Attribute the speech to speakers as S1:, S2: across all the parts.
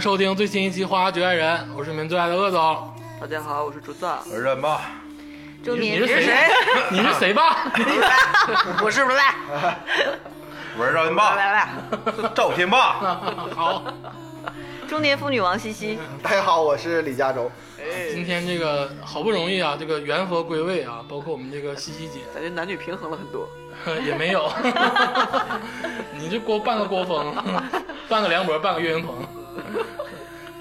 S1: 收听最新一期《花花局外人》，我是你们最爱的鄂总。
S2: 大家好，我是竹子。
S3: 我是吧？
S4: 周
S1: 你
S4: 敏
S1: 是谁？你是谁吧？
S4: 我是不是？
S3: 我是赵天
S4: 来
S3: 霸，
S4: 来，
S3: 赵 天霸，
S1: 啊好，
S4: 中年妇女王西西，
S5: 大家好，我是李佳洲。
S1: 今天这个好不容易啊，这个缘佛归位啊，包括我们这个西西姐
S2: 感觉男女平衡了很多。
S1: 也没有， 你这郭半个郭峰， 半个梁博，半个岳云鹏。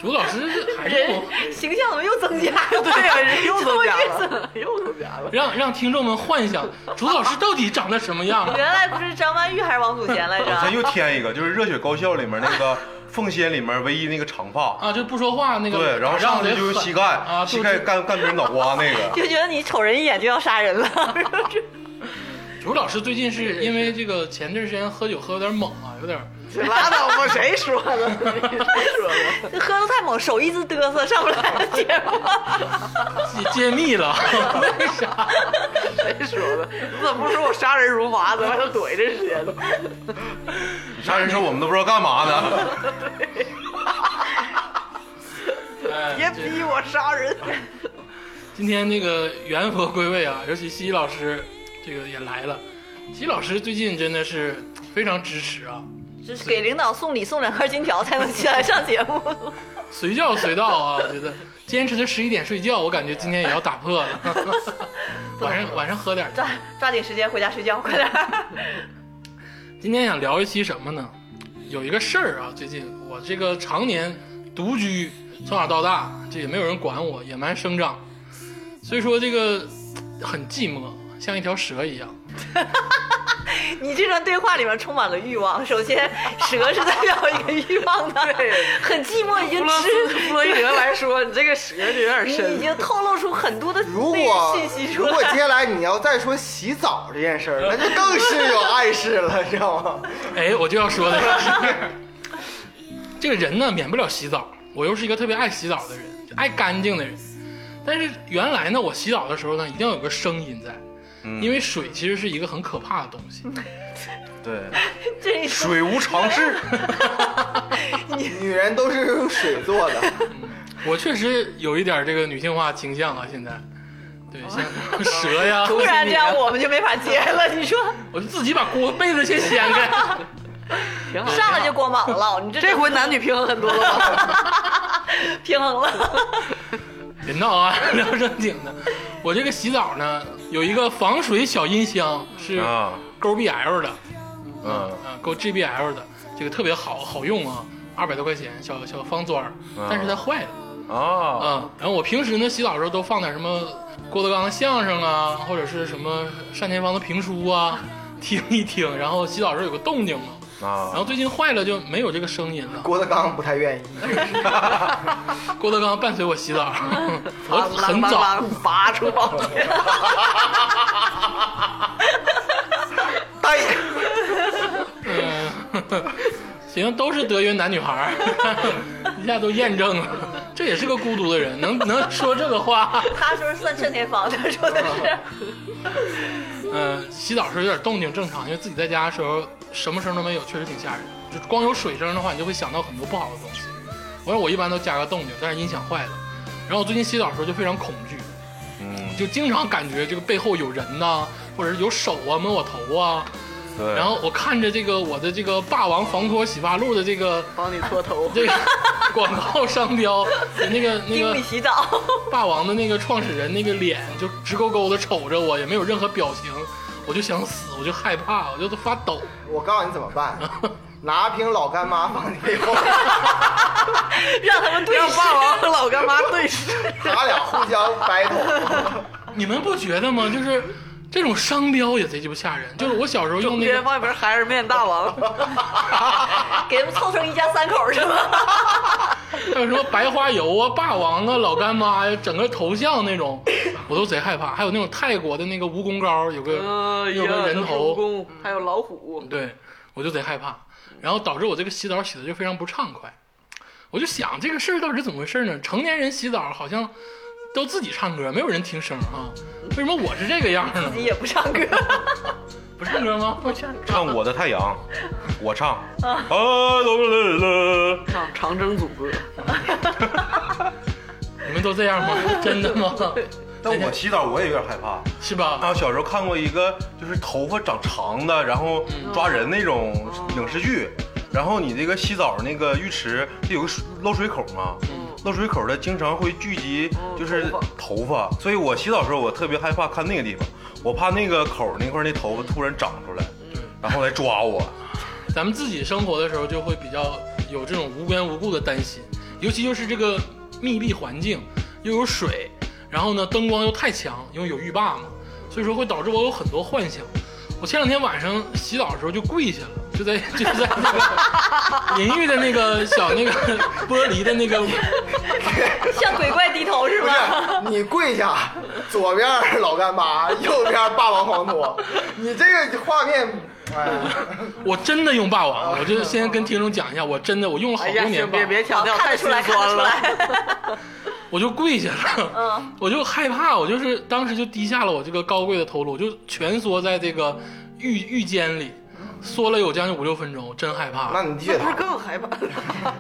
S1: 朱老师是还是不
S4: 形象怎么又增加了？
S2: 对呀、 人又增加了，又增加了。
S1: 让让听众们幻想朱老师到底长得什么样？啊
S4: 原来不是张曼玉还是王祖贤来
S3: 我才
S4: 着？
S3: 又添一个，就是《热血高校》里面那 个凤仙里面唯一那个长发，
S1: 啊，就不说话那个，
S3: 对，然后上
S1: 得
S3: 去就用
S1: 狠
S3: 膝盖，
S1: 啊，
S3: 膝
S1: 肚
S3: 盖
S1: 子
S3: 干干别人脑瓜 那个，
S4: 就觉得你瞅人一眼就要杀人了，
S1: 朱老师最近是因为这个前段时间喝酒喝有点猛啊，有点儿
S2: 拉倒吧， 谁说的？谁说的？
S4: 喝的太猛，手一直嘚瑟上不来节目。
S1: 揭揭秘 了，为啥？
S2: 谁说的？你怎么不说我杀人如麻？怎么还能躲一段时间呢？
S3: 你啥人说我们都不知道干 嘛呢？
S1: 哎
S2: 别
S1: 这
S2: 逼我杀人！
S1: 今天这个缘佛归位啊，尤其西西老师这个也来了。西西老师最近真的是非常支持啊，
S4: 就是给领导送礼送两块金条才能起来上节目。
S1: 随叫随到啊，我觉得坚持的十一点睡觉，我感觉今天也要打 破了。晚上晚上喝点儿。
S4: 抓抓紧时间回家睡觉，快点儿！
S1: 今天想聊一期什么呢？有一个事儿啊，最近我这个常年独居，从小到大这也没有人管我，野蛮生长，所以说这个很寂寞，像一条蛇一样。
S4: 你这段对话里面充满了欲望。首先，蛇是代表一个欲望的，很寂寞，已经
S2: 弗洛 斯
S4: 吃，
S2: 弗洛伊德来说，你这个蛇就有点
S4: 你已
S2: 深。
S4: 经透露出很多的
S5: 如
S4: 那个
S5: 果
S4: 信息出
S5: 如果接
S4: 来。
S5: 下来你要再说洗澡这件事 儿，那就更是有暗示了，知道吗？
S1: 哎，我就要说的是，这个人呢，免不了洗澡。我又是一个特别爱洗澡的人，就爱干净的人。但是原来呢，我洗澡的时候呢，一定要有个声音在，
S4: 嗯
S1: 因为水其实是一个很可怕的东西。
S3: 对，
S4: 这一
S3: 水无 常势，
S5: 女人都是用水做的，
S1: 我确实有一点这个女性化倾向啊，现在，对， 像蛇呀，
S4: 突然这样，
S1: 我
S4: 我们就没法接了。你说
S1: 我就自己把锅被子先掀 开。
S2: 挺好。
S4: 上来就光膀了，你这
S2: 这回男女平衡很多了吧？
S4: 平衡了。
S1: 别闹啊， 聊正经的。我这个洗澡呢，有一个防水小音箱，是
S3: 啊
S1: 勾 BL 的，
S3: 嗯，
S1: 啊，勾 GBL 的，这个特别好，好用啊，二百多块钱，小小方砖儿，但是它坏了。
S3: 啊，
S1: 啊，然后我平时呢洗澡的时候都放点什么郭德纲的相声啊，或者是什么单田芳的评书啊， 听一听，然后洗澡的时候有个动静嘛。然后
S3: 啊，
S1: 最近坏了就没有这个声音了。
S5: 郭德纲不太愿意。
S1: 郭德纲伴随我洗澡， 我
S4: 啊
S1: 很早，
S2: 拔出宝剑，
S5: 但
S1: 嗯， 行，都是德云男女孩儿， 一下都验证了，这也是个孤独的人，能能说这个话。
S4: 他说是算趁天方， 他说的是
S1: 嗯，洗澡时候有点动静正常，因为自己在家的时候什么声都没有，确实挺吓人。就光有水声的话，你就会想到很多不好的东西。我说我一般都加个动静，但是音响坏了。然后我最近洗澡的时候就非常恐惧，
S3: 嗯，
S1: 就经常感觉这个背后有人呐、或者是有手啊摸我头啊。
S3: 对，
S1: 然后我看着这个我的这个霸王防脱洗发露的这个
S2: 帮你搓头。
S1: 这 个广告商标，那个那
S4: 经
S1: 个
S4: 理洗澡，
S1: 霸王的那个创始人那个脸就直勾勾的瞅着我，也没有任何表情，我就想死，我就害怕，我就发抖。
S5: 我告诉你怎么 办，拿瓶老干妈放你背后，
S4: 让他们对
S2: 让
S4: 视。
S2: 霸王和老干妈对视，
S5: 他俩互相 battle。
S1: 你们不觉得吗？就是这种商标也贼鸡巴吓人。就是我小时候用那
S2: 别
S1: 个，
S2: 放一边孩儿面大王，
S4: 给他们凑成一家三口是 吗？
S1: 还有什么白花油啊、霸王啊、老干妈呀、整个头像那种，我都贼害怕。还有那种泰国的那个蜈蚣膏，有个、
S2: 嗯，
S1: 有个人
S2: 蜈
S1: 头，
S2: 蚣，还有老 虎，
S1: 对我就贼害怕。然后导致我这个洗澡洗的就非常不畅快。我就想这个事儿到底是怎么回事呢？成年人洗澡好像都自己唱歌，没有人听声啊，为什么我是这个样呢？
S4: 自己也不唱歌，
S1: 不唱歌吗？
S3: 唱《我的太阳》，我唱。啊，都来了。
S2: 唱长征组歌，
S1: 你们都这样吗？真的吗？
S3: 但我洗澡我也有点害怕。
S1: 是吧？
S3: 啊，小时候看过一个就是头发长长的，然后抓人那种影视剧，然后你这个洗澡那个浴池它有个水漏水口嘛，漏水口它经常会聚集
S2: 哦
S3: 就是
S2: 头
S3: 头发，所以我洗澡的时候我特别害怕看那个地方，我怕那个口那块儿那头发突然长出来，然后来抓我。
S1: 咱们自己生活的时候就会比较有这种无缘无故的担心，尤其就是这个密闭环境，又有水，然后呢灯光又太强，因为有浴霸嘛，所以说会导致我有很多幻想。我前两天晚上洗澡的时候就跪下了，就在 就在那个 淋浴的那个小那个玻璃的那个
S4: 向鬼怪低头是
S5: 不是
S4: 吗？
S5: 你跪下，左边儿老干妈， 右边儿霸王黄多，你这个画面，哎 呀，
S1: 我真的用霸王，我就先跟听众讲一下，我真的我用了好
S2: 哎呀，
S1: 多年霸
S2: 行，别
S1: 王，
S2: 别强调，
S4: 看
S2: 太
S4: 得
S2: 心
S4: 出来，看得
S2: 酸
S4: 出
S2: 了。
S4: 来。
S1: 我就跪下了，
S4: 嗯，
S1: 我就害怕，我就是当时就低下了我这个高贵的头颅，我就蜷缩在这个浴浴间里，缩了有将近五六分钟，真害
S5: 那
S1: 怕。
S5: 你血
S2: 不是
S5: 糖，
S2: 更害怕？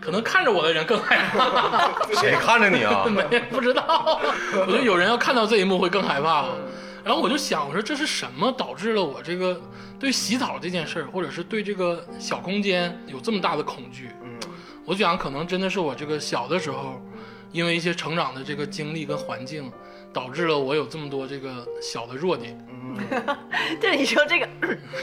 S1: 可能看着我的人更害怕，
S3: 谁看着你 啊？
S1: 没不知 道，我觉得有人要看到这一幕会更害怕。
S5: 嗯
S1: 然后我就想，我说这是什么导致了我这个对洗澡这件事儿，或者是对这个小空间有这么大的恐惧？
S5: 嗯，
S1: 我想可能真的是我这个小的时候，因为一些成长的这个经历跟环境，导致了我有这么多这个小的弱点。
S4: 对，你说这个，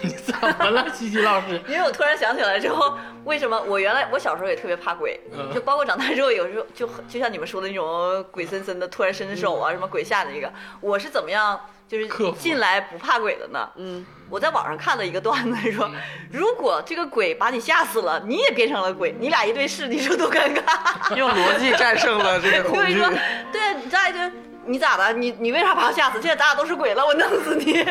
S1: 你怎么了，西西老师？
S4: 因为我突然想起来之后，为什么我原来我小时候也特别怕鬼，
S1: 嗯
S4: 就包括长大之后，有时候就很就像你们说的那种鬼森森的，突然伸手啊，什么鬼吓的那个，我是怎么样就是
S1: 克服
S4: 进来不怕鬼的呢？
S2: 嗯，
S4: 我在网上看了一个段子
S1: 嗯
S4: 说，如果这个鬼把你吓死了，你也变成了鬼，你俩一对视，你说多 尴尬。
S2: 用逻辑战胜了这个恐
S4: 对，
S2: 惧
S4: 说。对，你再就你咋的？你你为啥把我吓死？现在咱俩都是鬼了，我弄 死你！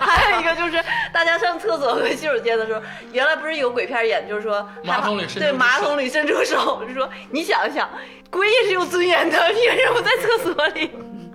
S4: 还有一个就是，大家上厕所和洗手间的时候，原来不是有鬼片演，就是说
S1: 马
S4: 害怕
S1: 桶里伸出
S4: 对
S1: 手
S4: 马桶里伸出手，就说你想一想，鬼也是有尊严的，凭什么在厕所里？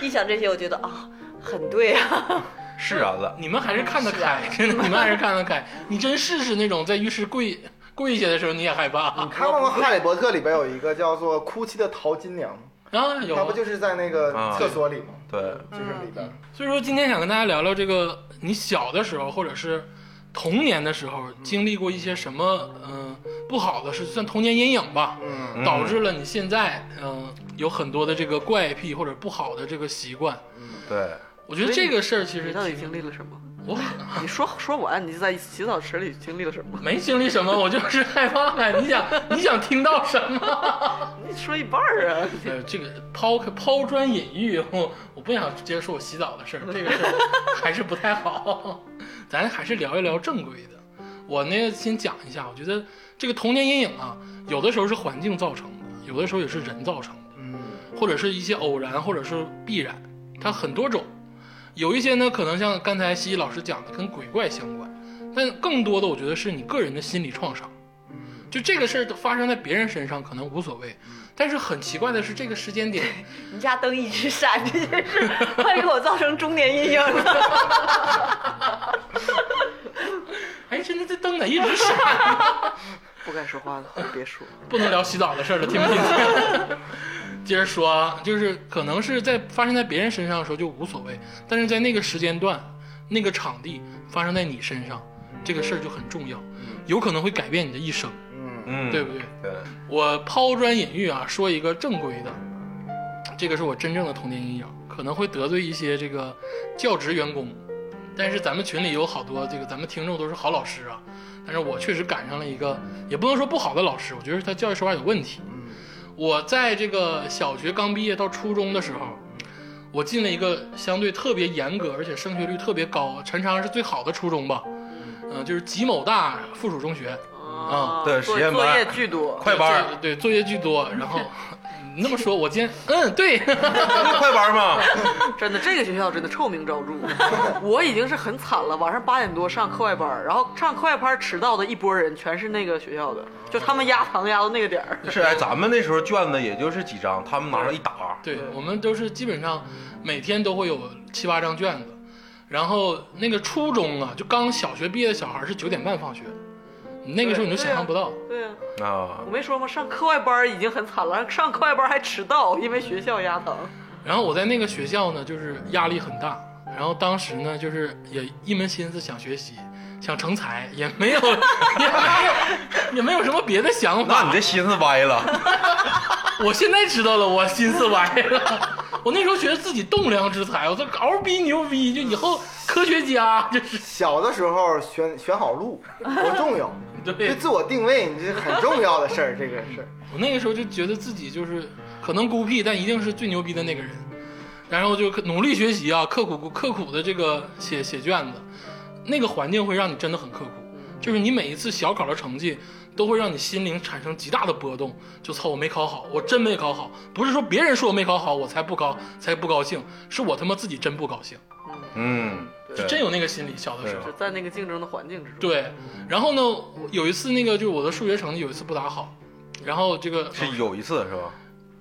S4: 一想这些，我觉得啊，很对啊。
S3: 是啊，子，
S1: 你们还是看得
S5: 啊
S1: 开，真的，你们还是看得开。你真试试那种在浴室跪跪下的时候，你也害怕
S5: 你看过《哈利波特》里边有一个叫做《哭泣的淘金娘
S1: 啊？》，有
S5: 她不
S1: 啊。
S5: 就是在那个
S3: 啊
S5: 厕所里吗？
S3: 对，
S5: 就是里边儿，
S1: 所以说，今天想跟大家聊聊这个，你小的时候或者是童年的时候
S2: 嗯
S1: 经历过一些什么，嗯、不好的事，算童年阴影吧。
S5: 嗯，
S3: 嗯
S1: 导致了你现在嗯、呃有很多的这个怪癖或者不好的这个习惯。
S3: 对，
S1: 我觉得这个事儿其
S2: 你
S1: 实
S2: 到底经历了什么？
S1: 我
S2: 你说说完，你在洗澡池里经历了什么？
S1: 没经历什么，我就是害怕呀。你想你想听到什么？
S2: 你说一半儿啊！
S1: 呃，这个抛开抛砖引玉，我我不想直接说我洗澡的事儿，这个事儿还是不太好。 咱还是聊一聊正规的。我呢先讲一下，我觉得这个童年阴影啊，有的时候是环境造成的，有的时候也是人造成的。
S5: 嗯，
S1: 或者是一些偶然，或者是必然，它很多种。有一些呢，可能像刚才西西老师讲的，跟鬼怪相关，但更多的我觉得是你个人的心理创伤。就这个事儿发生在别人身上可能无所谓，但是很奇怪的是，这个时间点，
S4: 你家灯一直闪，这件事 快给我造成中年阴影 了。
S1: 哎，真的这灯咋一直闪？
S2: 不该说话的话别说。
S1: 不能聊洗澡的事儿了，听不听？接着说啊，就是可能是在发生在别人身上的时候就无所谓，但是在那个时间段、那个场地发生在你身上，这个事儿就很重要，有可能会改变你的一生，
S3: 嗯，
S1: 对不对？
S3: 对，
S1: 我抛砖引玉啊，说一个正规的，这个是我真正的童年阴影，可能会得罪一些这个教职员工，但是咱们群里有好多这个咱们听众都是好老师啊，但是我确实赶上了一个，也不能说不好的老师，我觉得他教育手法有问题。我在这个小学刚毕业到初中的时候，我进了一个相对特别严格，而且升学率特别高，陈昌是最好的初中吧，嗯、就是吉某大附属中学。
S2: 啊
S3: 对
S2: 作
S3: 实验班
S2: 作业巨多。
S3: 快班儿，
S1: 对，对作业巨多。然 后你那么说，我今天嗯，对，
S3: 那快班儿嘛，
S2: 真的，这个学校真的臭名昭著。我已经是很惨了，晚上八点多上课外班儿，然后上课外班儿迟到的一波人全是那个学校的，就他们压堂压到那个点儿。
S3: 是哎，咱们那时候卷子也就是几张，他们拿上一沓，
S1: 对我们都是基本上每天都会有七八张卷子，然后那个初中啊，就刚小学毕业的小孩是九点半放学，你那个时候你就想象不到。
S2: 对啊，
S3: 啊
S2: 我，没说吗？上课外班已经很惨了，上课外班还迟到，因为学校压堂。
S1: 然后我在那个学校呢，就是压力很大。然后当时呢，就是也一门心思想学习，想成才，也没有 也没有也没有什么别的想
S3: 那
S1: 法。
S3: 你这心思歪了，
S1: 我现在知道了，我心思歪了。我那时候觉得自己栋梁之才，我说嗷逼牛逼，就以后科学家，就是
S5: 小的时候选选好路多重要，
S1: 对
S5: 对。自我定位你这很重要的事儿，这个事儿。
S1: 我那个时候就觉得自己就是可能孤僻，但一定是最牛逼的那个人。然后就努力学习啊，刻苦刻苦的这个写写卷子，那个环境会让你真的很刻苦，就是你每一次小考的成绩都会让你心灵产生极大的波动。就操，我没考好，我真没考好，不是说别人说我没考好我才不高才不高兴，是我他妈自己真不高兴，
S3: 嗯，
S1: 就真有那个心理。小的时候
S3: 对
S2: 就，在那个竞争的环境之中。，
S1: 对。然后呢，我有一次那个就是我的数学成绩有一次不咋好，然后这个
S3: 是有一次是吧？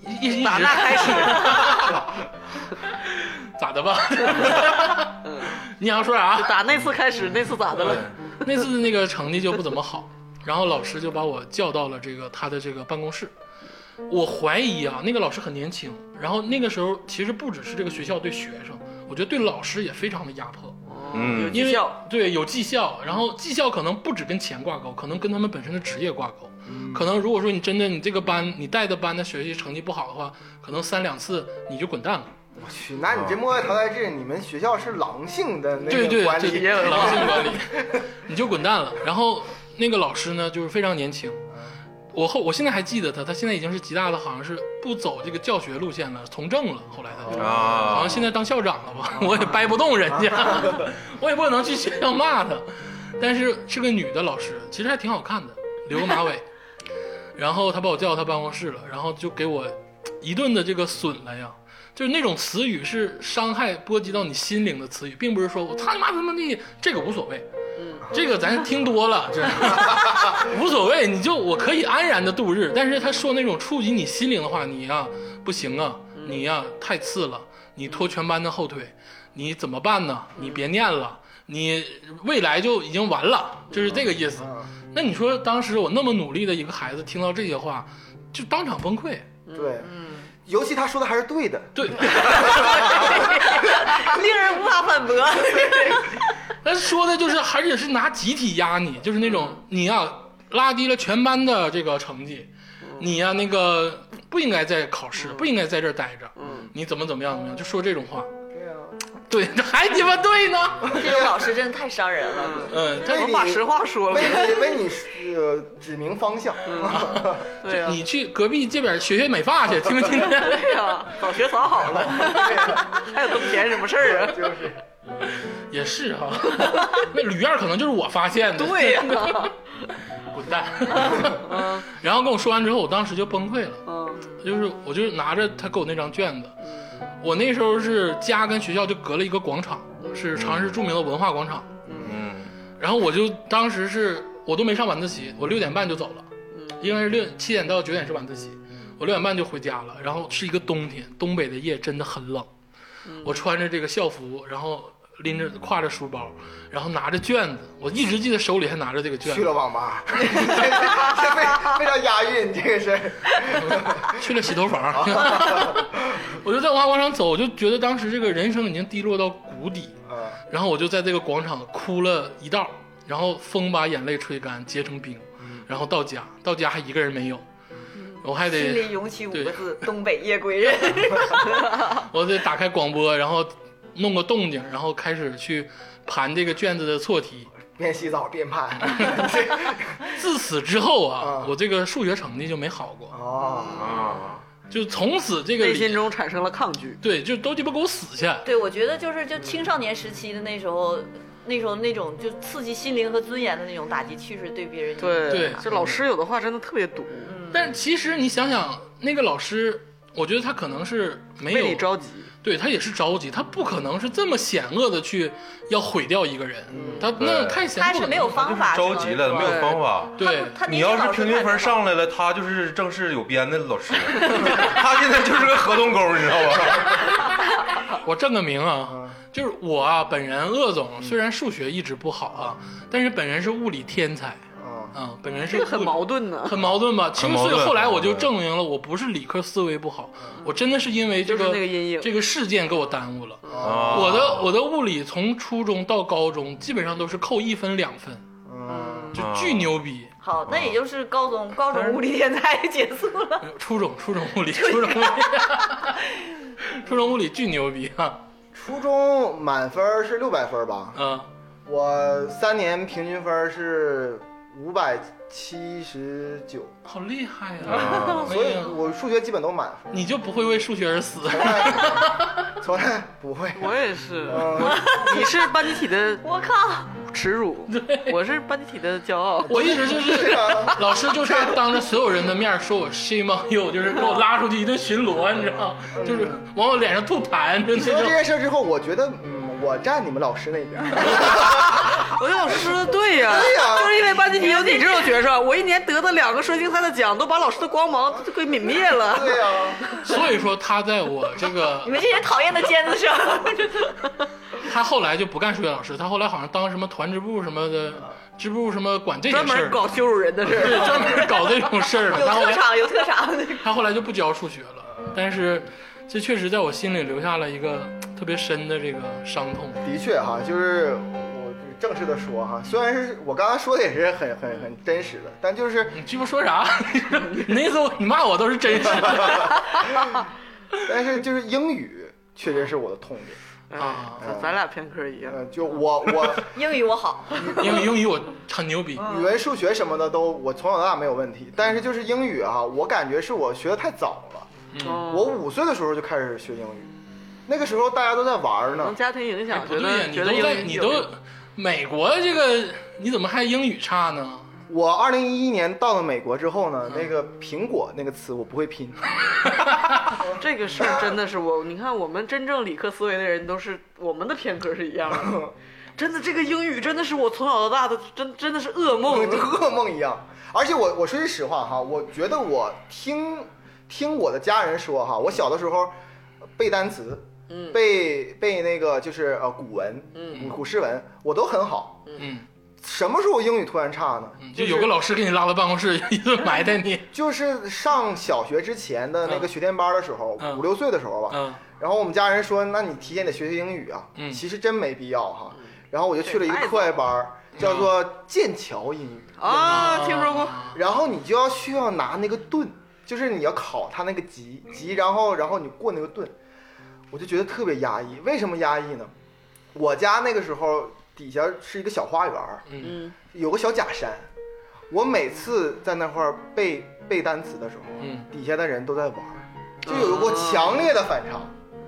S1: 一一一直
S2: 打那开始，
S1: 咋的吧？ 你想说啥、
S2: 打那次开始，那次咋的了？
S1: 那次那个成绩就不怎么好，然后老师就把我叫到了这个他的这个办公室。我怀疑啊，那个老师很年轻，然后那个时候其实不只是这个学校对学生，我觉得对老师也非常的压迫，
S2: 有
S3: 嗯
S1: 因
S2: 绩
S1: 为
S2: 效，
S1: 对有绩效，然后绩效可能不只跟钱挂钩，可能跟他们本身的职业挂钩。
S5: 嗯
S1: 可能如果说你真的你这个班你带的班的学习成绩不好的话，可能三两次你就滚蛋了。
S5: 我去，那你这末位淘汰制，你们学校是狼性的那
S1: 对对
S5: 个管
S1: 对，
S5: 理，
S1: 狼性管理，你就滚蛋了。然后那个老师呢，就是非常年轻，我后我现在还记得他，他现在已经是吉大的，好像是不走这个教学路线了，从政了。后来他就，嗯好
S3: 啊
S1: 像，现在当校长了吧， 我也掰不动人家，我也不可能去学校骂他。但是是个女的老师，其实还挺好看的，留个马尾。然后他把我叫到他办公室了，然后就给我一顿的这个损了呀，就是那种词语是伤害波及到你心灵的词语，并不是说我操你妈怎么地，这个无所谓，
S2: 嗯，
S1: 这个咱听多了，这无所谓，你就我可以安然的度日。但是他说那种触及你心灵的话，你呀、不行啊，你呀、太次了，你拖全班的后腿，你怎么办呢？你别念了，你未来就已经完了，就是这个意思。
S5: 嗯，
S1: 那你说当时我那么努力的一个孩子，听到这些话，就当场崩溃。
S5: 对，尤其他说的还是对的，
S1: 对，
S4: 令人无法 反驳。
S1: 但是说的就是，而且是拿集体压你，就是那
S4: 嗯
S1: 种你呀、拉低了全班的这个成绩，
S4: 嗯
S1: 你呀、那个不应该在考试，不应该在这儿待着，
S4: 嗯
S1: 你怎么怎么样怎么样，就说这种话。
S5: 对
S4: 啊
S5: 呀，
S1: 对，还鸡巴对呢。
S4: 这种老师真的太伤人了。
S1: 嗯，他
S5: 为
S2: 我
S5: 你
S2: 把实话说了。
S5: 为你为你呃指明方向，
S2: 对
S4: 啊
S2: 呀、
S1: 你去隔壁这边学学美发去，听没听见？
S2: 对呀、早学早好了， 还有耕田什么事儿啊？
S5: 就是
S1: 也是哈、 那吕燕可能就是我发现的。
S2: 对呀、
S1: 滚 蛋！然后跟我说完之后，我当时就崩溃了，
S2: 嗯
S1: 就是我就拿着他给我那张卷子，我那时候是家跟学校就隔了一个广场，是长
S2: 嗯
S1: 安市著名的文化广场，
S3: 嗯，
S1: 然后我就当时是我都没上晚自习，我六点半就走了，因为六七点到九点是晚自习，我六点半就回家了。然后是一个冬天，东北的夜真的很冷，我穿着这个校服，然后拎着挎着书包，然后拿着卷子，我一直记得手里还拿着这个卷
S5: 去
S1: 子，
S5: 了网吧， 这非非常押韵，这个事儿。
S1: 去了洗头房， 我就在文化广场走，我就觉得当时这个人生已经低落到谷底，
S5: 嗯
S1: 然后我就在这个广场哭了一道，然后风把眼泪吹干，结成冰，然后到家，到家还一个人没有，我还
S4: 心里
S1: 得
S4: 涌起五个字：东北夜归人。
S1: 我得打开广播，然后弄个动静，然后开始去盘这个卷子的错题。
S5: 边洗澡边拍。
S1: 自此之后啊
S5: 啊，
S1: 我这个数学成绩就没好过，
S5: 哦，
S3: 啊，
S1: 就从此这个
S2: 内心中产生了抗拒。
S1: 对，就都鸡巴给我死去。
S4: 对，我觉得就是就青少年时期的那时候，那时候那种就刺激心灵和尊严的那种打击，确实对别人啊
S2: 对
S1: 对嗯
S2: 这老师有的话真的特别毒，
S1: 但其实你想想，那个老师，我觉得他可能是没
S2: 为你
S1: 有
S2: 着急。
S1: 对他也是着急，他不可能是这么险恶的去要毁掉一个人，他那
S3: 嗯对
S1: 太险
S4: 他
S1: 不
S4: 是
S1: 可
S4: 没
S1: 能
S4: 有
S1: 的
S4: 方法，
S3: 着急
S4: 是吧。
S3: 了，没有方法。
S1: 对
S4: 他
S3: 你要是平均分，上来了，他就是正式有编的老师，他现在就是个合同工，你知道吧？嗯
S1: 我证个名啊，就是我啊，本人鄂总虽然数学一直不好啊，但是本人是物理天才
S5: 啊，
S1: 啊，本人是
S2: 这个很
S1: 物理
S2: 矛盾呢，
S1: 很矛盾吧？其
S3: 很
S1: 实
S3: 矛
S1: 所
S3: 盾啊嗯
S1: 以后来我就证明了，我不是理科思维不好，我真的是因为这
S2: 就是那个阴影
S1: 这个事件给我耽误了。
S3: 啊，
S1: 我的我的物理从初中到高中基本上都是扣一分两分，
S5: 嗯，
S1: 就
S3: 啊
S1: 巨牛 逼。
S4: 好，那也就是高中高中物理天才结束了。
S1: 初中初中物理， 初中物理，初中物理 巨牛逼啊！
S5: 初中满分是六百分吧？
S1: 嗯，
S5: 我三年平均分是五百七十九，
S1: 好厉害啊！
S3: 啊
S1: 哎
S5: 所以
S1: 呀
S5: 我数学基本都满分，
S1: 你就不会为数学而 死？
S5: 从来从来不会。
S2: 我也是，
S5: 嗯，
S2: 你是班集体的
S4: 我靠，
S2: 耻辱，我是班集体的骄傲。
S1: 我一直就是啊 老师就是当着所有人的面说我 shame on you，就是给我拉出去一顿巡逻，你知道，就是往我脸上吐痰， 就
S5: 经过这
S1: 那
S5: 件事之后，我觉得，嗯，我站你们老师那边。
S2: 我觉得老师说的对呀、
S5: 对哎呀
S2: 就是因为班集体有你这种学生，我一年得的两个说竞赛的奖，都把老师的光芒都给泯灭了。
S5: 对呀、
S1: 种。所以说他在我这个
S4: 你，们这些讨厌的尖子生！
S1: 他后来就不干数学老师，他后来好像当什么团支部什么的，支部什么管这
S2: 专
S1: 件事
S2: 门
S1: 儿，
S2: 搞羞辱人的事
S1: 对，
S2: 儿，
S1: 专门搞这种事儿 的。
S4: 有
S1: 他后
S4: 特
S1: 来
S4: 长，有特长。
S1: 他后来就不教数学了，但是这确实在我心里留下了一个特别深的这个伤痛。
S5: 的确哈，就是我正式的说哈，虽然是我刚刚说的也是很很很真实的，但就是
S1: 你鸡巴说啥？ 你那意思我你骂我都是真实的
S5: 但是就是英语确实是我的痛点。
S1: 啊！
S2: 咱咱俩偏科一样。
S5: 呃，就我我
S4: 英语我好，
S1: 英语英语我很牛逼，
S2: 嗯
S5: 语文、数学什么的都我从小到大没有问题，但是就是英语哈，我感觉是我学的太早了。
S1: 嗯
S2: 哦
S5: 我五岁的时候就开始学英语，那个时候大家都在玩
S2: 可能
S5: 呢。
S2: 家庭影响，
S1: 哎不
S2: 觉
S1: 对呀、
S2: 得
S1: 你
S2: 觉得
S1: 都
S2: 英
S1: 在
S2: 语
S1: 你
S2: 有
S1: 都美国这个你怎么还英语差呢？
S5: 我二零一一年到了美国之后
S2: 嗯
S5: 呢，那个苹果那个词我不会拼，
S2: 这个事儿真的是我，你看我们真正理科思维的人都是我们的偏科是一 样的。真的，这个英语真的是我从小到大的真真的是噩梦。
S5: 就噩梦一样。而且我我说句实话哈，我觉得我听听我的家人说哈，我小的时候呃背单词，
S2: 嗯
S5: 背背那个就是呃古文，
S2: 嗯
S5: 古诗文，我都很好。
S1: 嗯，
S5: 什么时候英语突然差呢？
S2: 嗯
S1: 就有个老师给你拉到办公室一顿埋汰你，
S5: 就是上小学之前的那个学前班的时候，
S1: 嗯
S5: 五六岁的时候吧。
S1: 嗯
S5: 然后我们家人说，那你提前得学学英语啊。
S1: 嗯
S5: 其实真没必要哈。然后我就去了一
S2: 这
S5: 个
S2: 也太
S5: 课外班儿，叫
S1: 嗯
S5: 做剑桥英语。
S2: 啊，听说过，
S5: 然后你就要需要拿那个盾，就是你要考他那个级
S1: 嗯
S5: 级，然后然后你过那个盾，我就觉得特别压抑。为什么压抑呢？我家那个时候底下是一个小花园儿，
S1: 嗯，
S2: 嗯，
S5: 有个小假山，我每次在那块儿背背单词的时候，
S1: 嗯
S5: 底下的人都在玩儿，就有
S2: 啊
S5: 过强烈的反差，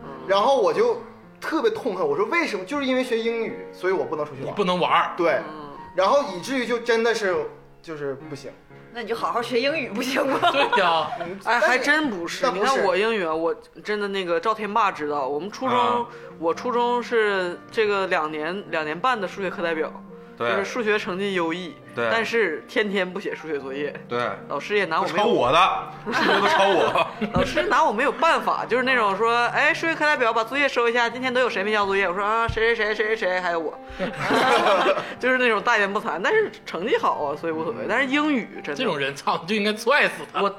S2: 嗯
S5: 然后我就特别痛恨，我说为什么？就是因为学英语，所以我不能出去
S1: 你
S5: 玩
S1: 不
S5: 儿，
S1: 能玩儿，
S5: 对，
S2: 嗯
S5: 然后以至于就真的是就是不行，
S4: 那你就好好学英语不行吗？
S1: 对 呀、
S5: 嗯
S2: 哎，
S5: 但
S2: 还
S5: 是
S2: 真不是。
S5: 但不
S2: 你
S5: 是
S2: 看我英语啊，我真的那个赵天霸知道，我们初中
S3: 啊，
S2: 我初中是这个两年两年半的数学课代表，就
S3: 对
S2: 是数学成绩优异，
S3: 对
S2: 但是天天不写数学作业，
S3: 对，
S2: 老师也拿我
S3: 都
S2: 没
S3: 抄
S2: 有
S3: 我的，数学都抄我。
S2: 老师拿我没有办法，就是那种说，哎，数学课代表把作业收一下，今天都有谁没交作业？我说啊，谁谁谁谁谁谁，还有 我，就是那种大言不惭。但是成绩好啊，所以无所谓。但是英语真的，
S1: 这种人操你就应该踹死他。
S2: 我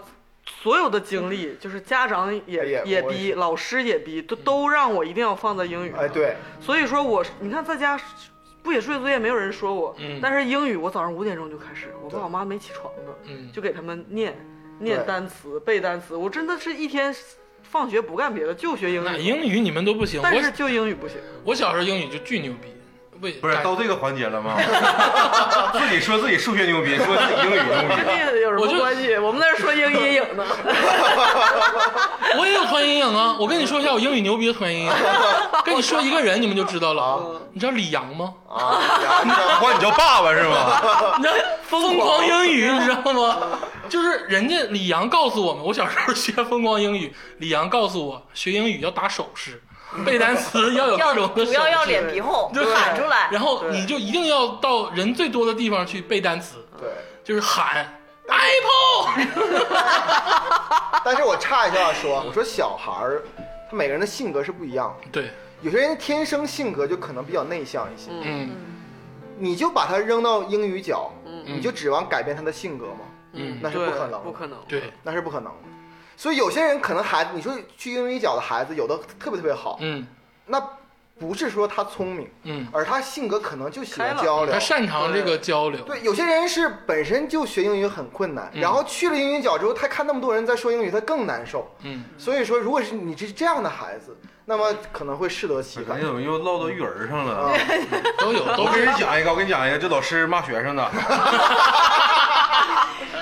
S2: 所有的经历，就是家长
S5: 哎
S2: 也
S5: 呀
S2: 也
S5: 我也
S2: 逼，老师也逼，都都让我一定要放在英语。
S5: 哎， 对，
S2: 所以说我你看在家不写数学作业，没有人说我，
S1: 嗯
S2: 但是英语我早上五点钟就开始，我
S5: 对
S2: 爸我妈没起床呢。
S1: 嗯，
S2: 就给他们念念
S5: 对
S2: 单词、背单词。我真的是一天放学不干别的，就学英
S1: 那
S2: 语。
S1: 英语你们都不行，
S2: 但是
S1: 我
S2: 就英语不行，
S1: 我小时候英语就巨牛逼，为
S3: 不是
S1: 感
S3: 到这个环节了吗？自己说自己数学牛逼，说自己英语
S2: 跟
S3: 牛逼，
S2: 这个有
S1: 我
S2: 什
S1: 就
S2: 么关系？我们在这说英阴影呢。
S1: 我也有团阴影啊！我跟你说一下，我英语牛逼的团阴影。跟你说一个人，你们就知道了。啊。你知道李阳吗？
S5: 啊，然后呢
S3: 管你叫爸爸是吗？
S1: 你知道疯狂英语，你知道吗？就是人家李阳告诉我们，我小时候学疯狂英语，李阳告诉我学英语要打手势，背单词要有各
S4: 要
S1: 种的手势。
S4: 主要要脸皮厚，
S1: 对
S4: 喊出来。
S1: 然后你就一定要到人最多的地方去背单词，
S5: 对，
S1: 就是喊 apple。
S5: 但是我插一下说，我说小孩儿，他每个人的性格是不一样的。
S1: 对，
S5: 有些人天生性格就可能比较内向一些，
S1: 嗯
S5: 你就把他扔到英语角，
S2: 嗯
S5: 你就指望改变他的性格吗？
S1: 嗯，
S5: 那是
S2: 对
S5: 不可能的
S2: 不可能。
S1: 对，
S5: 那是不可能的。所以有些人可能孩子，你说去英语角的孩子，有的特别特别好，
S1: 嗯
S5: 那不是说他聪明，
S1: 嗯，
S5: 而他性格可能就喜
S2: 开
S5: 欢
S2: 朗
S5: 交流
S1: 他。擅长这个交流，
S5: 对，有些人是本身就学英语很困难，
S1: 嗯
S5: 然后去了英语角之后，他看那么多人在说英语，他更难受。
S1: 嗯，
S5: 所以说，如果是你是这样的孩子，那么可能会适得其
S3: 感
S5: 反
S3: 觉。怎么又唠到育儿上了？
S5: 啊，
S1: 都 有
S3: 我
S1: 都
S3: 给
S1: 是
S3: 你讲一个，我给你讲一个，这老师骂学生的，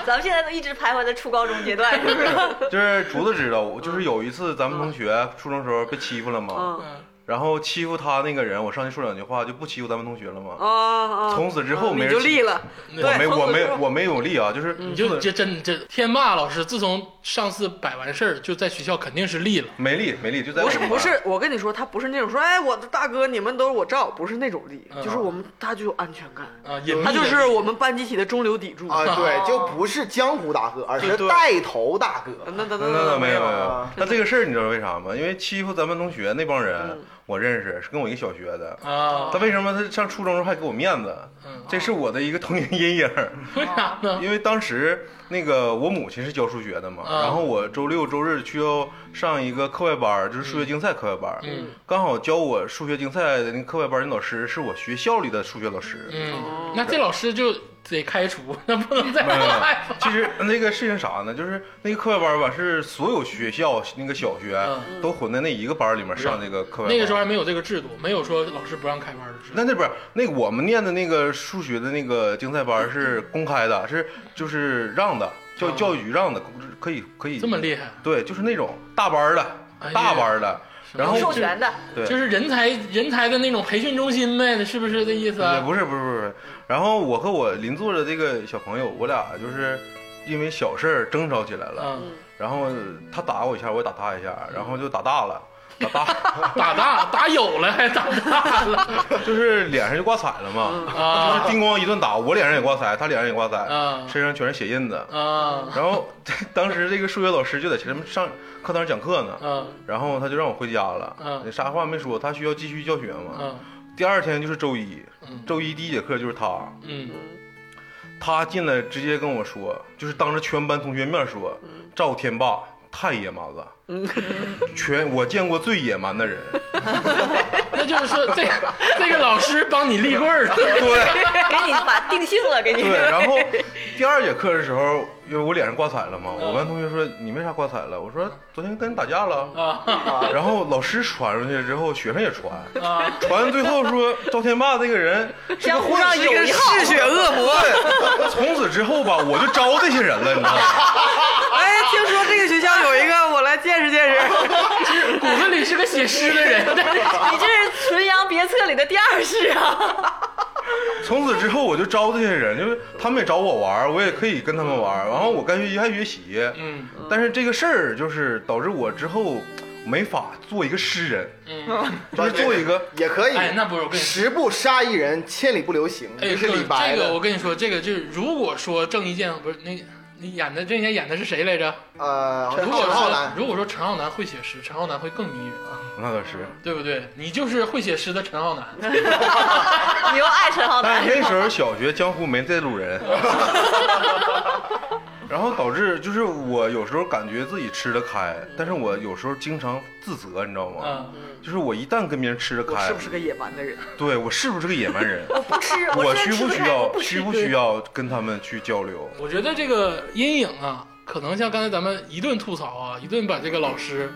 S4: 咱们现在都一直徘徊在初高中阶段，是不是？
S3: 就是竹子知道，我就是有一次咱们同学初中时候被欺负了嘛，
S2: 嗯
S1: 嗯
S3: 然后欺负他那个人，我上去说两句话就不欺负咱们同学了嘛。
S2: 啊啊！
S3: 从此之后
S2: 嗯
S3: 没
S2: 你
S3: 人
S2: 就
S3: 欺
S2: 立了，
S1: 对
S3: 我没
S2: 对，从
S3: 我
S2: 此
S3: 没
S2: 之后
S3: 我没有力啊，就是
S1: 你就这真这天霸老师，自从上次摆完事儿，就在学校肯定是立了。
S3: 没力没力，就在
S2: 不是
S3: 我们
S2: 不
S3: 班
S2: 是，我跟你说，他不是那种说，哎，我的大哥，你们都是我罩，不是那种力，就是我们他就有安全感，
S1: 啊，隐秘
S2: 他就
S1: 的
S2: 是我们班集体的中流砥柱
S5: 啊，对，就不是江湖大哥，而是
S3: 对对
S5: 带头大哥。
S2: 那那
S3: 那那那没有没有
S5: 啊。
S3: 那这个事儿你知道为啥吗？因为欺负咱们同学那帮人，我认识，是跟我一个小学的。
S1: 啊
S3: 他，为什么他上初中时候还给我面子
S1: 嗯？
S3: 这是我的一个童年阴影。
S1: 为啥呢？
S3: 因为当时那个我母亲是教数学的嘛，
S1: 啊
S3: 然后我周六周日需要上一个课外班儿，就是数学竞赛课外班儿。
S1: 嗯
S3: 刚好教我数学竞赛的那个课外班儿那老师是我学校里的数学老师。
S1: 嗯，那这老师就得开除，那不能再
S3: 哦没有没有
S1: 开除。
S3: 其实那个事情啥呢？就是那个课外班儿吧，是所有学校那个小学
S1: 嗯
S3: 都混在那一个班儿里面上那个课外班儿。
S1: 那个时候还没有这个制度，没有说老师不让开班的制度。
S3: 那那不是那个我们念的那个数学的那个竞赛班儿是公开的，是就是让的，教
S1: 啊
S3: 教育局让的，可以可以
S1: 这么厉害，
S3: 对，就是那种大班儿的
S1: 哎呀，
S3: 大班儿的，然后
S4: 授
S3: 就
S4: 权的，
S3: 对，
S1: 就是人才人才的那种培训中心呗，是不是这意思
S3: 也
S1: 啊？
S3: 不是不是不是不是，然后我和我邻座的这个小朋友，我俩就是因为小事儿争吵起来了，
S1: 嗯，
S3: 然后他打我一下，我也打他一下，然后就打大了，打大
S1: 打大打有了还打大 了
S3: 就是脸上就挂彩了嘛，就是
S1: 啊
S3: 叮咣一顿打，我脸上也挂彩，他脸上也挂彩，
S1: 啊
S3: 身上全是血印子。
S1: 啊
S3: 然后 当时这个数学老师就在前面上课堂上讲课呢，
S1: 啊
S3: 然后他就让我回家了
S1: 嗯，
S3: 啥话没说，他需要继续教学嘛。
S1: 啊
S3: 第二天就是周一
S1: 嗯，
S3: 周一第一节课就是他，
S1: 嗯
S3: 他进来直接跟我说，就是当着全班同学面说，赵天霸太野蛮了，全我见过最野蛮的人。
S1: 那就是说这个这个老师帮你立棍儿了，
S3: 对
S4: 给你把定性了，给你。
S3: 对，然后第二节课的时候，因为我脸上挂彩了嘛，我班同学说你为啥挂彩了？我说昨天跟人打架了。
S1: 啊
S3: 然后老师传出去之后，学生也传，
S1: 啊，
S3: 传最后说赵天霸这个人是个
S4: 江湖
S3: 混
S4: 上
S3: 世
S4: 有一号，
S2: 嗜血恶魔。
S3: 对，从此之后吧，我就招这些人了，你知道吗？
S2: 哎，听说这个学校有一个，我来见识见识。
S1: 骨子里是个写诗的人，但是
S4: 你这是《纯阳别册》里的第二世啊！
S3: 从此之后我就招这些人，就是他们也找我玩儿，我也可以跟他们玩儿。然后我干学习还学习，
S1: 嗯
S3: 但是这个事儿就是导致我之后没法做一个诗人，
S1: 嗯，
S3: 就是做一个
S5: 也可以。
S1: 哎，那不是我跟你说。
S5: 十步杀一人，千里不留行，
S1: 哎，
S5: 这是
S1: 这个
S5: 李白
S1: 这个
S5: 的
S1: 我。跟你说，这个就是如果说郑伊健不是那，你演的郑伊健演的是谁来着？
S5: 呃，
S1: 如
S5: 陈
S1: 果
S5: 浩
S1: 说
S5: 南，
S1: 如果说陈浩南会写诗，陈浩南会更迷人，
S3: 那倒是。
S1: 对不对？你就是会写诗的陈浩南，
S4: 你又爱陈 浩
S3: 但
S4: 南
S3: 是，那时候小学江湖没这路人，然后导致就是我有时候感觉自己吃得开，但是我有时候经常自责，你知道吗？
S1: 嗯，
S3: 就是我一旦跟别人吃得
S2: 我
S3: 开
S2: 是不，是个野蛮的人？
S3: 对我是不是个野蛮人？
S4: 不吃，
S3: 我
S4: 真
S3: 需不
S4: 的吃不
S3: 需
S4: 开我
S3: 要
S4: 不吃
S3: 需不需要跟他们去交流？
S1: 我觉得这个阴影啊，可能像刚才咱们一顿吐槽啊，一顿把这个老师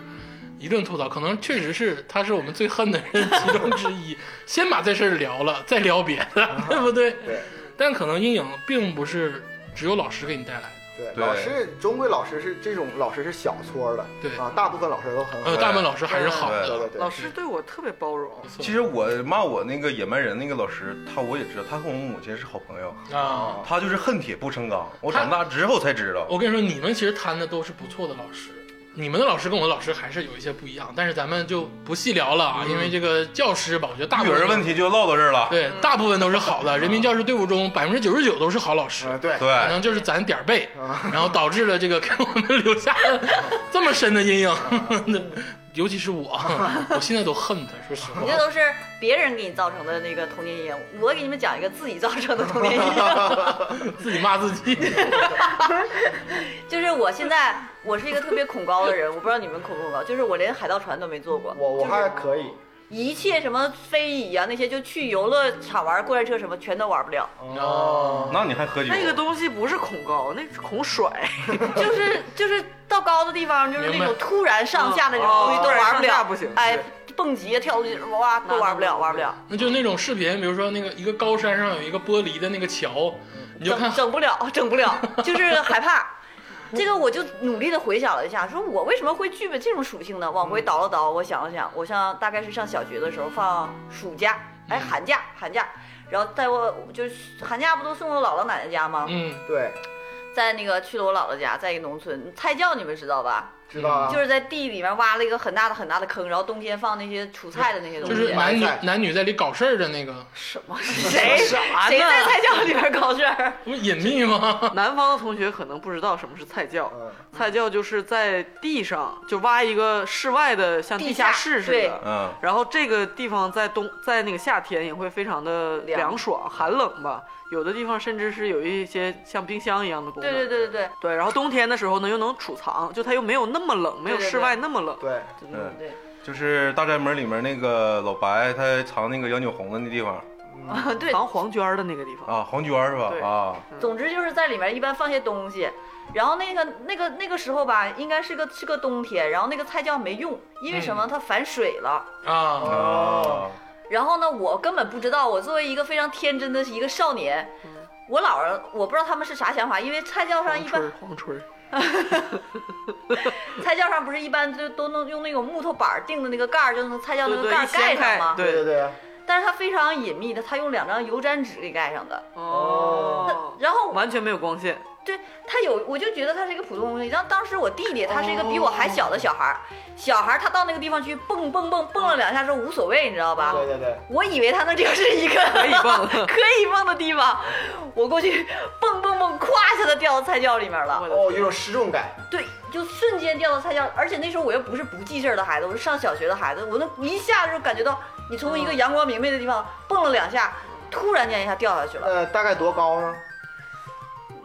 S1: 一顿吐槽，可能确实是他是我们最恨的人其中之一。先把这事儿聊了，再聊别的，对不对？
S5: 对
S1: 但可能阴影并不是只有老师给你带来的，
S5: 对，
S3: 对
S5: 老师终归老师是这种老师是小撮儿的，
S1: 对
S5: 啊，大部分老师都很好
S1: 呃，。大部分老师还是好
S5: 对
S1: 的。
S5: 对
S2: 老
S5: 对，
S2: 师对我特别包容，
S1: 不错
S3: 其实我骂我那个野蛮人那个老师，他我也知道，他跟我母亲是好朋友，
S1: 啊，
S3: 他就是恨铁不成钢。我
S1: 他
S3: 长大之后才知道，
S1: 我跟你说，你们其实摊的都是不错的老师，你们的老师跟我的老师还是有一些不一样，但是咱们就不细聊了啊，因为这个教师吧，我觉得大
S3: 育
S1: 部
S3: 儿
S1: 分
S3: 问题就唠到这儿了。
S1: 对大部分都是好的，人民教师队伍中百分之九十九都是好老师，
S5: 嗯，对，
S1: 可
S3: 对，
S1: 能就是咱点儿背，
S5: 啊
S1: 然后导致了这个给我们留下了这么深的阴影。 尤其是我，我现在都恨他，说实话
S4: 你。这都是别人给你造成的那个童年阴影。我给你们讲一个自己造成的童年阴影，
S1: 自己骂自己。
S4: 就是我现在我是一个特别恐高的人，我不知道你们恐不恐高，就是我连海盗船都没坐过，
S5: 我我
S4: 就是
S5: 还可以，
S4: 一切什么飞椅啊那些，就去游乐场玩过山车什么，全都玩不了。
S5: 哦，
S3: 那你还喝酒？
S2: 那个东西不是恐高，那是恐甩，
S4: 就是就是到高的地方，就是那
S1: 明白
S4: 种突然上下那种
S2: 哦
S4: 东西都玩
S2: 突
S4: 不
S2: 然上
S4: 了，
S2: 下不行
S4: 哎
S2: 是，
S4: 蹦极啊、跳出去哇都玩不了，玩不了，
S1: 那就那种视频，比如说那个一个高山上有一个玻璃的那个桥，你就看
S4: 整整不了，整 不了，就是害怕。这个我就努力的回想了一下，说我为什么会具备这种属性呢？
S1: 嗯
S4: 往回倒了倒，我想了想，我上大概是上小学的时候放暑假，
S1: 嗯
S4: 哎，寒假，寒假，然后在我就是寒假不都送我姥姥奶奶家吗？
S1: 嗯，
S5: 对，
S4: 在那个去了我姥姥家，在一个农村菜窖，你们知道吧？
S5: 知道啊，
S4: 就是在地里面挖了一个很大的很大的坑，然后冬天放那些储菜的那些东
S1: 就
S4: 西。啊
S1: 是男女
S5: 白菜
S1: 男女在里搞事儿的那个，
S4: 什么谁
S2: 啥
S4: 谁在
S2: 呢？
S4: 菜窖里边搞事 儿？
S1: 不是隐秘吗？
S2: 南方的同学可能不知道什么是菜窖，
S5: 嗯，
S2: 菜窖就是在地上就挖一个室外的像地下室似
S4: 地
S2: 的
S4: 下，
S3: 嗯，
S2: 然后这个地方在冬在那个夏天也会非常的
S4: 凉
S2: 凉爽、寒冷吧，有的地方甚至是有一些像冰箱一样的功能。
S4: 对对对对对
S2: 对然后冬天的时候呢又能储藏，就它又没有那么冷，没有
S4: 对对
S2: 室外那么冷。
S5: 对，
S3: 嗯
S4: 对
S3: 就是大宅门里面那个老白，他藏那个杨九红的那地方
S4: 啊对。
S2: 藏黄娟儿的那个地方，
S3: 啊，黄娟儿是
S2: 对
S3: 吧？啊，
S4: 总之就是在里面一般放些东西，然后那个那个那个时候吧，应该是个是个冬天，然后那个菜窖没用，因为什么？它反水了。
S1: 啊，
S3: 啊，
S5: 哦
S4: 然后呢，我根本不知道，我作为一个非常天真的一个少年，我姥儿我不知道他们是啥想法，因为菜窖上
S2: 黄
S4: 一般
S2: 春儿，黄春儿，
S4: 菜窖上不是一般就都能用那种木头板儿定的那个盖儿，就能菜窖那
S2: 对
S4: 个
S2: 对，
S4: 盖
S2: 一
S4: 儿盖
S2: 掀
S4: 上
S2: 开，
S4: 吗？
S5: 对对
S2: 对，
S5: 对，
S4: 但是它非常隐秘的，它用两张油毡纸给盖上的。
S2: 哦，
S4: 然后我
S2: 完全没有光线，
S4: 对它有，我就觉得它是一个普通东西。然后当时我弟弟他是一个比我还
S2: 哦
S4: 小的小孩儿，小孩儿他到那个地方去蹦蹦蹦蹦了两下之后无所谓，你知道吧？
S5: 对对
S1: 嗯
S5: 对，
S4: 我以为他那就是一个
S2: 可以 蹦。
S4: 可以蹦的地方，我过去蹦蹦蹦，咵一下子掉到菜窖里面了。
S5: 哦，有种失重感，
S4: 对，就瞬间掉到菜窖，而且那时候我又不是不记事儿的孩子，我是上小学的孩子，我能一下就感觉到你从一
S2: 嗯
S4: 个阳光明媚的地方蹦了两下，突然间一下掉下去了，
S5: 呃，大概多高呢？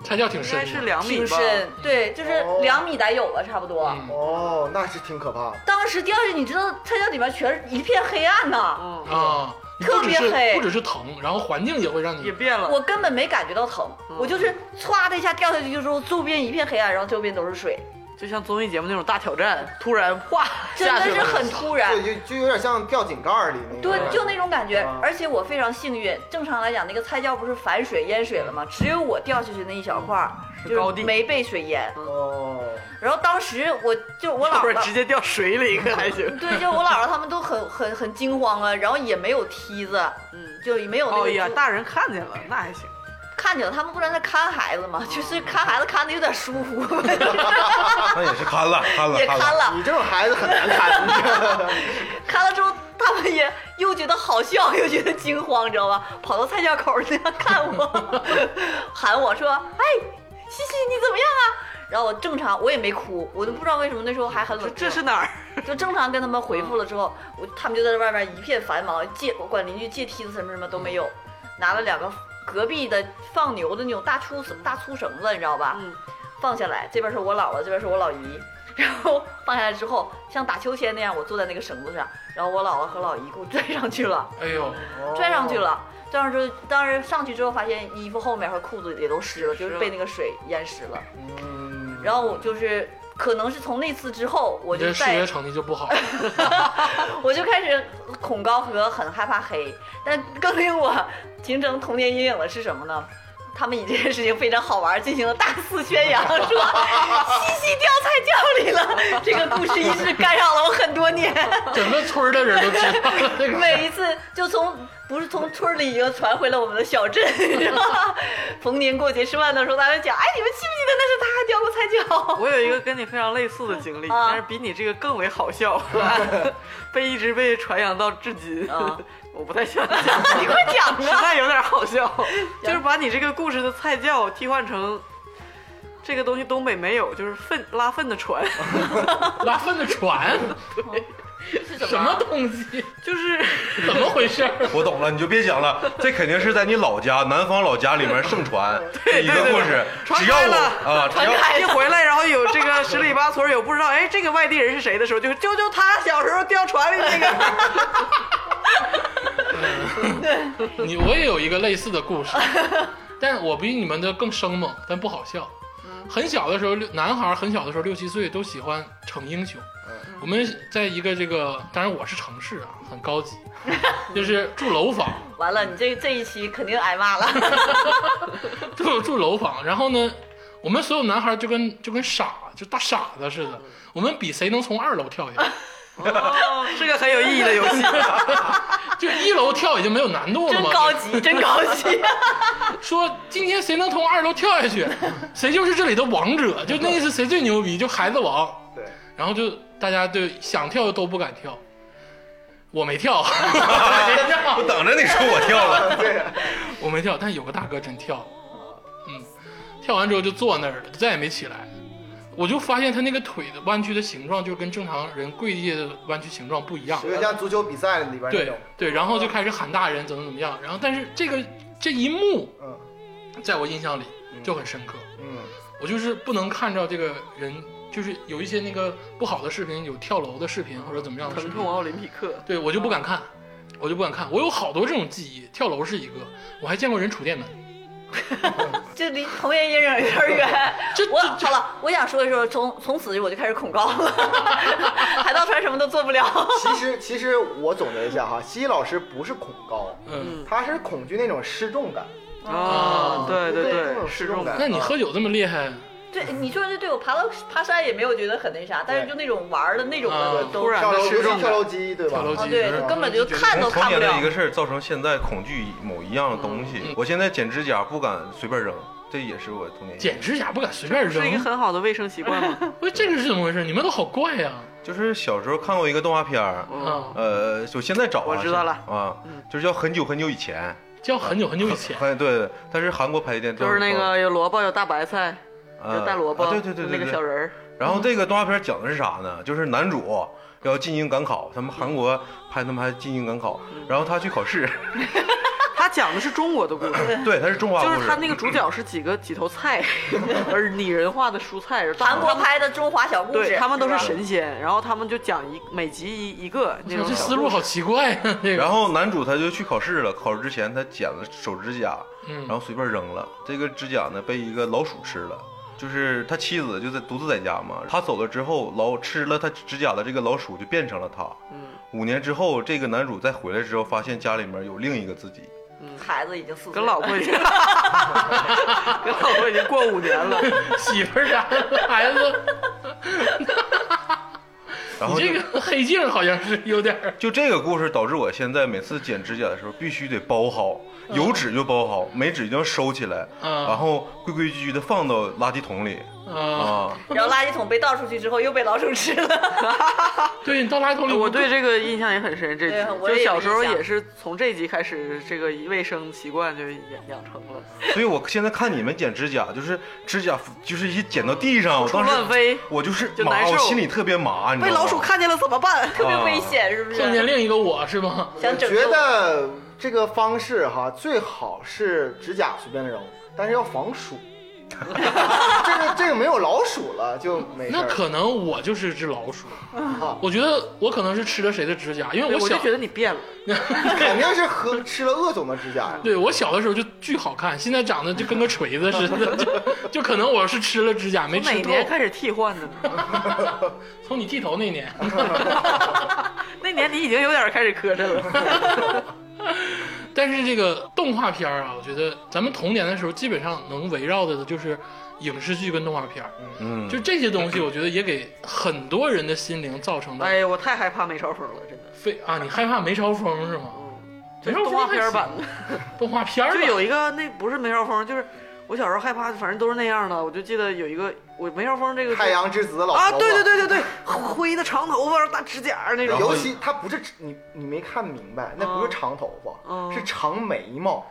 S1: 他叫挺
S2: 应
S1: 深
S2: 该
S1: 的，
S2: 是两米
S4: 挺
S2: 吧，
S4: 深，对，就是
S5: 哦
S4: 两米得有吧，差不多。
S1: 嗯
S5: 哦，那是挺可怕的，
S4: 当时掉下去，你知道菜窖里面全是一片黑暗呐，
S2: 嗯，
S1: 啊，你不
S4: 特
S1: 只
S4: 别
S1: 是
S4: 黑
S1: 不只是疼，然后环境也会让
S2: 也
S1: 你
S2: 变了。
S4: 我根本没感觉到疼，
S2: 嗯
S4: 我就是歘的一下掉下去之后，周边一片黑暗，然后周边都是水，
S2: 就像综艺节目那种大挑战，突然哗
S4: 真
S2: 下
S4: 的
S2: 去
S4: 是
S2: 了。嗯
S4: 很突然。
S5: 对，就就有点像掉井盖儿里那
S4: 对
S5: 个，，
S4: 就那种感觉
S5: 啊。
S4: 而且我非常幸运，正常来讲，那个菜窖不是反水淹水了吗？只有我掉下去那一小块儿，
S2: 嗯是高
S4: 就
S2: 地
S4: 是没被水淹。
S5: 哦，
S4: 然后当时我就我
S2: 要
S4: 姥
S2: 不
S4: 姥
S2: 然，直接掉水里可还行。
S4: 对，就我姥姥他们都很很很惊慌啊，然后也没有梯子，
S2: 嗯，
S4: 就也没有那
S2: 哦呀，
S4: 个就。
S2: 大人看见了那还行。
S4: 看见了，他们不让他看孩子嘛，就是看孩子看的有点疏忽，
S3: 那也是看了，看了，
S4: 也看
S3: 了。
S4: 了，
S5: 你这种孩子很难看，
S4: 看了之后，他们也又觉得好笑， 又觉得惊慌，你知道吧？跑到菜窖口那样看我， 喊我说：“哎，西西，你怎么样啊？”然后我正常，我也没哭，我都不知道为什么那时候还很冷
S2: 这这
S4: 静。
S2: 是哪儿？
S4: 就正常跟他们回复了之后，我他们就在外面一片繁忙，借我管邻居借梯子什么什么都没有，拿了两个隔壁的放牛的那种大粗绳大粗绳子，你知道吧？
S2: 嗯
S4: 放下来，这边是我姥姥，这边是我老姨。然后放下来之后，像打秋千那样，我坐在那个绳子上，然后我姥姥和老姨给我拽上去了，
S1: 哎呦，
S5: 哦
S4: 拽上去了。拽上去，当时上去之后发现衣服后面和裤子也都湿了，就是被那个水淹湿了。
S5: 嗯，
S4: 然后我就是，可能是从那次之后，我
S1: 你
S4: 就
S1: 这数
S4: 再
S1: 学成绩就不好，
S4: 我就开始恐高和很害怕黑，但更令我形成童年阴影的是什么呢？他们以这件事情非常好玩，进行了大肆宣扬，说西西掉菜窖里了。这个故事一直干扰了我很多年，
S1: 整个村儿的人都知道了这个事儿。
S4: 每一次就从不是从村里又传回了我们的小镇， 是吧？逢年过节吃饭的时候，大家讲，哎，你们记不记得那是他掉过菜窖？
S2: 我有一个跟你非常类似的经历，
S4: 啊
S2: 但是比你这个更为好 笑，被一直被传扬到至今。
S4: 啊
S2: 我不太想讲，
S4: 你快讲
S2: 实
S4: 啊！
S2: 在有点好 笑，就是把你这个故事的菜窖替换成。这个东西东北没有，就是粪拉粪的船，
S1: 拉粪的船，
S4: 什么？
S1: 什么东西？
S2: 就是
S1: 怎么回事儿？
S3: 我懂了，你就别讲了，这肯定是在你老家南方老家里面盛传
S2: 对
S3: 一个故事。
S2: 传
S3: 只要
S2: 开
S3: 我
S2: 了
S3: 啊，只
S4: 传
S3: 要
S4: 开
S2: 一
S4: 了，
S2: 回来，然后有这个十里八村有不知道，哎，这个外地人是谁的时候，就是就就他小时候掉船里那个，
S1: 你我也有一个类似的故 事，但我比你们的更生猛，但不好笑。
S4: 嗯
S1: 很小的时候，六男孩很小的时候，六七岁都喜欢逞英雄。
S4: 嗯
S1: 我们在一个这个，当然我是城市啊，很高级，就是住楼房，
S4: 完了，你这这一期肯定挨骂了。
S1: 住住楼房。然后呢，我们所有男孩就跟就跟傻就大傻子似
S4: 嗯
S1: 的，我们比谁能从二楼跳下来。
S2: 哦 是个很有意义的游 戏。
S1: 就一楼跳已经没有难度了
S4: 真
S1: 嘛。
S4: 高级，真高级！
S1: 说今天谁能从二楼跳下 去，谁就是这里的王者，就那意思，谁最牛逼，就孩子王。
S5: 对，
S1: 然后就大家就想跳都不敢跳，我没跳，
S3: 我等着你说我跳 了，
S1: 我没跳，但有个大哥真跳了，嗯，跳完之后就坐那儿了，再也没起来。我就发现他那个腿的弯曲的形状，就跟正常人跪地的弯曲形状不一样
S5: 有。点像足球比赛里边那
S1: 对
S5: 种，
S1: 对，然后就开始喊大人怎么怎么样，然后但是这个这一幕
S5: 嗯
S1: 在我印象里就很深刻。
S5: 嗯
S1: 我就是不能看到这个人，就是有一些那个不好的视频，有跳楼的视频或者怎么样的视
S2: 疼
S1: 频，
S2: 痛啊奥林匹克，
S1: 对我就不敢看，我就不敢看。我有好多这种记忆，跳楼是一个，我还见过人杵电门，
S4: 这离童年阴影有点 远。
S1: 这
S4: 我
S1: 这
S4: 好了，我想说一说，从从此我就开始恐高了， 海盗船什么都做 不了。
S5: 其实其实我总结一下哈，西西老师不是恐高，
S1: 嗯。
S2: 嗯
S5: 他是恐惧那种失重感。
S2: 啊，对对
S5: 各种
S2: 对，
S5: 失
S2: 失
S5: 重
S2: 重
S5: 感
S2: 感。
S1: 那你喝酒这么厉害，
S4: 对，你说这对我爬到爬山也没有觉得很那啥，但是就那种玩儿的那种的
S1: 啊
S4: 都
S2: 突然
S5: 跳楼，
S2: 的
S5: 尤
S2: 失
S5: 其
S2: 重
S5: 跳
S2: 感，
S5: 楼机，对吧？
S1: 跳楼
S4: 啊，
S1: 机
S4: 对，根本就看都
S3: 从童
S4: 看不
S3: 年的
S4: 了
S3: 一。个事儿造成现在恐惧某一样的东
S2: 嗯
S3: 西。我现在剪指甲不敢随便扔，这也是我童年。
S1: 剪指甲不敢随便
S2: 是一个
S1: 扔，
S2: 很好的卫生习惯 吗？
S1: 不是这个是怎么回事？你们都好怪呀！
S3: 就是小时候看过一个动画片儿，
S2: 嗯，
S1: 啊，
S3: 呃，我现在找啊
S2: 我知道了嗯
S3: 啊，就是叫很久很久以前，
S1: 叫很久很久以前，
S3: 哎对，对它是韩国拍的电 影，
S2: 就是那个有萝卜，有大白菜，
S3: 呃
S2: 有大萝卜，
S3: 啊对对对对，
S2: 那个
S3: 对
S2: 小人儿。
S3: 然后这个动画片讲的是啥呢？就是男主要进京赶考，他们韩国拍他们还进京赶考，
S2: 嗯
S3: 然后他去考试，
S2: 他讲的是中国的故事，
S3: 对，他是中华
S2: 就
S3: 故
S2: 是
S3: 事，
S2: 他那个主角是几个几头菜， 而拟人化的蔬菜。
S4: 韩国拍的中华小故事，
S2: 对他们都是
S4: 吧
S2: 神仙，然后他们就讲一每集一一个 那种
S1: 这
S2: 小
S1: 思路好奇怪呀！这
S3: 然
S1: 个，
S3: 后男主他就去考试了，考试之前他剪了手指甲，然
S1: 嗯
S3: 后随便扔了，这个指甲呢被一个老鼠吃了。就是他妻子就在独自在家嘛，他走了之后，老吃了他指甲的这个老鼠就变成了他。
S2: 嗯
S3: 五年之后，这个男主再回来之后，发现家里面有另一个自己，
S4: 孩子已经四岁了，
S2: 跟老 婆已经，跟老婆已经过五年了，
S1: 媳妇儿啥的孩子，你
S3: 然后就
S1: 这个黑镜好像是有点儿
S3: 就这个故事导致我现在每次剪指甲的时候必须得包好，有纸就包好，没纸就要收起来，
S1: 嗯
S3: 然后规规矩矩的放到垃圾桶里
S1: 啊。
S3: 啊。
S4: 然后垃圾桶被倒出去之后又被老鼠吃 了。
S1: 啊对你到垃圾桶里，
S2: 我对这个印象也很深，这
S4: 对
S2: 集
S4: 我
S2: 就
S4: 也有
S2: 小时候
S4: 印象
S2: 也是从这集开始，这个卫生习惯就养养成了，
S3: 所以我现在看你们剪指甲，就是指甲就是一剪到地上，我
S2: 处
S3: 当
S2: 乱
S3: 时
S2: 飞，
S3: 我就是
S2: 就
S3: 麻，
S2: 难受
S3: 我心里特别麻，你知
S2: 被
S3: 道吗？
S2: 老鼠看见了怎么办？
S4: 特别危险，是不是？
S2: 啊
S1: 碰见另一个我是吗？
S4: 想
S5: 我
S4: 拯
S5: 觉
S4: 救，
S5: 得这个方式哈，最好是指甲随便扔，但是要防 鼠。这个这个没有老鼠了就没事
S1: 那
S5: 儿
S1: 可能我就是只老鼠，
S5: 啊，
S1: 我觉得我可能是吃了谁的指甲，因为
S2: 对我
S1: 小
S2: 就觉得你变了，
S5: 肯定是喝吃了鄂总的指甲呀。
S1: 对我小的时候就巨好看，现在长得就跟个锤子似的，就就可能我是吃了指甲没
S2: 从哪
S1: 吃透。
S2: 年开始替换的呢？
S1: 从你剃头那年，
S2: 那年你已经有点开始磕碜了，
S1: 但是这个动画片儿啊，我觉得咱们童年的时候基本上能围绕的就是影视剧跟动画片儿，
S3: 嗯，
S1: 就这些东西，我觉得也给很多人的心灵造成
S2: 哎
S1: 了
S2: 呀，我太害怕梅超风了，真的。
S1: 非啊，你害怕梅超风是吗？梅超风
S2: 嗯动画片儿版的，
S1: 动画片儿
S2: 就
S1: 版
S2: 有一个那不是梅超风，就是我小时候害怕，反正都是那样的。我就记得有一个我梅超风这个
S5: 太阳之子的老婆
S2: 啊，
S5: 婆
S2: 对对，对对对，灰的长头发，大指甲那
S3: 然
S2: 种
S3: 后。
S5: 尤其他不是你你没看明白，那不是长头
S2: 嗯
S5: 发，是长眉毛。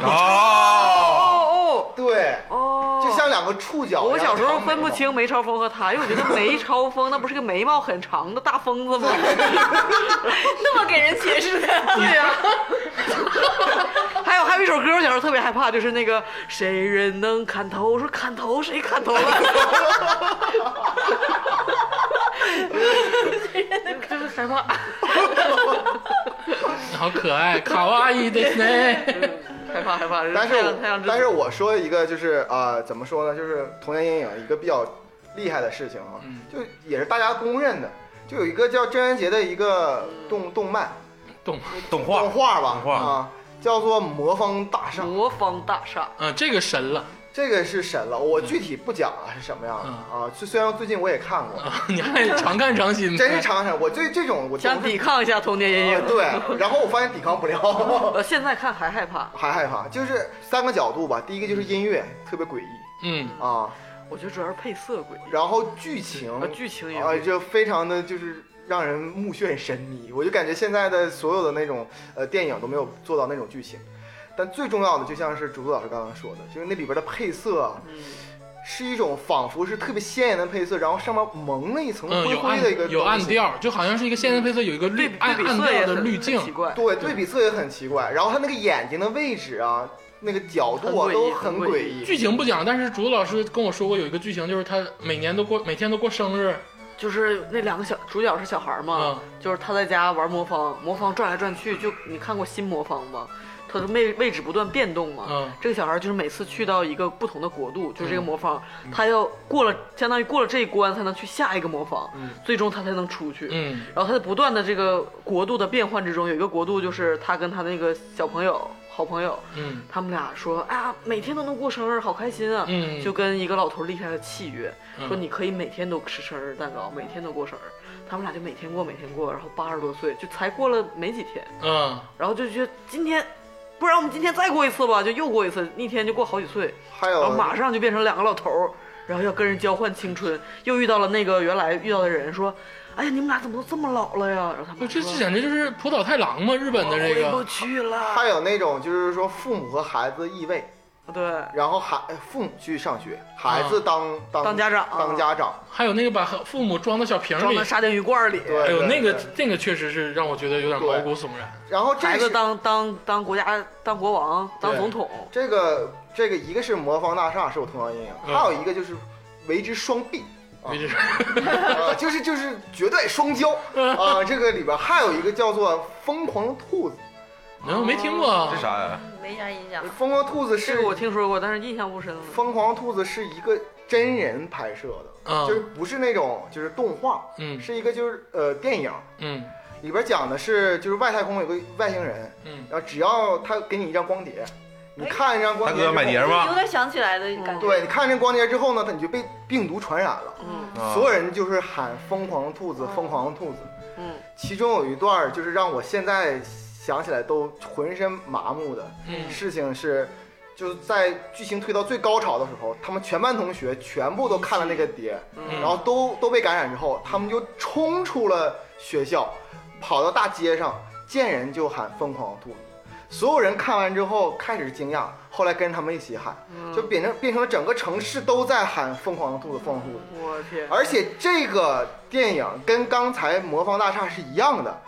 S3: 啊，
S2: 哦
S5: 对，
S2: 哦哦，
S5: 就像俩两个触角。
S2: 我小时候
S5: 然后长
S2: 分不
S5: 眉毛
S2: 清梅超风和他，因为我觉得梅超风那不是个眉毛很长的大疯 子吗？
S4: 那么给人解 释的，
S2: 对呀、还有还有一首歌，我小时候特别害怕，就是那个谁人能砍头？我说砍头谁砍头 了？就是害怕，
S1: 好可爱，卡哇伊的 呢。
S2: 害怕，害怕。
S5: 但是
S2: 太
S5: 我
S2: 阳太阳之子
S5: 但是我说一个就是啊、呃怎么说呢？就是童年阴影一个比较厉害的事情啊，
S1: 嗯
S5: 就也是大家公认的，就有一个叫郑渊洁的一个动动漫
S1: 动，
S3: 动画
S5: 动画吧，
S3: 动画
S5: 啊，叫做《魔方大厦》，
S2: 魔方大厦，
S1: 嗯，这个神了，
S5: 这个是神了，我具体不讲了是什么样的
S3: 嗯
S5: 啊。虽虽然最近我也看过，
S1: 你还常看常新。
S5: 真是长城，我对这种我都
S2: 想
S5: 是
S2: 抵抗一下童年阴
S5: 呃
S2: 影。
S5: 对，然后我发现抵抗不了，
S2: 呃，现在看还害怕。
S5: 还害怕，就是三个角度吧。第一个就是音乐特别诡异
S1: 嗯，
S5: 啊，
S2: 我觉得主要是配色鬼，
S5: 然后剧情
S2: 啊，剧情也
S5: 啊，
S2: 会
S5: 就非常的就是让人目眩神迷。我就感觉现在的所有的那种呃电影都没有做到那种剧情。但最重要的，就像是竹子老师刚刚说的，就是那里边的配色啊，
S2: 嗯，
S5: 是一种仿佛是特别鲜艳的配色，然后上面蒙了一层
S1: 嗯，
S5: 灰
S1: 有
S5: 灰的一个
S1: 暗有暗
S5: 东西。
S1: 调，就好像是一个现代配色，有一个
S2: 对
S1: 绿
S2: 比
S1: 暗
S2: 对比
S1: 暗
S2: 色也
S1: 调
S2: 很
S1: 的滤
S2: 很
S1: 镜
S2: 奇。怪。
S5: 对，对比色也很奇怪，然后他那个眼睛的位置啊，那个角度啊
S2: 很诡异
S5: 都很
S2: 很
S5: 诡
S2: 诡
S5: 异。
S1: 剧情不讲，但是竹子老师跟我说过有一个剧情，就是他每年都过每天都过生日，
S2: 就是那两个小主角是小孩儿嘛，
S1: 嗯
S2: 就是他在家玩魔方，魔方转来转去，就你看过新魔方吗？它的位位置不断变动嘛。
S1: 嗯
S2: 这个小孩儿就是每次去到一个不同的国度，就是这个
S1: 嗯
S2: 魔方，他要过了，相当于过了这一关才能去下一个魔方，最终他才能出去。
S1: 嗯
S2: 然后他在不断的这个国度的变换之中，有一个国度就是他跟他那个小朋友、好朋友，
S1: 嗯
S2: 他们俩说：“哎呀，每天都能过生日，好开心啊！”
S1: 嗯
S2: 就跟一个老头立下了契约，
S1: 嗯
S2: 说你可以每天都吃生日蛋糕，每天都过生日。他们俩就每天过，每天过，然后八十多岁，就才过了没几天，
S1: 嗯，
S2: 然后就觉得今天，不然我们今天再过一次吧，就又过一次，一天就过好几岁，
S5: 还
S1: 哦
S2: 然后
S1: 啊
S5: 有
S2: 马上就变成两个老头儿，然后要跟人交换青春，又遇到了那个原来遇到的人，说：“哎呀，你们俩怎么都这么老了呀？”然后他
S1: 不
S2: 们
S1: 这
S2: 说
S1: 这简直就是浦岛太郎嘛，日
S5: 哦
S1: 本的这
S2: 回不
S1: 个，
S2: 去了，
S5: 还有那种就是说父母和孩子异位，
S2: 对。
S5: 然后孩父母去上学，孩子当、当
S2: 啊当家长啊
S5: 当家长。
S1: 还有那个把父母装到小瓶
S2: 装
S1: 里
S2: 到，沙丁鱼罐里，
S5: 对
S1: 哎呦，
S5: 对
S1: 那个
S5: 对
S1: 那个确实是让我觉得有点毛骨悚然。
S5: 然后
S2: 孩
S5: 这
S2: 子
S5: 是
S2: 当当当国家当国王当总统，
S5: 这个这个一个是魔方大厦是我童年阴影，
S1: 嗯
S5: 还有一个就是为之双臂。啊
S1: 没事，
S5: 啊，就是就是绝对双骄啊！这个里边还有一个叫做《疯狂的兔子
S1: 然后没听过啊
S3: 这，啥呀？
S4: 没啥印》，象
S5: 《疯狂的兔子》
S2: 这
S5: 是
S2: 个我
S5: 《
S2: 听说过，但是印象不深了。
S5: 疯狂的兔子》是一个真人拍摄的，
S1: 嗯
S5: 就是不是那种就是动画，
S1: 嗯
S5: 是一个就是呃电影，
S1: 嗯
S5: 里边讲的是就是外太空有个外星人，
S1: 嗯，哎
S5: 然后只要他给你一张光碟，你看一张光
S3: 大
S5: 碟
S3: 哥
S5: 之后，
S3: 买碟
S4: 有
S3: 吗？嗯
S4: 点想起来的感觉。
S5: 对，你看这光碟之后呢，他你就被病毒传染了，
S2: 嗯
S3: 啊
S5: 所有人就是喊疯狂的兔子，
S1: 啊
S5: 疯狂的兔子。
S2: 嗯，
S5: 其中有一段儿就是让我现在想起来都浑身麻木的
S1: 嗯
S5: 事情是，就是在剧情推到最高潮的时候，他们全班同学全部都看了那个碟，
S1: 嗯
S5: 然后都都被感染之后，他们就冲出了学校，跑到大街上，见人就喊疯狂的兔子。所有人看完之后开始惊讶，后来跟着他们一起喊，
S2: 嗯
S5: 就变成变成了整个城市都在喊疯狂的兔子，疯狂的兔子。
S2: 我天，
S5: 而且这个电影跟刚才《魔方大厦》是一样的，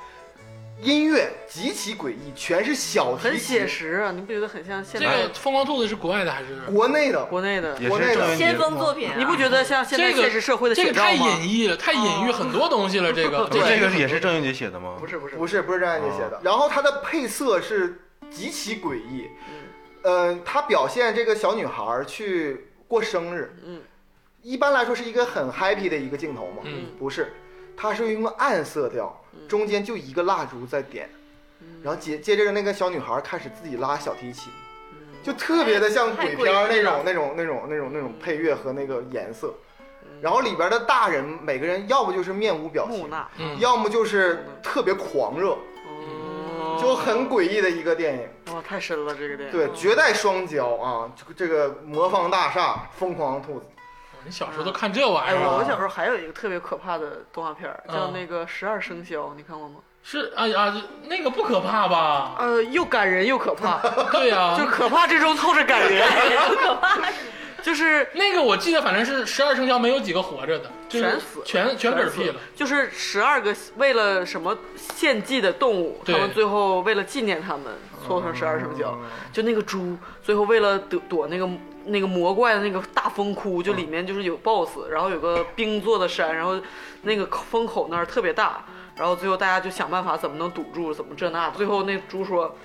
S5: 音乐极其诡异，全是小提琴
S2: 很写实啊！你不觉得很像
S1: 这
S2: 现在
S1: 个疯狂兔子是国外的还是？
S5: 国内的
S2: 国内的？
S3: 也
S5: 国内
S3: 是
S5: 的
S3: 郑渊洁
S4: 先锋作品啊，
S2: 你不觉得像现在
S1: 这个
S2: 现实社会的
S1: 这
S2: 写
S1: 个
S2: 照
S1: 太
S2: 吗？哦
S1: 隐喻了，太隐喻很多东西了。这个
S3: 就
S1: 这
S3: 这个也啊是郑渊洁写的吗？
S2: 不是不是
S5: 不是不是张爱玲写的，然后它的配色是极其诡异，嗯、呃，它表现这个小女孩儿去过生日，
S2: 嗯，
S5: 一般来说是一个很 happy 的一个镜头嘛，
S1: 嗯，
S5: 不是，它是用暗色调，中间就一个蜡烛在点，然后接接着那个小女孩开始自己拉小提琴，就特别的像鬼片儿那种那种那种那种那种配乐和那个颜色，然后里边的大人每个人要不就是面无表
S2: 木
S5: 情，
S2: 讷，
S1: 嗯
S5: 要么就是特别狂热，
S2: 哦嗯
S5: 就很诡异的一个电影。
S2: 哇，哦太深了这个电影。
S5: 对，绝代双骄啊，这个这个魔方大厦，疯狂兔子，
S1: 你小时候都看这玩
S2: 哎，
S1: 意儿
S2: 我
S1: 啊
S2: 我？小时候还有一个特别可怕的动画片儿，
S1: 嗯
S2: 叫那个《十二生肖》，你看过吗？
S1: 是啊啊，那个不可怕 吧？
S2: 呃，又感人又可怕，
S1: 对呀，
S2: 就可怕之中透着感人。就是
S1: 那个我记得，反正是十二生肖没有几个活着的，就是
S2: 全死了
S1: 全全嗝屁
S2: 死
S1: 了。
S2: 就是十二个为了什么献祭的动物，他
S1: 对
S2: 们最后为了纪念他们，凑成十二生肖。就那个猪，最后为了躲躲那个那个魔怪的那个大风窟，就里面就是有 BOSS，然后有个冰做的山，然后那个口风口那儿特别大，然后最后大家就想办法怎么能堵住，怎么这那。最后那猪说：“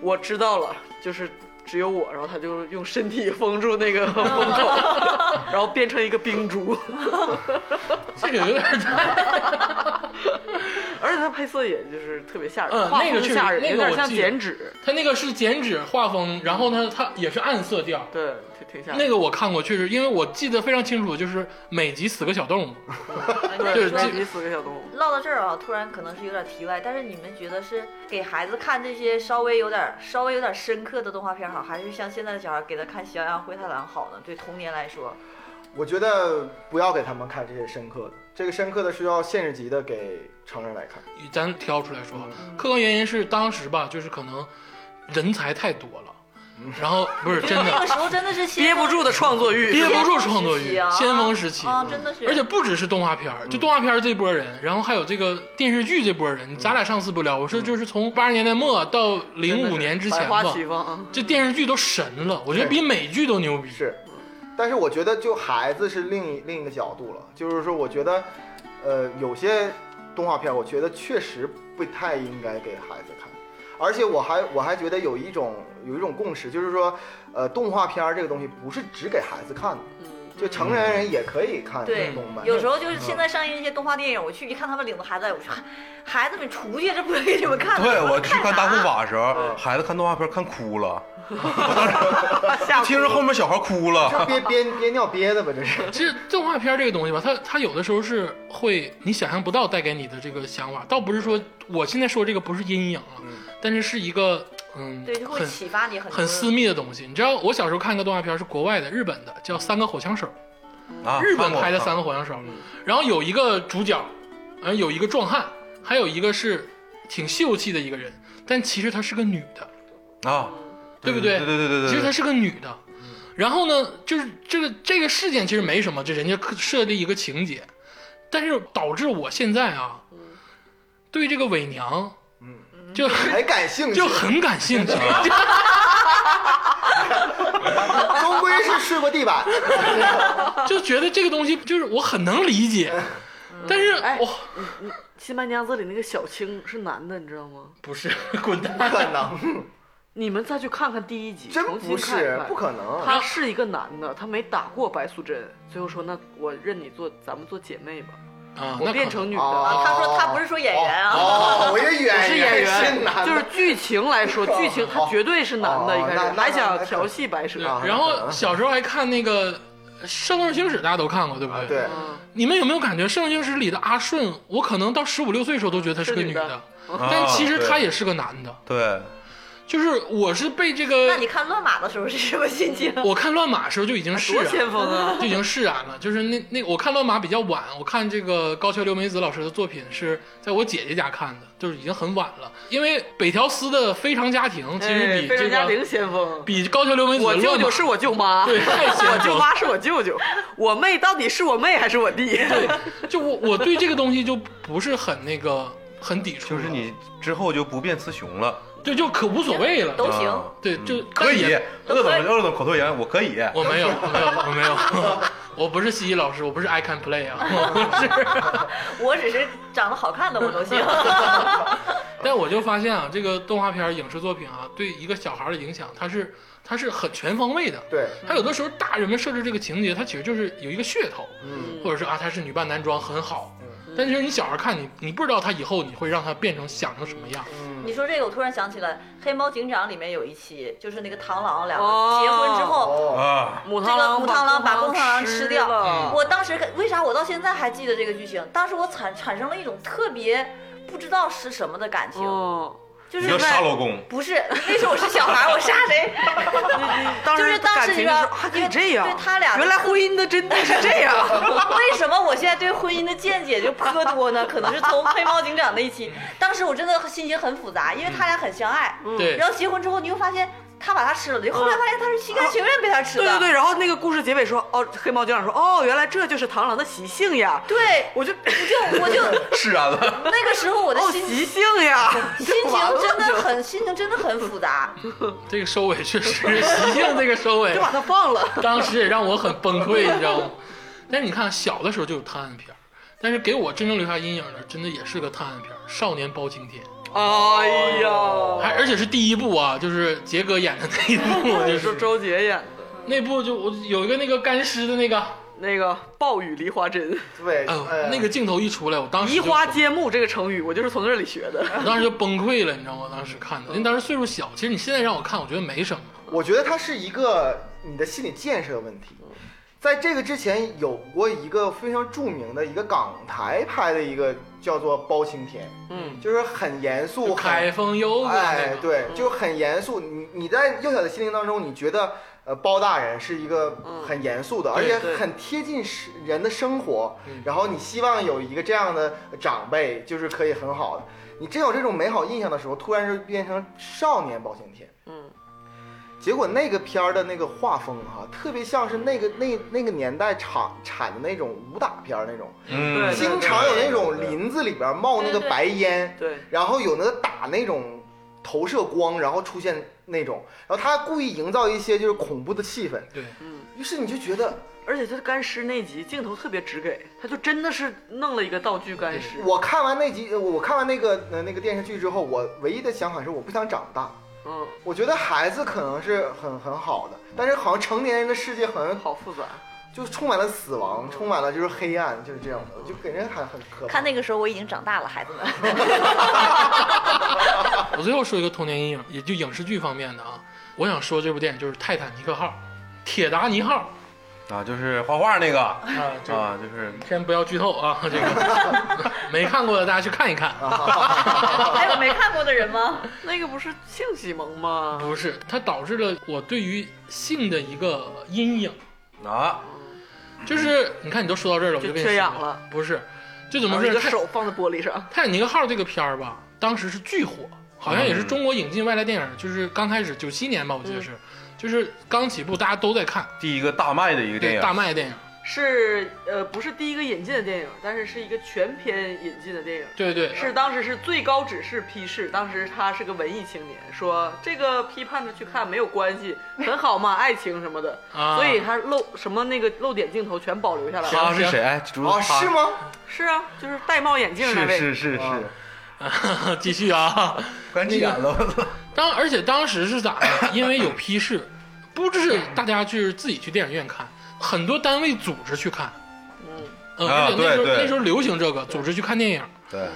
S2: 我知道了，就是。”只有我，然后他就用身体封住那个风口，然后变成一个冰猪。
S1: 这个有点太……
S2: 而且它配色也就是特别吓人，
S1: 嗯
S2: 画
S1: 那个
S2: 风
S1: 确实
S2: 吓人，
S1: 那个
S2: 有点
S1: 我
S2: 像
S1: 记得
S2: 剪纸，
S1: 他那个是剪纸画风，然后呢，它也是暗色调。
S2: 对，挺挺吓人。
S1: 那个我看过，确实，因为我记得非常清楚，就是每集死个小动物。对
S4: 那你
S2: 对，
S1: 这
S4: 说
S2: 那几死个小动物，
S4: 唠到这儿啊，突然可能是有点题外，但是你们觉得是给孩子看这些稍微有点稍微有点深刻的动画片好，还是像现在的小孩给他看《喜羊羊灰太狼》好呢？对童年来说，
S5: 我觉得不要给他们看这些深刻的，这个深刻的是要现实级的给成人来看。
S1: 咱挑出来说，
S2: 嗯
S1: 客观原因是当时吧，就是可能人才太多了，
S2: 嗯
S1: 然后不是真
S4: 那个
S1: 的
S4: 时候真的 是先
S2: 憋不住的创作欲，
S1: 憋
S4: 先
S1: 不
S4: 锋
S1: 住创作
S4: 时
S1: 欲
S4: 期啊，
S1: 先锋时期。
S4: 啊，真的是，
S1: 而且不只是动画片儿，就动画片儿这波人，然后还有这个电视剧这波
S2: 嗯
S1: 人，咱俩上次不聊，我说就是从八十年代末到零五年之前
S2: 百花
S1: 吧，
S2: 齐放啊。
S1: 这电视剧都神了，我觉得比美剧都牛逼。
S5: 是，但是我觉得就孩子是另一另一个角度了，就是说，我觉得，呃，有些动画片，我觉得确实不太应该给孩子看，而且我还我还觉得有一种有一种共识，就是说，呃，动画片儿这个东西不是只给孩子看的，
S1: 嗯
S5: 就 成年人也可以看
S4: 对
S5: 动漫。
S4: 有时候就是现在上映一些动画电影，我去一看他们领着孩子来，我说孩子们出去，这不给你们看的。
S3: 对
S4: 你们
S3: 我去看
S4: 看
S3: 大护
S4: 啥
S3: 法的时候，
S5: 嗯
S3: 孩子看动画片看哭了，
S2: 吓
S3: 听着后面小孩哭
S5: 这
S3: 了，
S5: 憋憋憋尿憋的吧，这是。
S1: 其实动画片儿这个东西吧，它它有的时候是会你想象不到带给你的这个想法，倒不是说我现在说这个不是阴影
S2: 嗯
S1: 了，但是是一个嗯
S4: 对，就会
S1: 很
S4: 启发你很多
S1: 很私密的东西。你知道我小时候看一个动画片儿是国外的日本的，叫《三个火枪手》，
S3: 啊，
S1: 日本
S3: 看过
S1: 拍的《三个火枪手》，嗯然后有一个主角，然后有一个壮汉，还有一个是挺秀气的一个人，但其实她是个女的。
S3: 啊，
S1: 对不对嗯
S3: 对对对对对，
S1: 其实她是个女的。然后呢，就是这个这个事件其实没什么，这人家刻设立一个情节，但是导致我现在啊，对这个伪娘，嗯，就
S5: 还感兴趣
S1: 就，很感兴趣。
S5: 终归是睡过地板。
S1: 就觉得这个东西就是我很能理解，但是
S2: 哎
S1: 我
S2: 新白娘子里那个小青是男的，你知道吗？
S1: 不是滚蛋，
S5: 可 能
S2: 你们再去看看第一集，
S5: 真
S2: 重新
S5: 不
S2: 看一
S5: 是，
S2: 看
S5: 不。可能。
S2: 他是一个男的，他没打过白素贞，最后说那我认你做，咱们做姐妹吧。
S1: 啊，
S2: 我
S1: 那
S2: 变
S1: 可
S2: 成女
S5: 哦
S2: 的，
S4: 啊。他说他不是说演员啊，
S5: 哦，我是
S2: 我
S5: 演
S2: 是演
S5: 员，
S2: 员，
S5: 男的
S2: 就是剧情来说，剧情他绝对是男的，
S5: 哦
S2: 一开
S5: 那
S2: 始
S5: 那
S2: 还想
S5: 那那
S2: 调戏白蛇
S1: 对。
S5: 啊
S1: 然后小时候还看那个《呃圣斗士星矢》，大家都看过对不对？
S5: 啊对，
S2: 嗯
S1: 你们有没有感觉《圣斗士星矢》里的阿顺，我可能到十五六岁时候都觉得她是个
S2: 是女的哦
S1: 的，
S3: 啊
S1: 但其实她
S3: 对
S1: 也是个男的。
S3: 对，
S1: 就是我是被这
S4: 那
S1: 个
S4: 你，看乱马的时候是什么心情？
S1: 我看乱马的时候就已经释
S2: 多
S1: 然
S2: 先锋 啊！
S1: 就已经释然了。就是那那我看乱马比较晚，我看这个高桥留美子老师的作品是在我姐姐家看的，就是已经很晚了。因为北条司的《非常家庭》啊其实比
S2: 非
S1: 这
S2: 常哎家
S1: 个、
S2: 庭先锋，
S1: 比高桥留美子的
S2: 我
S1: 乱马
S2: 舅舅是我舅妈，
S1: 对太先锋
S2: 我舅妈是我舅舅，我妹到底是我妹还是我弟？
S1: 就我我对这个东西就不是很那个很抵触
S3: 就
S1: 了，
S3: 是你之后就不变雌雄了，
S1: 对就可无所谓了。
S4: 都行
S3: 啊
S1: 对，就
S3: 可以
S1: 但也，
S3: 鄂总鄂总口头禅，我可以，
S1: 我没有，我没有，我没有， 我不是西西老师，我不是 I can play 啊，我是。
S4: 我只是长得好看的我都行。
S1: 但我就发现啊，这个动画片、影视作品啊，对一个小孩的影响，它是它是很全方位的。
S5: 对，
S1: 它有的时候大人们设置这个情节，它其实就是有一个噱头，
S5: 嗯
S1: 或者是啊，它是女扮男装很好。但是你小孩看你，你不知道他以后你会让他变成想成什么样。
S5: 嗯
S4: 你说这个，我突然想起来，《黑猫警长》里面有一期，就是那个螳螂两
S2: 哦
S4: 个结婚之后，
S5: 哦，
S3: 啊，
S2: 母
S4: 这个母螳螂把公螳螂吃掉
S2: 了
S4: 我当时为啥我到现在还记得这个剧情？当时我产产生了一种特别不知道是什么的感情，
S2: 哦，
S4: 嗯就
S3: 你
S4: 是
S3: 要杀
S4: 在
S3: 老公，
S4: 不是那时候我是小孩，我杀谁？
S2: 当
S4: 就是
S2: 时
S4: 当
S2: 感
S4: 时
S2: 情
S4: 你
S2: 就是
S4: 知道
S2: 还可以这样，
S4: 对他俩
S2: 原来婚姻的真谛是这 样。
S4: 为什么我现在对婚姻的见解就颇多呢？可能是从黑猫警长那一期，当时我真的心情很复杂，因为他俩很相爱，
S2: 嗯
S1: 对
S4: 然后结婚之后你又发现。他把它吃了的。后来发现他是心甘情愿被他吃的。
S2: 对对对，然后那个故事结尾说，哦，黑猫警长说，哦，原来这就是螳螂的习性呀。
S4: 对
S2: 我就
S4: 我就我就
S3: 释然了。
S4: 那个时候我的
S2: 哦，
S4: 心
S2: 习性呀，
S4: 心情真的很心情真的很复杂。
S1: 这个收尾确实， 习性这个收尾
S2: 就，把它放了。
S1: 当时也让我很崩溃，你知道吗？但是你看，小的时候就有探案片儿，但是给我真正留下阴影的，真的也是个探案片儿，《少年包青天》。
S2: 哎呀，
S1: 还而且是第一部啊，就是杰哥演的那一部，就
S2: 你说
S1: 是
S2: 周杰演的
S1: 那部就我有一个那个干尸的那个，
S2: 那个暴雨梨花针，
S5: 对，
S1: 哎呦
S5: 哎，
S1: 那个镜头一出来，我当时
S2: 移
S1: 就
S2: 花接木这个成语，我就是从这里学的。
S1: 我当时就崩溃了，你知道吗？当时看的，因为当时岁数小，其实你现在让我看，我觉得没什么。
S5: 我觉得它是一个你的心理建设问题。在这个之前，有过一个非常著名的一个港台拍的一个叫做《包青天
S2: 嗯》，
S5: 就是很严肃、
S1: 海
S5: 很
S1: 风幽谷那
S5: 哎
S1: 个，，
S5: 对，就很严肃。你你在幼小的心灵当中，你觉得呃包大人是一个
S2: 嗯
S5: 很严肃的，而
S1: 对
S5: 且
S2: 对
S5: 很贴近是人的生活
S1: 嗯，
S5: 然后你希望有一个这样的长辈，就是可以很好的。你真有这种美好印象的时候，突然就变成少年包青天。
S2: 嗯，
S5: 结果那个片儿的那个画风哈、特别像是那个那那个年代产产的那种武打片儿那种，
S3: 嗯
S2: 对
S5: 经常有那种
S3: 对对
S5: 林子里边冒那个
S4: 对对
S5: 白烟，
S2: 对，
S5: 然后有那个打那种投射光，然后出现那种，然后他故意营造一些就是恐怖的气氛，
S1: 对，
S5: 于是你就觉得
S2: 而且他干尸那集镜头特别直给，他就真的是弄了一个道具干尸。
S5: 我看完那集，呃我看完那个呃那个电视剧之后，我唯一的想法是我不想长大。
S2: 嗯，
S5: 我觉得孩子可能是很很好的，但是好像成年人的世界好像
S2: 好复杂。
S5: 就充满了死亡，充满了就是黑暗，就是这样的，就给人很很可怕
S4: 看。那个时候我已经长大了，孩子 们。
S1: 我最后说一个童年阴影，也就影视剧方面的啊，我想说这部电影就是《泰坦尼克号》，《铁达尼号
S3: 啊，就是画画那个》啊，
S1: 啊，这个
S3: 就是
S1: 先不要剧透啊，这个没看过的大家去看啊一看。
S4: 还有没看过的人 吗？
S2: 那个不是性启蒙吗？
S1: 不是，它导致了我对于性的一个阴影。
S3: 啊，
S1: 就是你看，你都说到这儿了，我
S2: 就
S1: 跟你
S2: 缺
S1: 说
S2: 氧了，
S1: 不是，就怎
S2: 然
S1: 么
S2: 后
S1: 回
S2: 一
S1: 事？
S2: 个
S1: 泰
S2: 手放在玻 璃上。
S1: 泰坦尼克号这个片儿吧，当时是巨火，好像也是
S3: 嗯
S1: 中国引进外来电影，就是刚开始九七年吧，我记得是，
S2: 嗯
S1: 就是刚起步，大家都在看，
S3: 第一个大卖的一个电
S1: 对，
S3: 影，
S1: 大卖电影，
S2: 是呃，不是第一个引进的电影，但是是一个全片引进的电影。
S1: 对对，
S2: 是当时是最高指示批示，当时他是个文艺青年，说这个批判着去看没有关系，很好嘛，爱情什么的，
S1: 啊
S2: 所以他漏什么那个漏点镜头全保留下来了。
S3: 他是谁？哎，主
S5: 哦，
S3: 他
S5: 是吗？
S2: 是啊，就是戴帽眼镜那
S3: 是
S2: 位，
S3: 是是
S5: 啊
S3: 是，
S1: 继续啊。
S3: 关急眼了，我操！
S1: 当而且当时是咋 的？因为有批示，不只是大家去自己去电影院看，很多单位组织去看。嗯，
S3: 啊
S1: 而且那时候
S3: 对对
S1: 那时候流行这个，组织去看电影。
S3: 对，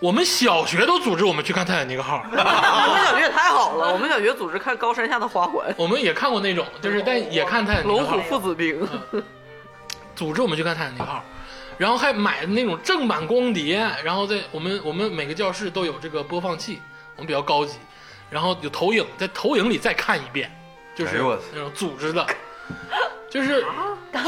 S1: 我们小学都组织我们去看《泰坦尼克号》，
S2: 我们小学也太好了，我们小学组织看《高山下的花环
S1: 我们也看过那种，就是但也看《泰坦》，尼克
S2: 龙
S1: 号
S2: 虎》，父子兵，
S1: 组织我们去看《泰坦尼克号》，然后还买那种正版光碟，然后在我们我们每个教室都有这个播放器，我们比较高级，然后有投影，在投影里再看一遍，就
S3: 哎
S1: 是
S3: 呦我操
S1: 那种组织的，就是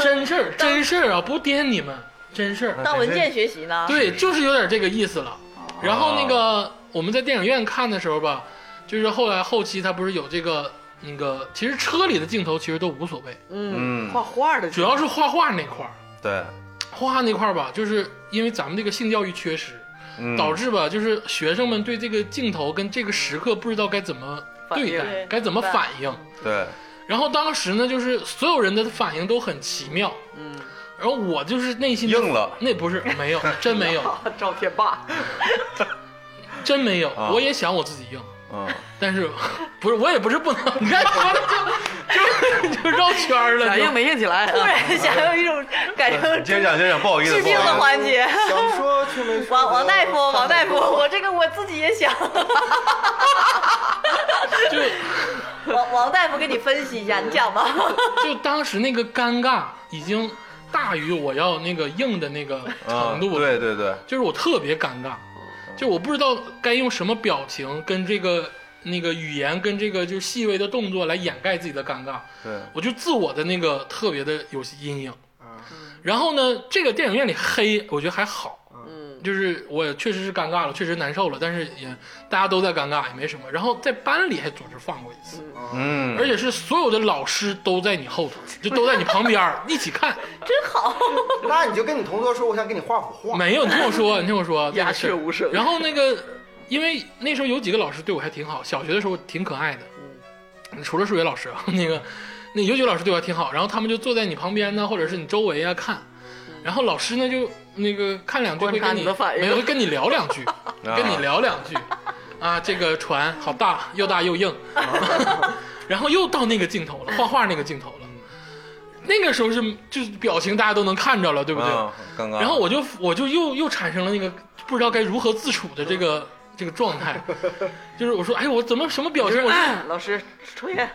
S1: 真事儿真事儿啊，不颠你们，真事儿，
S4: 当文件学习呢？
S1: 对，就是有点这个意思了。然后那个我们在电影院看的时候吧，就是后来后期它不是有这个那个，其实车里的镜头其实都无所谓，
S2: 嗯，
S3: 嗯
S2: 画画的，
S1: 主 要是画画那块儿，
S3: 对，
S1: 画画那块儿吧，就是因为咱们这个性教育缺失，
S3: 嗯
S1: 导致吧，就是学生们对这个镜头跟这个时刻不知道该怎么对
S2: 反
S1: 待，
S4: 应
S1: 该怎么
S4: 对
S1: 反应。
S3: 对，
S1: 然后当时呢，就是所有人的反应都很奇妙，
S2: 嗯，
S1: 然后我就是内心
S3: 硬 了，
S1: 那不是没有，真没有，
S2: 赵天霸，
S1: 真没有，
S3: 啊
S1: 我也想我自己硬。
S3: 嗯，
S1: 但是 不是我也不是不能，你看说的就就就绕圈儿了，
S2: 反
S1: 就
S2: 应没硬起来，啊
S4: 突
S1: 啊
S4: 然想有一种感
S3: 你
S4: 觉。
S3: 接着讲，接着讲，不好意思，
S4: 致
S3: 不
S4: 敬
S3: 好
S4: 的
S3: 意思
S4: 环节。
S5: 想说却没说。
S4: 王王大夫，王大夫，我这个我自己也想。
S1: 就
S4: 王王大夫给你分析一下，你讲吧。
S1: 就当时那个尴尬已经大于我要那个硬的那个程
S3: 嗯，
S1: 度了，
S3: 对对对，
S1: 就是我特别尴尬，就我不知道该用什么表情跟这个那个语言跟这个就细微的动作来掩盖自己的尴尬，
S3: 对，
S1: 我就自我的那个特别的有阴影。
S5: 啊
S1: 然后呢，这个电影院里黑，我觉得还好，
S2: 嗯，
S1: 就是我确实是尴尬了，确实难受了，但是也大家都在尴尬，也没什么。然后在班里还总是放过一次，
S3: 嗯
S1: 而，且是所有的老师都在你后头，就都在你旁边儿一起看。
S4: 真好。
S5: 那你就跟你同桌说，我想给你画幅画。
S1: 没有，你听我说，你听我说，
S2: 鸦雀无声
S1: 然后那个，因为那时候有几个老师对我还挺好，小学的时候挺可爱的，
S2: 嗯
S1: 除了数学老师啊，那个那有几个老师对我还挺好，然后他们就坐在你旁边呢，或者是你周围啊看，然后老师呢就那个看两句会
S2: 嗯观察
S1: 跟
S2: 你的反应
S1: 没有会跟你聊 两句，
S3: 啊
S1: 跟你聊两句，啊，这个船好大，又大又硬，然后又到那个镜头了，画画那个镜头了。那个时候是就是表情大家都能看着了，对不对？
S3: 啊尴尬。
S1: 然后我就我就又又产生了那个不知道该如何自处的这个这个状态，就是我说，哎，我怎么什么表情？我是
S2: 哎老师抽烟，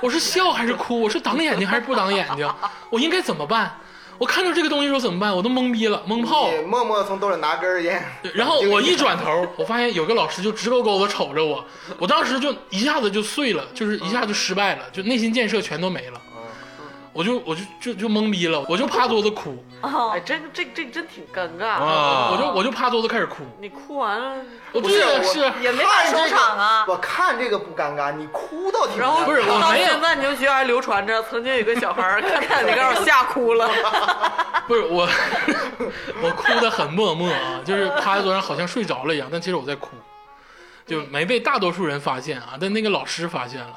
S1: 我是笑还是哭？我是挡眼睛还是不挡眼睛？我应该怎么办？我看到这个东西的时候怎么办？我都懵逼了，懵炮
S5: 你
S1: 了。
S5: 默默从兜里拿根烟，
S1: 对然后我一转头，我发现有个老师就直勾勾的瞅着我，我当时就一下子就碎了，就是一下就失败了，就内心建设全都没了。我就我就就就懵逼了，我就趴桌子哭，
S2: 哎，这个这个这个真挺尴尬。
S3: 啊
S1: 我就我就趴桌子开始哭。
S2: 你哭完了，
S1: 我对呀
S5: 我
S1: 是啊
S4: 也没法收场啊
S5: 我看这个不尴尬，你哭倒挺尴尬。啊
S2: 然后
S1: 不是我
S2: 到
S1: 没有
S2: 现在你就学校还流传着，曾经有一个小孩儿看看你告诉吓哭了，
S1: 不是我， 我哭得很默默啊，就是趴在桌上好像睡着了一样，但其实我在哭，就没被大多数人发现啊，但那个老师发现了，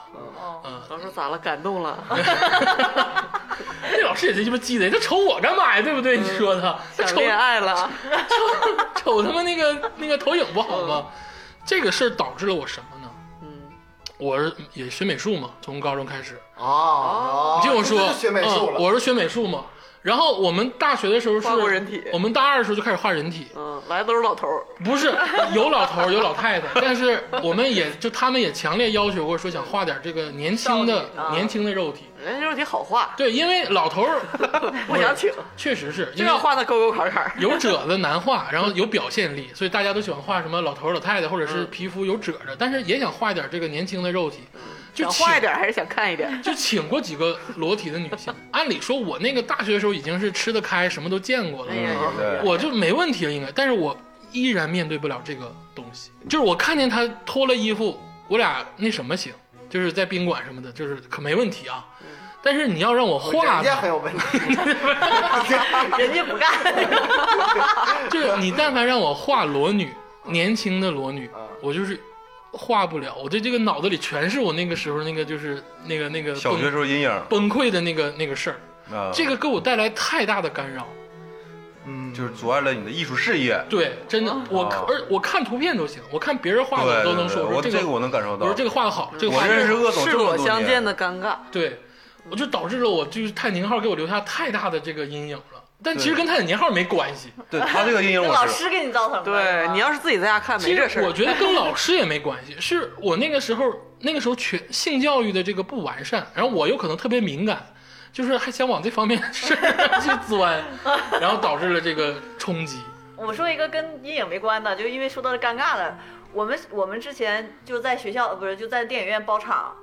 S1: 嗯
S2: 老师咋了？感 动了，
S1: 那老师也是鸡巴鸡贼，他瞅我干嘛呀？对不对？你说他，他
S2: 想
S1: 瞅
S2: 恋爱了，
S1: 瞅他妈那个那个投影不好
S5: 嗯
S1: 吗？这个事儿导致了我什么呢？
S2: 嗯，
S1: 我是也学美术嘛，从高中开始，
S5: 啊，
S4: 哦
S1: 你听我
S5: 这就
S1: 说，
S5: 是学美术
S1: 嗯
S5: 了，
S1: 我是学美术嘛。然后我们大学的时候是
S2: 画过人体
S1: 我们大二的时候就开始画人体，
S2: 嗯，来的都是老头儿，
S1: 不是有老头儿有老太太，但是我们也就他们也强烈要求过，说想画点这个年轻的
S2: 少女、啊
S1: 年轻的肉体。
S2: 人家肉体好画，
S1: 对，因为老头儿
S2: 不想请，
S1: 确实是
S2: 就
S1: 因为
S2: 要画的沟沟坎 坎儿。
S1: 有褶子难 画，然后有表现力，所以大家都喜欢画什么老头儿老太太，或者是
S2: 嗯
S1: 皮肤有褶子，但是也想画点这个年轻的肉体，就
S2: 想
S1: 请
S2: 画一点还是想看一
S3: 嗯
S2: 点？
S1: 就请过几个裸体的女 性。按理说，我那个大学的时候已经是吃得开，什么都见过了。
S2: 哎呀，
S3: 对
S1: 我就没问题了，应该，但是我依然面对不了这个东西。就是我看见他脱了衣服，我俩那什么行，就是在宾馆什么的，就是可没问题啊。
S2: 嗯
S1: 但是你要让我画
S5: 人家
S1: 他，
S5: 很有问题。
S4: 人家不干，
S1: 就是你但凡让我画裸女，
S3: 嗯
S1: 年轻的裸女
S5: 啊，
S1: 我就是画不了。我的这个脑子里全是我那个时候那个就是那个那个
S3: 小学时嗯
S1: 崩
S3: 候阴影啊，
S1: 崩溃的那个那个事儿，这个给我带来太大的干扰。
S5: 嗯，
S3: 就是阻碍了你的艺术事业。
S1: 对，真的，我
S3: 啊
S1: 而我看图片都行，我看别人画的
S3: 对
S1: 我都能说
S3: 对
S1: 我
S3: 我
S1: 说
S3: 这
S1: 这
S3: 个我能感受
S1: 我
S3: 到。嗯
S1: 说这个画的好，这个
S3: 我
S1: 画的
S3: 认识鄂总
S2: 赤
S3: 这么
S2: 裸
S3: 多
S2: 相见
S3: 年，
S2: 的尴尬，
S1: 对，我就导致了我就是泰宁号给我留下太大的这个阴影了。但其实跟泰坦尼号没关系，
S3: 对他这个阴影
S4: 那
S3: 我
S4: 老
S3: 知道。
S4: 师给你造成的。
S2: 对你要是自己在家看没
S1: 其
S2: 这
S1: 实
S2: 事儿，
S1: 我觉得跟老师也没关 系，是我那个时候那个时候全性教育的这个不完善，然后我有可能特别敏感，就是还想往这方面的事儿去 钻，然后导致了这个冲击。
S4: 我说一个跟阴影没关的，就因为说到了尴尬了。我们我们之前就在学校，呃不是就在电影院包场，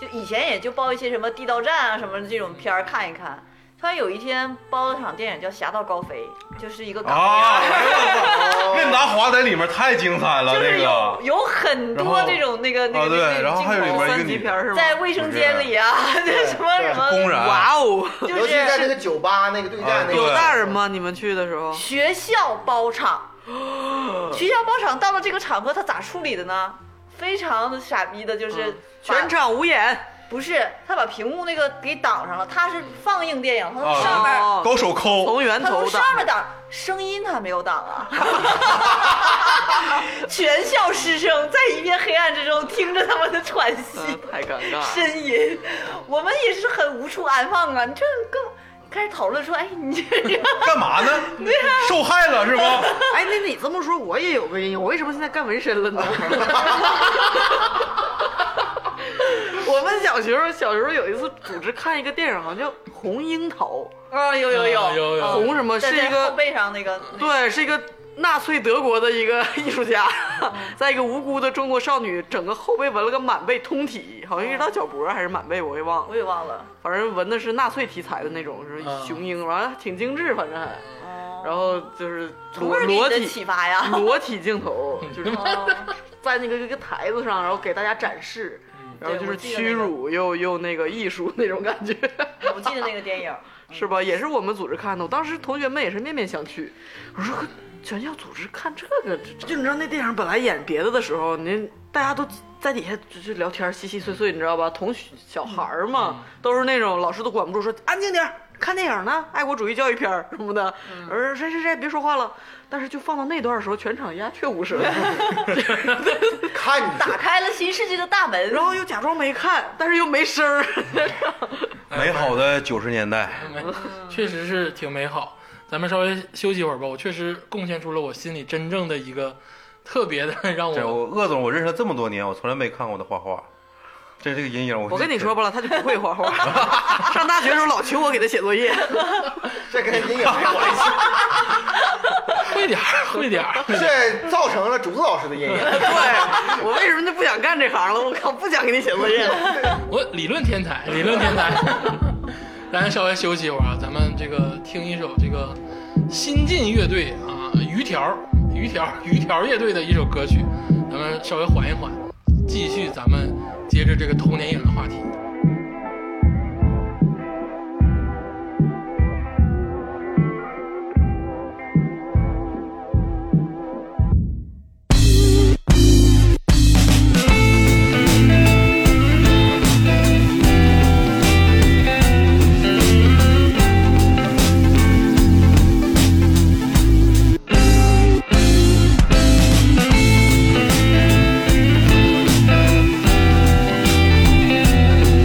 S4: 就以前也就包一些什么地道战啊什么这种片儿看一看。突然有一天包了场电影叫《侠盗高飞》，就是一个港
S3: 啊
S4: 片，
S3: 任达华在里面太精彩了，
S4: 儿，就是
S3: 那
S4: 有
S3: 个
S4: 有很
S3: 然
S4: 多
S3: 后
S4: 这种那个那
S3: 啊
S4: 个那
S3: 对，
S4: 个
S3: 然后还有里
S4: 镜头
S3: 面一个
S2: 三级
S3: 女
S2: 片儿是吗？
S4: 在卫生间里啊， 这什么
S5: 对
S4: 什么
S3: 公然
S2: 哇 哦，
S4: 就
S5: 尤其在那
S4: 是
S5: 个酒吧那个对
S3: 啊
S5: 战那
S3: 对
S5: 个，
S2: 有大人吗？你们去的时候？
S4: 学校包场，学校包场到了这个场合，他咋处理的呢？非常傻逼的，就是把
S2: 嗯全场无眼，
S4: 不是他把屏幕那个给挡上了，他是放映电影，他
S3: 啊
S4: 从上面、
S2: 哦
S3: 高手抠
S2: 从，源
S4: 他
S2: 头
S4: 从
S2: 的。
S4: 上面挡，声音他没有挡啊， 全校师生在一片黑暗之中听着他们的喘息。
S2: 嗯太尴尬了。
S4: 呻吟，我们也是很无处安放啊！你这更开始讨论说，哎，你这
S3: 干嘛呢？
S4: 啊
S3: 受害了 是吗？
S2: 哎，那你这么说，我也有个阴影。我为什么现在干纹身了 呢？我们小时候，小时候有一次组织看一个电影，好像叫《红樱桃
S4: 啊，有有有
S1: 啊有有》，
S2: 红什么
S4: 在
S2: 是一
S4: 在
S2: 个
S4: 后背上那个，
S2: 对，是一个纳粹德国的一个艺术家，
S4: 嗯
S2: 在一个无辜的中国少女整个后背纹了个满背通体，好像一直到脚脖还是满背，我也忘
S4: 我
S2: 了。
S4: 也忘了。
S2: 反正纹的是纳粹题材的那种，是
S1: 啊
S2: 雄鹰，完了挺精致，反正还。
S4: 哦
S2: 然后就是
S4: 从
S2: 裸
S4: 哪儿给你
S2: 裸
S4: 的
S2: 体
S4: 启发呀？
S2: 裸体镜 头，就是
S4: 哦
S2: 在那个一个台子上，然后给大家展示，然后
S4: 嗯
S2: 就
S4: 对我
S2: 是
S4: 记得
S2: 屈
S4: 那个
S2: 辱又又那个艺术那种感觉，
S4: 我记得那个电影，
S2: 是吧？也是我们组织看的，我当时同学们也是面面相觑，我说呵全校组织看这个，这就你知道那电影本来演别的的时候，您大家都在底下就是聊天稀稀碎碎，你知道吧？同学小孩儿嘛，都是那种老师都管不住，说安静点儿。看电影呢，爱国主义教育片儿什么的，而谁谁谁别说话了。但是就放到那段的时候，全场鸦雀无声，
S5: 看你
S4: 打开了新世界的大门。
S2: 然后又假装没看，但是又没声儿。
S3: 美好的九十年代，
S1: 哎
S2: 嗯
S1: 确实是挺美好。咱们稍微休息一会儿吧，我确实贡献出了我心里真正的一个特别的，让
S3: 这
S1: 我
S3: 我鄂总，我认识他这么多年，我从来没看过他画画，这是个阴影。我
S2: 我跟你说吧了，他就不会画画。 上大学的时候老求我给他写作业，
S5: 这跟阴影没关系，
S1: 会点儿，会点儿。
S5: 这造成了竹子老师的阴影。
S2: 对我为什么就不想干这行了？我靠，不想给你写作业 了。
S1: 我理论天才，理论天才。 咱稍微休息一会儿啊，咱们这个听一首这个新晋乐队啊，鱼条、鱼条、鱼条乐队的一首歌曲，咱们稍微缓一缓，继续咱们接着这个童年影的话题。
S6: Thank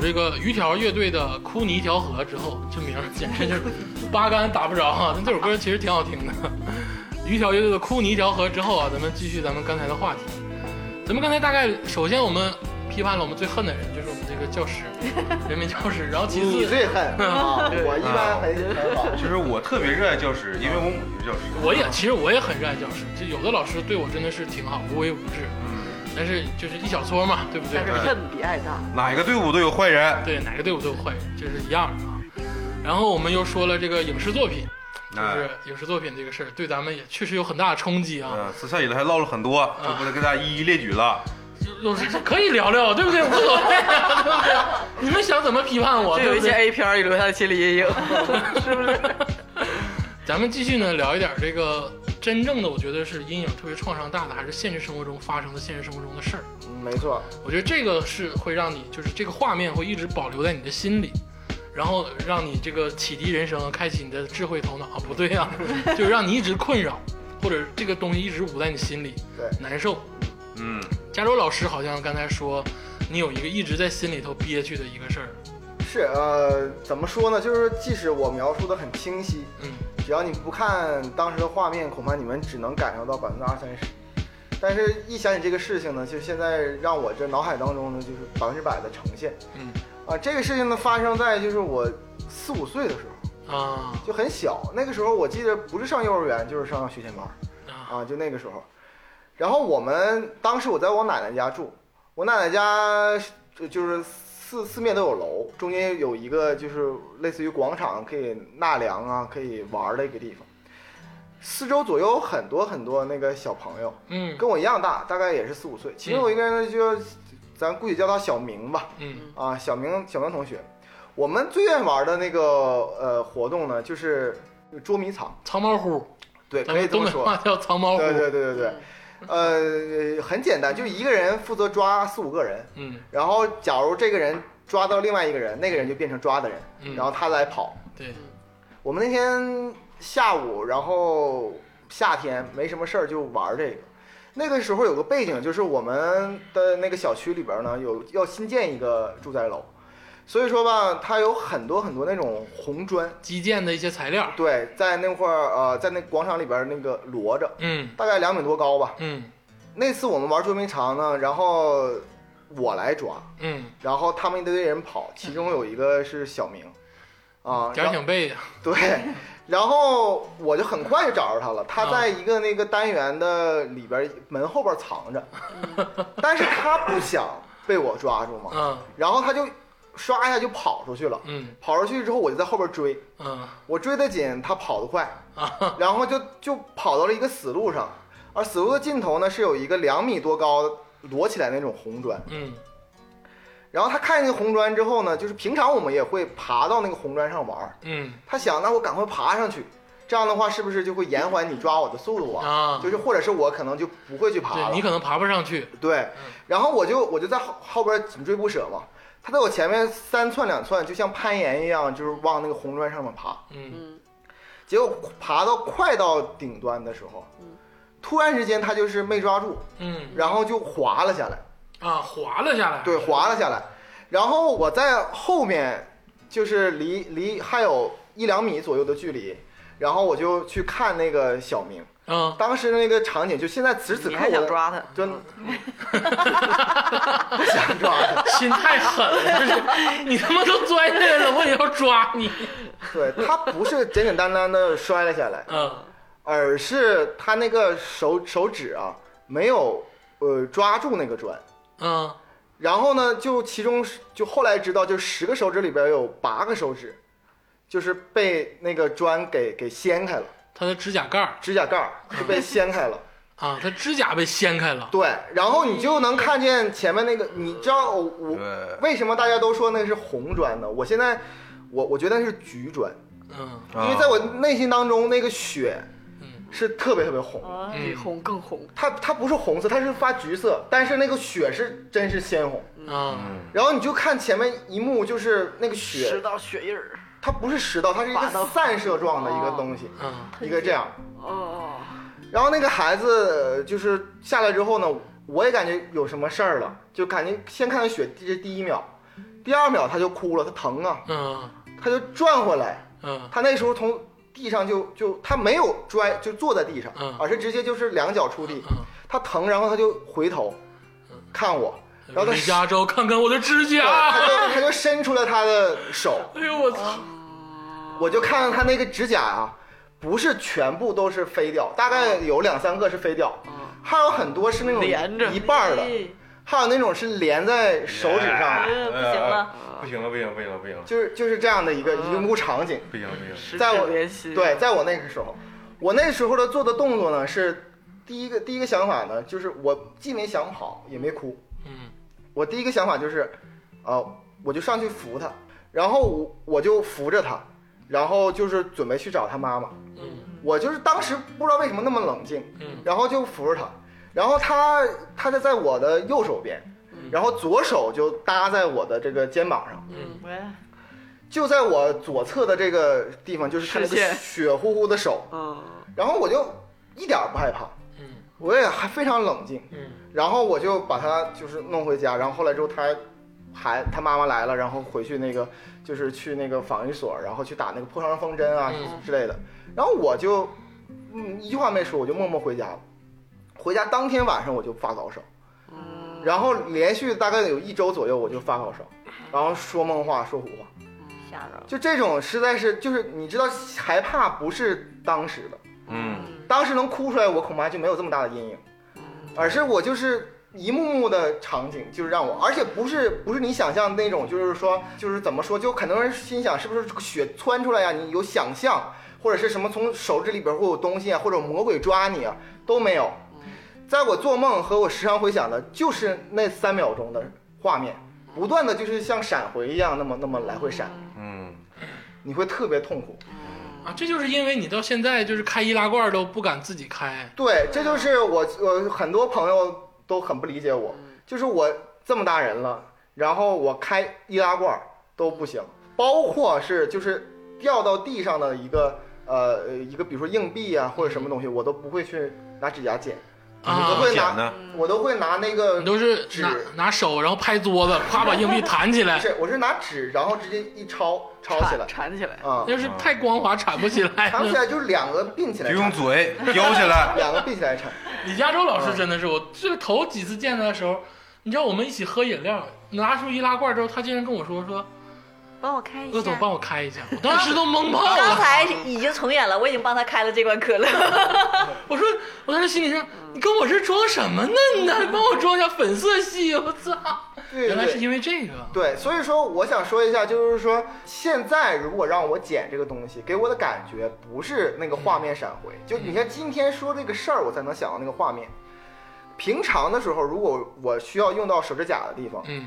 S1: 这个鱼条乐队的《哭泥条河》之后，这名儿简直就是八竿打不着啊！但这首歌其实挺好听的。鱼条乐队的《哭泥条河》之后啊，咱们继续咱们刚才的话题。咱们刚才大概，首先我们批判了我们最恨的人，就是我们这个教师，人民教师。然后其
S5: 你
S1: 次，
S5: 最恨，
S1: 嗯
S5: 我一般很很好。
S3: 其实我特别热爱教师，因为我母亲是教师。
S1: 我也其实我也很热爱教师，就有的老师对我真的是挺好，无微不至。但是就是一小撮嘛，对不对
S2: 但是？恨比爱大。
S3: 哪个队伍都有坏人，
S1: 对，哪个队伍都有坏人，这是一样的啊。然后我们又说了这个影视作品，就是
S3: 哎，
S1: 影视作品这个事儿，对咱们也确实有很大的冲击啊。
S3: 嗯，私下里头还唠了很多，就不能给大家一一列举了。
S1: 有时可以聊聊，对不对？无所谓啊，对不对？你们想怎么批判我，
S2: 这
S1: 对不
S2: 有一些
S1: 对？
S2: A 片儿也留下的心理阴影， 是不是？
S1: 咱们继续呢，聊一点这个真正的，我觉得是阴影特别创伤大的，还是现实生活中发生的现实生活中的事儿。
S5: 嗯没错，
S1: 我觉得这个是会让你，就是这个画面会一直保留在你的心里，然后让你这个启迪人生，开启你的智慧头脑。啊不对啊， 就是让你一直困扰，或者这个东西一直捂在你心里，
S5: 对
S1: 难受。
S3: 嗯，
S1: 加州老师好像刚才说，你有一个一直在心里头憋屈的一个事儿，
S5: 是呃，怎么说呢？就是即使我描述的很清晰，
S1: 嗯，
S5: 只要你不看当时的画面，恐怕你们只能感受到百分之二三十。但是，一想起这个事情呢，就现在让我这脑海当中呢，就是百分之百的呈现。
S1: 嗯，
S5: 啊，这个事情呢，发生在就是我四五岁的时候，
S1: 啊
S5: 就很小。那个时候我记得不是上幼儿园，就是上学前班。
S1: 啊
S5: 啊，就那个时候。然后我们当时我在我奶奶家住，我奶奶家是就就是四四面都有楼，中间有一个就是类似于广场，可以纳凉啊，可以玩儿的一个地方。四周左右有很多很多那个小朋友，
S1: 嗯
S5: 跟我一样大，大概也是四五岁。其中有一个人就，咱姑且叫他小明吧，
S1: 嗯
S5: 啊，小明小明同学。我们最愿意玩的那个呃活动呢，就是捉迷藏，
S1: 藏猫虎，
S5: 对，
S1: 咱
S5: 可以
S1: 们
S5: 这
S1: 东
S5: 么
S1: 北
S5: 说。
S1: 话叫藏猫虎，
S5: 对对对对对，呃，很简单，就一个人负责抓四五个人，
S1: 嗯
S5: 然后假如这个人抓到另外一个人，那个人就变成抓的人，
S1: 嗯，
S5: 然后他来跑。
S1: 对，
S5: 我们那天下午，然后夏天没什么事儿就玩这个。那个时候有个背景，就是我们的那个小区里边呢有要新建一个住宅楼，所以说吧，它有很多很多那种红砖，
S1: 基建的一些材料，
S5: 对，在那块儿呃，在那广场里边那个摞着，
S1: 嗯
S5: 大概两米多高吧。
S1: 嗯
S5: 那次我们玩捉迷藏呢，然后我来抓，
S1: 嗯，
S5: 然后他们一堆人跑，其中有一个是小明，啊，
S1: 点儿
S5: 然后
S1: 挺背呀，
S5: 对，然后我就很快就找着他了，他
S1: 啊
S5: 在一个那个单元的里边门后边藏着，但是他不想被我抓住嘛，
S1: 嗯
S5: 然后他就唰一下就跑出去了，
S1: 嗯
S5: 跑出去之后我就在后边追，
S1: 嗯
S5: 我追得紧，他跑得快，
S1: 啊
S5: 然后就就跑到了一个死路上，而死路的尽头呢是有一个两米多高摞起来那种红砖，
S1: 嗯
S5: 然后他看见那个红砖之后呢，就是平常我们也会爬到那个红砖上玩儿，
S1: 嗯
S5: 他想那我赶快爬上去，这样的话是不是就会延缓你抓我的速度啊？
S1: 啊
S5: 就，是或者是我可能就不会去爬
S1: 对
S5: 了
S1: 你，可嗯能爬不上去，
S5: 对，然后我就我就在后后边紧追不舍嘛，他在我前面三窜两窜，就像攀岩一样，就是往那个红砖上面爬。
S1: 嗯
S5: 结果爬到快到顶端的时候，突然之间他就是没抓住，
S1: 嗯
S5: 然后就滑了下来，
S1: 啊，滑了下来，
S5: 对，滑了下来。然后我在后面，就是离离还有一两米左右的距离，然后我就去看那个小明，
S1: 嗯，
S5: 当时那个场景，就现在此时此
S2: 你
S5: 刻
S2: 还
S5: 我
S2: 想抓他？
S5: 就不想抓他，
S1: 心太狠了， 你他妈都钻下来了，我也要抓你，
S5: 对他不是简简单单的摔了下来，
S1: 嗯
S5: 而是他那个手手指啊没有呃抓住那个砖。
S1: 嗯
S5: 然后呢，就其中是就后来知道，就十个手指里边有八个手指，就是被那个砖给给掀开了，
S1: 他的指甲盖儿
S5: 指甲盖儿就被掀开了。
S1: 啊，他指甲被掀开了，
S5: 对，然后你就能看见前面那个，你知道我我
S3: 对，
S5: 为什么大家都说那是红砖呢？我现在我我觉得那是橘砖，
S1: 嗯
S3: 啊
S5: 因为在我内心当中那个血
S1: 嗯
S5: 是特别特别红的，
S2: 比
S1: 嗯
S2: 红更红，
S5: 它它不是红色，它是发橘色，但是那个血是真是鲜红。
S1: 啊
S3: 嗯
S5: 然后你就看前面一幕，就是那个血
S2: 吃到血印儿。
S5: 它不是食道，它是一
S2: 滑
S5: 个
S2: 到
S5: 散射状的一个东西，
S1: 嗯
S5: 一个这样。
S2: 哦，
S5: 然后那个孩子呃就是下来之后呢，我也感觉有什么事儿了，就感觉先看到血，这是第一秒，第二秒他就哭了，他疼啊，
S1: 嗯
S5: 他就转回来，
S1: 嗯
S5: 他那时候从地上就就他没有摔，就坐在地上
S1: 嗯，
S5: 而是直接就是两脚触地，
S1: 嗯，
S5: 他疼，然后他就回头看我，然后他
S1: 李嘉洲看看我的指
S5: 对他
S1: 甲，
S5: 就他就伸出了他的手，
S1: 哎呦我操，
S5: 我就看看他那个指甲啊，不是全部都是飞掉，大概有两三个是飞掉，还有很多是那种
S2: 哦连着
S5: 一半儿的，
S2: 哎
S5: 还有那种是连在手指上啊的，
S4: 嗯不行了
S3: 哎不行哎了，不行了，不行了，不行了，
S5: 就是就是这样的一个
S2: 嗯
S5: 一幕场景。
S3: 不行了，不行了。
S2: 十
S5: 在我
S2: 指连心，
S5: 对，在我那个时候，我那时候的做的动作呢是，第一个第一个想法呢就是我既没想跑也没哭，
S1: 嗯
S5: 我第一个想法就是，啊、我就上去扶他，然后我我就扶着他，然后就是准备去找他妈妈。
S1: 嗯
S5: 我就是当时不知道为什么那么冷静，
S1: 嗯
S5: 然后就扶着他，然后他他就在我的右手边，然后左手就搭在我的这个肩膀上，
S1: 嗯
S4: 喂
S5: 就在我左侧的这个地方，就是他那
S2: 视
S5: 个
S2: 线
S5: 血乎乎的手，
S2: 嗯，
S5: 然后我就一点儿不害怕，
S1: 嗯
S5: 我也还非常冷静，
S1: 嗯
S5: 然后我就把他就是弄回家，然后后来之后他还他妈妈来了，然后回去那个就是去那个防疫所，然后去打那个破伤风针啊
S1: 嗯
S5: 之类的，然后我就嗯一句话没说，我就默默回家了。回家当天晚上我就发高烧，然后连续大概有一周左右我就发高烧，然后说梦话说胡话，
S4: 吓着了。
S5: 就这种实在是就是你知道害怕不是当时的。
S3: 嗯，
S5: 当时能哭出来，我恐怕就没有这么大的阴影，而是我就是一幕幕的场景，就是让我，而且不是不是你想象那种，就是说就是怎么说，就很多人心想是不是血窜出来呀、你有想象或者是什么从手指里边会有东西啊，或者魔鬼抓你啊，都没有。在我做梦和我时常回想的，就是那三秒钟的画面，不断的就是像闪回一样，那么那么来回闪，
S3: 嗯，
S5: 你会特别痛苦。
S1: 啊，这就是因为你到现在就是开易拉罐都不敢自己开，
S5: 对，这就是我我很多朋友都很不理解我，就是我这么大人了，然后我开易拉罐都不行，包括是就是掉到地上的一个呃一个比如说硬币啊或者什么东西，我都不会去拿指甲剪，
S1: 啊
S5: 我都会
S3: 捡
S5: 拿
S3: 呢，
S5: 我都会拿那个
S1: 你都是
S5: 纸
S1: 拿拿手然后拍桌子，啪把硬币弹起
S5: 不
S1: 来，
S5: 是我是拿纸，然后直接一抄抄起
S2: 缠
S5: 来
S2: 缠起来，
S5: 啊，
S1: 就是太光滑铲不起来
S5: 缠、
S1: 了
S5: 起。来就是两个并起来
S3: 就用
S5: 缠，
S3: 嘴叼起来。
S5: 两个并起来缠，
S1: 李嘉洲老师真的是，我最头几次见他的时候，你知道我们一起喝饮料，拿出易拉罐之后，他竟然跟我说说
S4: 帮我开一下。
S1: 鄂总帮我开一下，我当时都懵炮
S4: 刚
S1: 了。
S4: 才已经重演了，我已经帮他开了这罐可 乐。
S1: 我说我当时心里说，你跟我这装什么呢？你呢？你帮我装一下粉色系，我操！
S5: 对
S1: 原来
S5: 对
S1: 是因为这个，
S5: 对，所以说我想说一下，就是说现在如果让我剪这个东西，给我的感觉不是那个画面闪回，就你看今天说这个事儿，我才能想到那个画面。平常的时候，如果我需要用到手指甲的地方，
S1: 嗯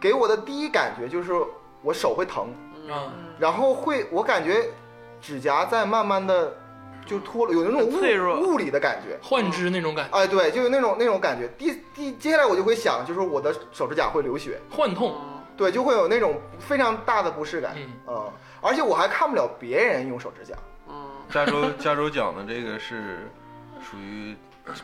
S5: 给我的第一感觉就是我手会疼，
S1: 啊，
S5: 然后会我感觉指甲在慢慢的就脱了，有那种
S2: 很脆弱
S5: 物物理的感觉。
S1: 幻肢那种感觉，
S5: 哎，对，就有那种那种感觉。第第，接下来我就会想，就是我的手指甲会流血，
S1: 幻痛，
S5: 对，就会有那种非常大的不适感。
S1: 嗯
S5: 嗯，而且我还看不了别人用手指甲。
S2: 嗯，
S3: 加州加州讲的这个是属于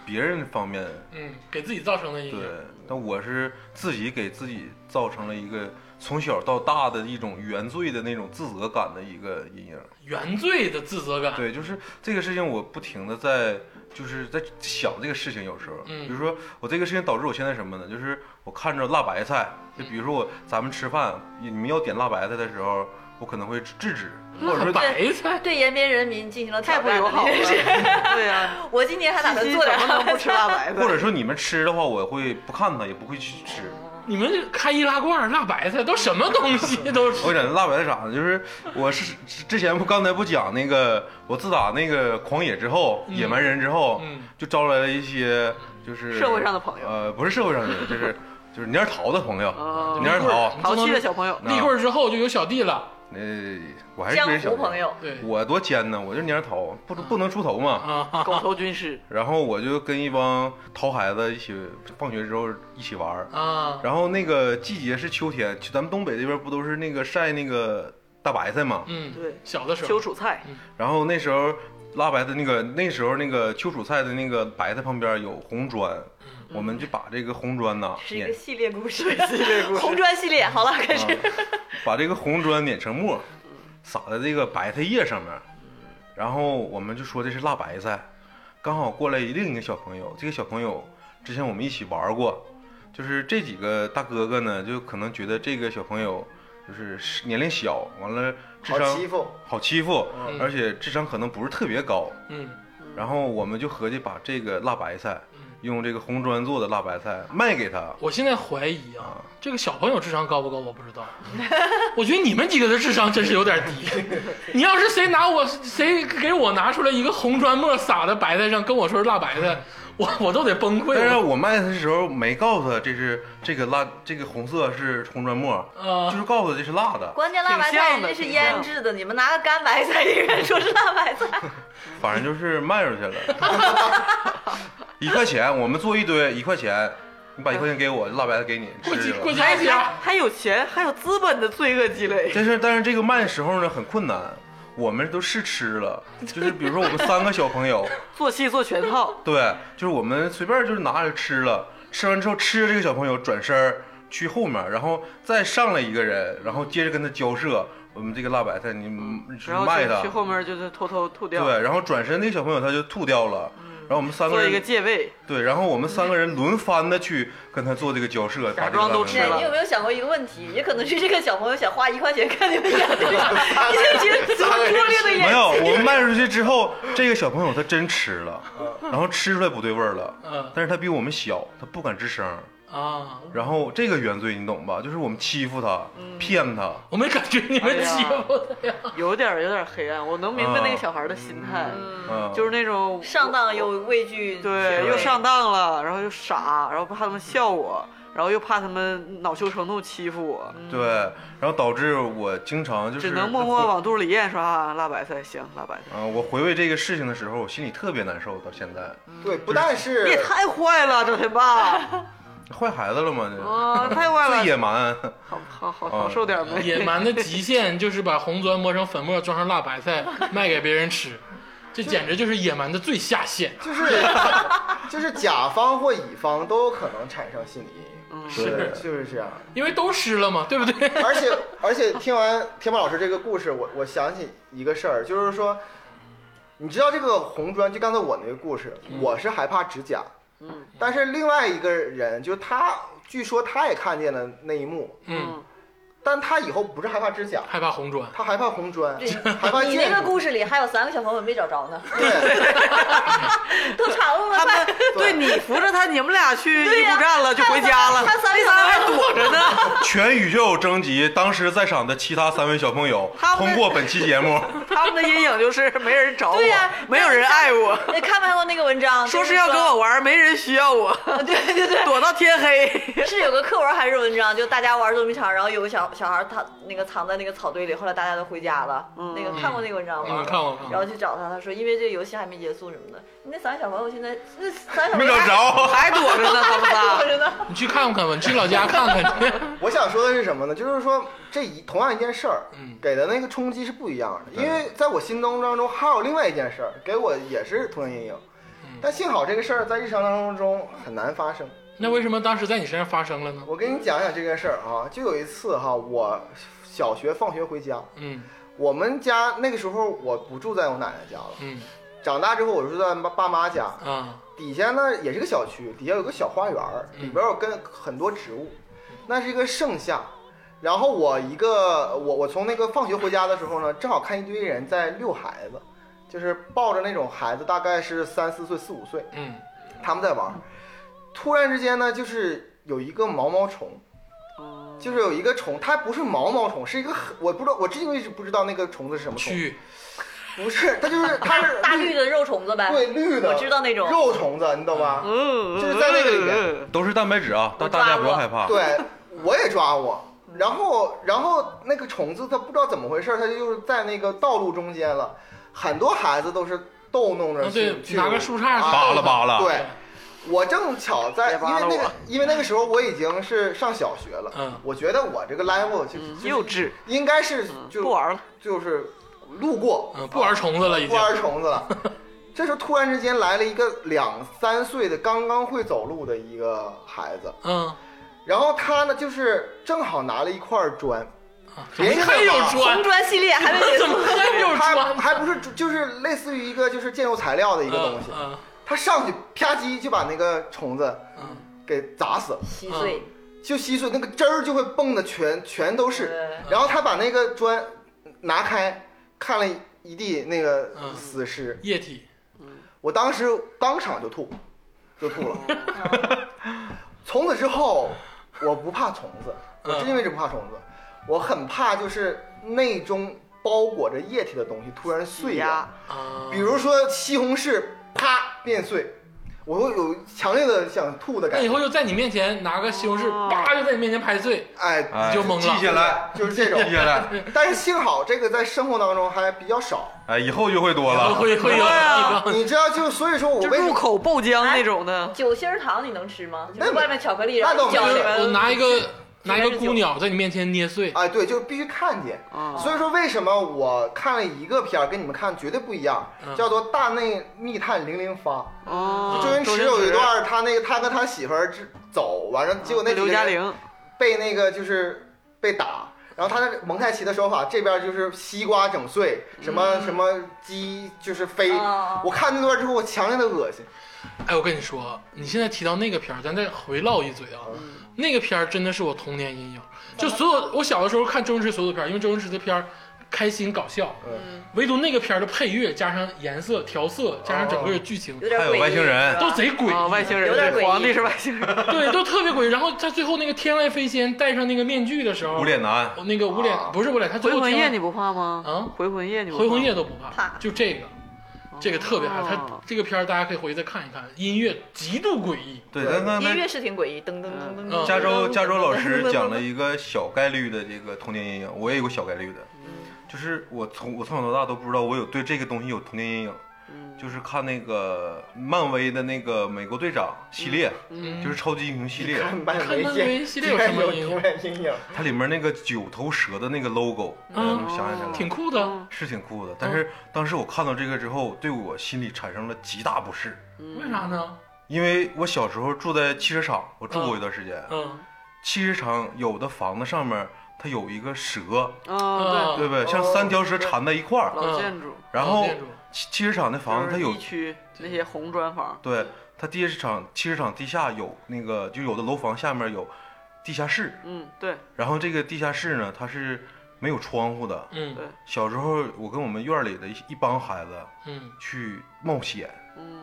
S3: 别人方面，
S1: 嗯，给自己造成的阴
S3: 对
S1: 影。，
S3: 但我是自己给自己造成了一个从小到大的一种原罪的那种自责感的一个阴影。
S1: 原罪的自责感，
S3: 对，就是这个事情，我不停的在就是在想这个事情，有时候，
S1: 嗯
S3: 比如说我这个事情导致我现在什么呢？就是我看着辣白菜，就比如说我咱们吃饭，你们要点辣白菜的时候，我可能会制止，或者
S1: 辣
S3: 说
S1: 白菜，
S4: 对延边人民进行了
S2: 太
S4: 挑
S2: 不
S4: 战
S2: 友好了，
S4: 这件事
S2: 对呀，
S4: 我今年还打算
S2: 西西
S4: 做点
S2: 怎么能不吃辣 白菜？
S3: 或者说你们吃的话，我会不看它，也不会去吃。
S1: 你们这开易拉罐辣白菜都什么东西都
S3: 我
S1: 是，
S3: 讲辣白菜啥的，就是我是之前不刚才不讲那个，我自打那个狂野之后，野蛮人之后，
S1: 嗯
S3: 就招来了一些就是
S2: 社会上的朋友
S3: 呃，不是社会上的，人，就是就是蔫儿淘的朋友，
S2: 哦
S3: 蔫儿淘，
S2: 淘气的小朋友，
S3: 啊
S1: 立棍儿之后就有小弟了，
S3: 呃，我还是
S4: 江
S3: 没小
S4: 湖朋，友，
S1: 对
S3: 我多尖呢，我就蔫儿淘，不不能出头嘛。
S1: 啊，
S2: 狗头军师，
S3: 然后我就跟一帮淘孩子一起，放学之后一起玩儿。
S1: 啊，
S3: 然后那个季节是秋天，咱们东北这边不都是那个晒那个大白菜嘛？
S1: 嗯，
S2: 对
S1: 小的时
S2: 秋
S1: 候，
S2: 楚菜，
S3: 然后那时候辣白菜那个那时候那个秋储菜的那个白菜旁边有红砖，我们就把这个红砖呐
S4: 嗯是一
S3: 碾
S4: 个，系列故事，
S2: 系列故事
S4: 红砖系列。好了，开始
S3: 啊。把这个红砖碾成沫，撒在这个白菜叶上面，然后我们就说这是辣白菜。刚好过来另一个小朋友，这个小朋友之前我们一起玩过，就是这几个大哥哥呢，就可能觉得这个小朋友就是年龄小，完了智
S5: 好
S3: 商
S5: 欺负，
S3: 好欺负，
S1: 嗯
S3: 而且智商可能不是特别高。
S1: 嗯
S3: 然后我们就合计把这个辣白菜
S1: 嗯，
S3: 用这个红砖做的辣白菜卖给他。
S1: 我现在怀疑啊，这个小朋友智商高不高我不知道， 我觉得你们几个的智商真是有点低。 你要是谁拿我谁给我拿出来一个红砖沫撒在白菜上，跟我说是辣白菜， 我我都得崩溃。
S3: 但是
S1: 我
S3: 我卖的时候没告诉他这是这个辣，这个红色是红砖沫，
S1: 啊
S3: 就是告诉他这是辣 的。
S4: 关键辣白
S2: 挺
S4: 菜
S2: 像
S4: 人
S2: 的
S4: 家是
S2: 挺像
S4: 腌制的，你们拿个干白菜，一个人说是辣白菜，
S3: 反正就是卖出去了， 一块钱，我们做一堆一块钱，你把一块钱给我，辣白菜给你
S1: 过
S3: 吃
S1: 去
S3: 去
S1: 过
S3: 了。
S1: 家
S2: 还
S1: 家，
S2: 还有钱，还有资本的罪恶积累。
S3: 但是但是这个卖的时候呢很困难，我们都试吃 了，就是比如说我们三个小朋友，
S2: 做戏做全套，
S3: 对，就是我们随便就是拿着吃了，吃完之后吃这个小朋友转身儿去后面儿，然后再上来一个人，然后接着跟他交涉，我们这个辣白菜你你
S2: 嗯
S3: 去
S2: 然后
S3: 卖
S2: 就
S3: 它
S2: 去，后面就是偷偷吐掉，
S3: 对，然后转身那个小朋友他就吐掉了，然后我们三
S2: 嗯
S3: 个
S2: 做一个
S3: 人
S2: 借位。
S3: 对，然后我们三个人轮番的去跟他做这个交涉，
S2: 假
S3: 把这个
S2: 装
S3: 辣
S2: 都
S3: 白
S2: 吃
S3: 菜
S2: 了
S4: 你有没有想过一个问题？也可能是这个小朋友想花一块钱看你们演 这个，也觉得怎么拙劣的
S3: 没
S4: 演
S3: 有， 我们卖出去之后，这个小朋友他真吃了，
S2: 嗯
S3: 然后吃出来不对味儿了，
S1: 嗯
S3: 但是他比我们小，他不敢吱声儿，
S1: 啊，
S3: 然后这个原罪你懂吧？就是我们欺负他，
S2: 嗯
S3: 骗他。
S1: 我没感觉你们欺负他呀。
S2: 有点儿有点儿黑暗，我能明白那个小孩的心态，
S3: 嗯，
S2: 就是那种
S4: 上当嗯又畏惧，
S2: 对，
S4: 是
S2: 又上当了，然后又傻，然后怕他们笑我，然后又怕他们恼羞成怒欺负我，
S3: 对，然后导致我经常就是
S2: 只能默默往肚里咽，说啊辣白菜行，辣白菜。
S3: 啊、我回味这个事情的时候，我心里特别难受。到现在，
S5: 对，不但是
S2: 你也太坏了，这他爸
S3: 坏孩子了吗？这
S2: 啊，太坏
S3: 最
S2: 了，
S3: 野蛮，
S2: 好好好好受点没？
S1: 野蛮的极限就是把红砖磨成粉末，装上辣白 菜卖给别人吃，这简直就是野蛮的最下限。
S5: 就是就是甲方或乙方都有可能产生心理阴影，
S3: 是
S5: 就是这样。
S1: 因为都湿了嘛，对不对？
S5: 而且而且听完天霸老师这个故事，我我想起一个事儿，就是说，你知道这个红砖，就刚才我那个故事，我是害怕指甲，嗯，但是另外一个人，就他，据说他也看见了那一幕，
S1: 嗯，
S5: 但他以后不是害怕指甲，
S1: 害怕红砖，
S5: 他害怕红砖，
S4: 对
S5: 害怕
S4: 你那
S5: 建
S4: 个
S5: 筑，
S4: 故事里还有三个小朋友没找着呢，
S5: 对，
S4: 都查问了
S2: 他
S4: 快
S2: 们对你扶着他，你们俩去
S4: 对
S2: 医
S4: 呀
S2: 务站了，就回家了。
S4: 他三个
S2: 那
S4: 小
S2: 仨还
S4: 朋友
S2: 躲着呢，
S3: 全宇宙征集当时在场的其他三位小朋友
S2: 他，们
S3: 通过本期节 目，
S2: 他们的阴影就是没人找我
S4: 对呀，
S2: 没有人爱我。
S4: 那看没看过那个文章？
S2: 说
S4: 就是
S2: 要跟我玩，没人需要 我，
S4: 对对对，
S2: 躲到天黑。
S4: 是有个课文还是文章？就大家玩捉迷藏，然后有个小小孩他那个藏在那个草堆里，后来大家都回家了。
S2: 嗯
S4: 那个看过那个文章吗？
S1: 嗯看过看过
S4: 然后去找他，他说因为这个游戏还没结束什么的。那三个小朋友现在那三个小朋
S3: 没
S4: 友
S3: 找着。
S2: 还躲着呢，他们
S4: 还
S2: 仨
S4: 躲着呢。
S1: 你去看看吧，你去老家看看去。
S5: 我想说的是什么呢？就是说这一同样一件事儿
S1: 嗯，
S5: 给的那个冲击是不一样的。
S3: 对
S5: 因为在我心中当中还有另外一件事儿，给我也是童年阴影。但幸好这个事儿在日常当中很难发生。
S1: 那为什么当时在你身上发生了呢？
S5: 我跟你讲讲这个事儿啊，就有一次哈、我小学放学回家，
S1: 嗯
S5: 我们家那个时候我不住在我奶奶家了，
S1: 嗯
S5: 长大之后我住在爸爸妈家，
S1: 啊
S5: 底下呢也是个小区，底下有个小花园儿，
S1: 嗯
S5: 里边有跟很多植物，那是一个盛夏。然后我一个我我从那个放学回家的时候呢，正好看一堆人在遛孩子，就是抱着那种孩子，大概是三四岁、四五岁，
S1: 嗯
S5: 他们在玩儿。突然之间呢，就是有一个毛毛虫，就是有一个虫，它不是毛毛虫，是一个很我不知道，我至今为止不知道那个虫子是什么虫，
S1: 蛆
S5: 不是，它就是它 是
S4: 大绿的肉虫子呗，
S5: 对绿的，
S4: 我知道那种
S5: 肉虫子，你懂吧？
S2: 嗯，
S5: 就是在那个里面
S3: 都是蛋白质啊，大
S4: 我抓
S3: 大家不要
S4: 过
S3: 害怕。
S5: 对，我也抓过。然后，然后那个虫子它不知道怎么回事，它就是在那个道路中间了。很多孩子都是逗弄着
S1: 啊对
S5: 去，去
S1: 拿个树杈
S5: 啊
S3: 扒拉扒拉
S5: 对，我正巧在，
S2: 别扒
S5: 因
S2: 拉
S5: 为那
S2: 我
S5: 个， 因为那个时候我已经是上小学了。
S1: 嗯
S5: 我觉得我这个 level 就
S2: 嗯
S5: 就
S2: 幼
S5: 是
S2: 稚，
S5: 应该是
S2: 嗯
S5: 就
S2: 不玩了。
S5: 就是路过，
S1: 嗯，不玩虫子了已
S5: 不
S1: 经。
S5: 玩虫 子了。这时候突然之间来了一个两三岁的刚刚会走路的一个孩子，
S1: 嗯，
S5: 然后他呢就是正好拿了一块砖，
S1: 啊
S5: 别人
S1: 还有砖
S4: 红，砖系列还没 结
S1: 怎
S4: 束
S1: 么，还有
S5: 他
S1: 砖？
S5: 还不是就是类似于一个就是建筑材料的一
S1: 一
S5: 个东西，
S1: 嗯
S5: 他上去啪叽就把那个虫子
S1: 嗯
S5: 给砸死了，
S4: 稀碎，
S5: 就稀碎，那个汁儿就会蹦的全全都是。
S4: 呃
S5: 然后他把那个砖拿开，看了一地那个
S1: 嗯
S5: 死尸，
S1: 液体，
S5: 我当时当场就吐，就吐了。 从此之后，我不怕虫子，我
S1: 嗯
S5: 至今为止不怕虫子，我很怕就是内中包裹着液体的东西突然碎掉。
S2: 呀，
S1: 啊，
S5: 比如说西红柿啪变碎，我会有强烈的想吐的
S1: 那
S5: 感
S1: 以
S5: 觉。
S1: 后就在你面前拿个西红柿，
S2: 哦
S1: 啪就在你面前拍碎，
S5: 哎，
S3: 哎，
S1: 你就 懵了
S3: 记下来，
S5: 就是这种
S3: 记。下来，
S5: 但是幸好这个在生活当中还比较少。
S3: 哎，以后就会多了。
S1: 会会有
S2: 对啊
S1: 一个
S5: 你知道，就所以说我
S2: 就
S5: 为什
S2: 入
S5: 么哎
S2: 口爆浆那种的，
S4: 酒心儿糖你能吃吗？就
S5: 那
S4: 是外面巧克力，
S5: 那
S4: 然
S5: 倒
S4: 后
S5: 没
S4: 搅
S5: 有
S4: 里
S1: 我
S4: 边
S1: 呃拿一个拿一
S4: 里边
S1: 个
S4: 是
S1: 孤
S4: 酒
S1: 鸟在你面前捏碎，
S5: 哎，对，就必须看见。
S2: 啊，
S5: 哦所以说，为什么我看了一个片儿，跟你们看绝对不一样，
S1: 嗯
S5: 叫做《大内密探零零发》。
S2: 哦，
S5: 周星
S2: 周
S5: 驰有一段，他那个他和他媳妇儿之走，完了结果那
S2: 刘
S5: 几个
S2: 嘉
S5: 人
S2: 玲，
S5: 被那个就是被打，然后他的蒙太奇的手法，这边就是西瓜整碎，什么什么鸡就是飞。
S1: 哦
S4: 啊
S5: 我看那段之后，我强烈的恶心。
S1: 哎，我跟你说，你现在提到那个片儿，咱再回唠一嘴啊。
S2: 嗯
S1: 那个片儿真的是我童年阴影，就所有我小的时候看周星驰所有的片儿，因为周星驰的片儿开心搞笑，
S5: 嗯
S1: 唯独那个片儿的配乐加上颜色调色，加上整个剧情、
S4: 有点
S3: 还有
S4: 诡异
S3: 外星人
S4: 是吧
S1: 都贼诡异，
S2: 啊，哦外星人，
S4: 有点诡
S2: 对
S4: 异
S2: 皇帝是外 星人，
S1: 对，都特别诡异。然后他最后那个天外飞仙戴上那个面具的时候，
S3: 无脸男，
S1: 那个无脸、不是无脸，他最
S2: 哦回
S1: 后
S2: 魂
S1: 天
S2: 夜
S1: 外
S2: 你不怕吗？
S1: 啊
S2: 回魂夜你不怕
S1: 回
S2: 吗
S1: 魂夜都不怕，
S4: 怕
S1: 就这个，这个特别害怕。他
S2: 哦
S1: 这个片儿大家可以回去再看一看，音乐极度诡异。
S3: 对，但他
S4: 音
S3: 那
S4: 乐是挺诡异，噔噔噔噔
S1: 嗯
S4: 噔。嗯
S3: 加州加州老师讲了一个小概率的这个童年阴影，我也有个小概率的，就是我从我从小到大都不知道我有对这个东西有童年阴影，
S2: 嗯
S3: 就是看那个漫威的那个美国队长系列，
S1: 嗯，
S3: 就是超级英雄系列，
S5: 看漫
S1: 看漫威系列有
S5: 竟
S1: 什
S5: 然
S1: 么
S5: 有
S1: 阴影
S5: 永远阴影。
S3: 它里面那个九头蛇的那个 logo，大
S1: 嗯
S3: 家能想象下来。
S1: 挺酷的。
S3: 是挺酷的，但
S1: 嗯
S3: 是当时我看到这个之后，对我心里产生了极大不适，
S2: 嗯
S1: 为啥呢？
S3: 因为我小时候住在汽车厂，我住过一段时间。
S1: 嗯，
S3: 汽车厂有的房子上面它有一个蛇，
S1: 嗯
S2: 啊，
S3: 对不对？像三条蛇缠在一块
S2: 对，
S3: 儿。
S2: 老哦建筑，
S3: 然后
S1: 哦建筑
S3: 汽汽车厂的房子
S2: 就
S3: 它
S2: 是
S3: 有
S2: 地，区那些红砖房，
S3: 对，它地下厂汽车厂地下有那个，就有的楼房下面有地下室，
S2: 嗯，对，
S3: 然后这个地下室呢，它是没有窗户的。
S1: 嗯
S2: 对
S3: 小时候我跟我们院里的一一帮孩子
S1: 嗯
S3: 去冒险，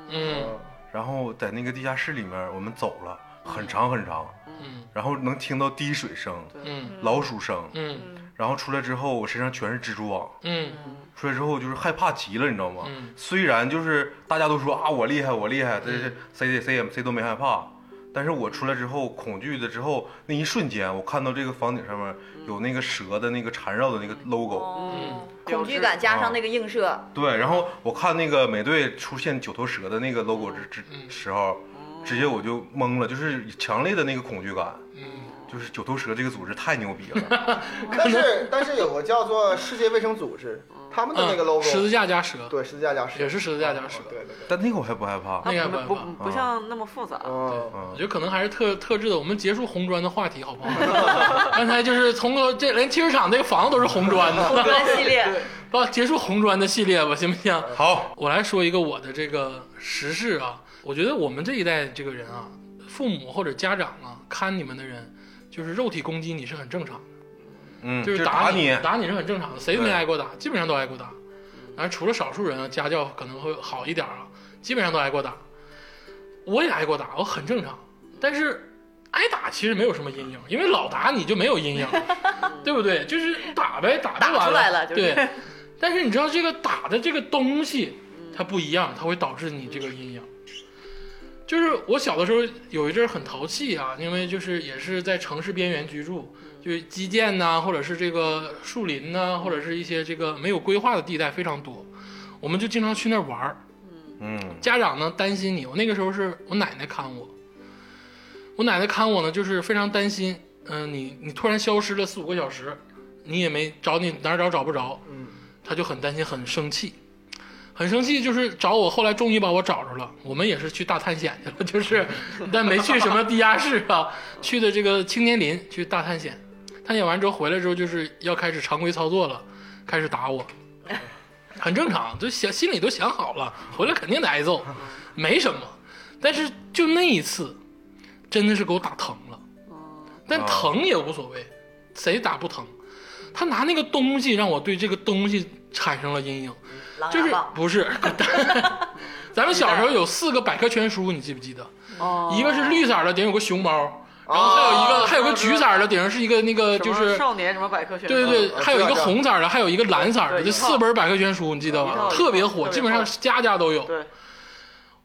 S1: 嗯
S5: 嗯
S3: 然后在那个地下室里面，我们走了很长很长，
S1: 嗯
S3: 然后能听到滴水声、
S1: 嗯
S3: 老鼠声，
S1: 嗯
S3: 然后出来之后，我身上全是蜘蛛网。
S1: 嗯
S3: 出来之后就是害怕极了，你知道吗？
S1: 嗯
S3: 虽然就是大家都说啊我厉害我厉害，
S1: 嗯
S3: 这是谁谁谁也谁都没害怕，但是我出来之后恐惧的之后那一瞬间，我看到这个房顶上面
S1: 嗯
S3: 有那个蛇的那个缠绕的那个 logo，、
S4: 哦，
S2: 标志
S4: 恐惧感加
S3: 啊
S4: 上那个映 射，
S3: 对，然后我看那个美队出现九头蛇的那个 logo
S1: 嗯
S3: 之之时
S1: 哦
S3: 候，直接我就懵了，就是强烈的那个恐惧感，
S1: 嗯，
S3: 就是九头蛇这个组织太牛逼 了，
S5: 嗯但是但是有个叫做世界卫生组织，他们的那个 logo，
S1: 嗯十字架加蛇，
S5: 对十字架加蛇，
S1: 也是十字架加蛇。
S5: 对对对，
S3: 但那个我还不害怕
S1: 那，个
S2: 它
S1: 不
S2: 不不不像那么复杂，
S5: 嗯。
S1: 我
S3: 嗯
S1: 觉，得可能还是特特制的。我们结束红砖的话题，好不好？刚才就是从个这连汽车厂这个房子都是红砖的，
S4: 红砖系列，
S1: 不结束红砖的系列吧，行不行？
S3: 好，
S1: 我来说一个我的这个时事啊，我觉得我们这一代这个人啊，父母或者家长啊，看你们的人，就是肉体攻击你是很正常的。
S3: 嗯，
S1: 就是
S3: 打
S1: 你，
S3: 你，
S1: 是很正常的，谁没
S3: 对
S1: 挨过打，基本上都挨过打。当然，除了少数人啊，家教可能会好一点啊，基本上都挨过打。我也挨过打，我很正常。但是挨打其实没有什么阴影，因为老打你就没有阴影， 对不对？就是打呗，打就
S4: 打
S1: 完
S4: 出来了就是
S1: 对。 但是你知道这个打的这个东西，
S4: 嗯
S1: 它不一样，它会导致你这个阴影。就是我小的时候有一阵儿很淘气啊，因为就是也是在城市边缘居住，
S4: 嗯
S1: 就是基建呐、或者是这个树林呐、或者是一些这个没有规划的地带非常多，我们就经常去那儿玩儿。
S3: 嗯，
S1: 家长呢担心你，我那个时候是我奶奶看我，我奶奶看我呢就是非常担心，呃嗯、你你突然消失了四五个小时，你也没找你哪儿找找不着，
S5: 嗯
S1: 他就很担心，很生气，很生气，就是找我。后来终于把我找着了，我们也是去大探险去了，就是但没去什么地下室啊，去的这个青年林去大探险。探险完之后回来之后，就是要开始常规操作了，开始打我，很正常，就想心里都想好了，回来肯定得挨揍，没什么。但是就那一次，真的是给我打疼了，但疼也无所谓，谁打不疼？他拿那个东西让我对这个东西产生了阴影，
S2: 啊
S4: 狼
S1: 就
S4: 牙
S1: 是
S4: 棒，
S1: 不 是？滚蛋咱们小时候有四个百科全书，你记不记得？
S2: 哦，
S1: 嗯一个是绿色儿的，顶上有个熊猫，然后还有一个还有个橘色儿的，顶上是一个那个
S2: 什
S1: 就
S2: 么
S1: 是
S2: 少年什么百科全书，
S1: 对对对，
S5: 呃
S1: 还有一
S5: 知
S1: 个
S5: 道
S1: 红色儿的，还有一个蓝色儿的，
S2: 对
S1: 这
S2: 一套
S1: 四本百科全书，你记得
S2: 一
S1: 吧？
S2: 套一套
S1: 特别
S2: 特
S1: 火，
S2: 别
S1: 基本上
S2: 火
S1: 家家都有。
S2: 对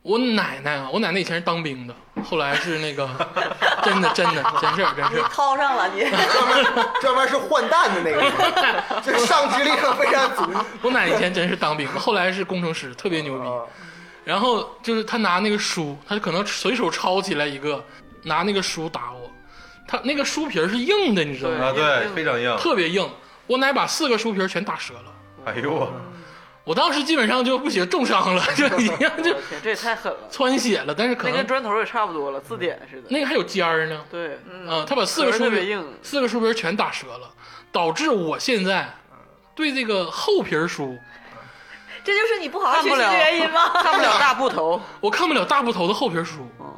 S1: 我奶奶啊，我奶奶以前是当兵的，后来是那个真的真的真事儿真
S4: 你
S1: 事儿。
S4: 掏上了 你，
S5: 专门专门是换弹的那个，就是上肢力量非 常足。
S1: 我奶奶以前真是当兵的，后来是工程师，特别牛逼。
S5: 啊
S1: 然后就是他拿那个书，他可能随手抄起来一个，拿那个书打我，他那个书皮儿是硬的，你知道吗？
S3: 啊，对，非常硬。
S1: 特别硬，我奶把四个书皮儿全打折了。
S3: 哎呦我，
S1: 我当时基本上就不行，重伤了，就已经就
S2: 我天，这也太狠了，
S1: 穿血了，但是可
S2: 那
S1: 能
S2: 跟砖头也差不多了，字典似的。
S1: 那个还有尖儿呢。
S2: 对，
S1: 嗯、他把四个
S2: 壳儿
S1: 书
S2: 特别
S1: 皮
S2: 硬
S1: 四个书皮儿全打折了，导致我现在
S2: 嗯
S1: 对这个厚皮儿书，
S4: 这就是你不好好
S2: 看
S4: 学
S2: 不
S4: 习
S2: 了
S4: 的原因吗？
S2: 看不了大 部头，
S1: 我看不了大部头的厚皮儿书，
S2: 哦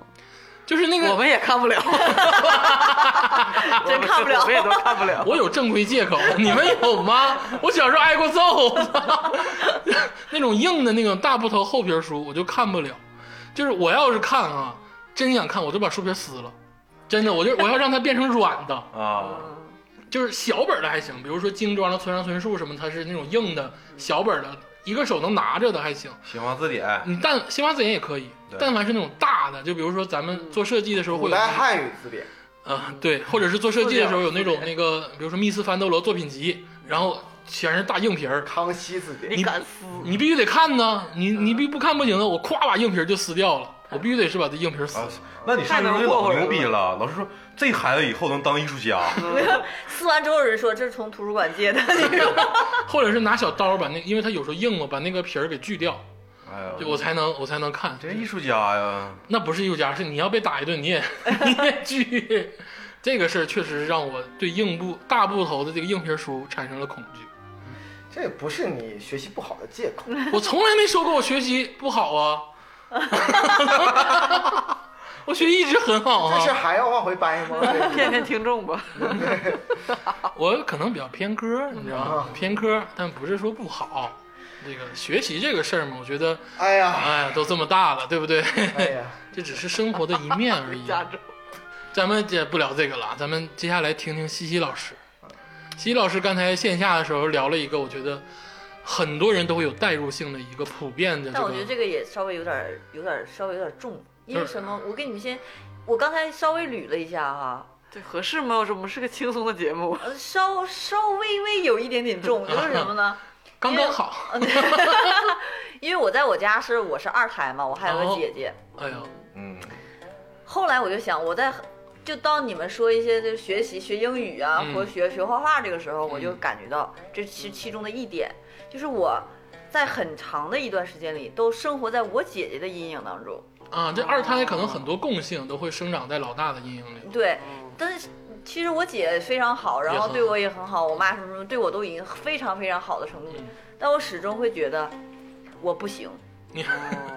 S1: 就是那
S2: 我
S1: 个
S2: 们也看 不了，
S4: 真看不了
S2: 我们也都看不了。
S1: 我有正规借口， 你们有吗？ 我小时候挨过揍， 那种硬的那种大部头厚皮儿书我就看不了，就是我要是看啊，真想看我就把书皮儿撕了，真的，我就我要让它变成软的。
S3: 啊，
S1: 就是小本儿的还行，比如说精装的村上春树什么，它是那种硬的小本儿的，一个手能拿着的还行。
S3: 新华字典
S1: 你但新华字典也可以
S3: 对，
S1: 但凡是那种大的，就比如说咱们做设计的时候
S5: 古
S1: 会有
S5: 代
S1: 啊、
S5: 汉语字典，
S1: 对，或者是做设计的时候有那种
S2: 塑料
S1: 那个，比如说密斯凡德罗作品集，然后全是大硬皮儿，
S5: 康熙字典，
S2: 你敢撕？
S1: 你必须得看呢，你你必不看不行的，我咵把硬皮儿就撕掉了，我必须得是把这硬皮儿撕
S3: 啊
S1: 了。，
S3: 那你上
S2: 太能
S3: 初中
S2: 霍霍
S3: 老
S2: 人
S3: 牛逼了。老师说这孩子以后能当艺 术家，
S4: 撕完之后有人说这是从图书馆借的，你说
S1: 或者是拿小刀把那，因为它有时候硬嘛，把那个皮儿给锯掉，
S3: 哎
S1: 就
S3: 呀，
S1: 我才能我才能看。
S3: 真艺术家呀！
S1: 那不是艺术家，是你要被打一顿，你也你也去。这个事儿确实让我对硬布大部头的这个硬皮书产生了恐惧。
S5: 这不是你学习不好的借口。
S1: 我从来没说过我学习不好啊， 我学习一直很好
S5: 这事儿
S1: 啊。
S5: 还要往回掰 吗？
S2: 骗骗听 众吧，
S1: 我可能比较偏科，你知道吗？偏科，但不是说不好。这个学习这个事儿嘛，我觉得，
S5: 哎呀，
S1: 哎，都这么大了，对不对？
S5: 哎呀，
S1: 这只是生活的一面而已。啊
S2: 加州。
S1: 咱们也不聊这个了，咱们接下来听听西西老师。西西老师刚才线下的时候聊了一个，我觉得很多人都会有代入性的一个普遍的这
S4: 但我
S1: 个
S4: 觉得这个也稍微有点儿、有点儿、稍微有点儿重，因为
S1: 就是
S4: 什么？
S3: 嗯
S4: 我给你们先，我刚才稍微捋了一下哈、
S2: 这合适吗？我说我们是个轻松的节目，
S4: 呃，稍稍微微有一点点重，就是什 么呢？
S1: 刚刚好。
S4: 因为我在我家是我是二胎嘛，我还有个
S1: 哦
S4: 姐姐。
S1: 哎呦，
S3: 嗯，
S4: 后来我就想，我在就当你们说一些就学习学英语啊，
S1: 嗯
S4: 或者学学画画这个时候，我就感觉到这其其中的一点，就是我在很长的一段时间里都生活在我姐姐的阴影当中。
S1: 啊，这二胎可能很多共性都会生长在老大的阴影里。
S4: 对，但是其实我姐非常好，然
S1: 哦也
S4: 后
S1: 很好
S4: 对我也很好，我妈什么什么对我都已经非常非常好的程度，
S1: 嗯
S4: 但我始终会觉得我不行。
S1: 你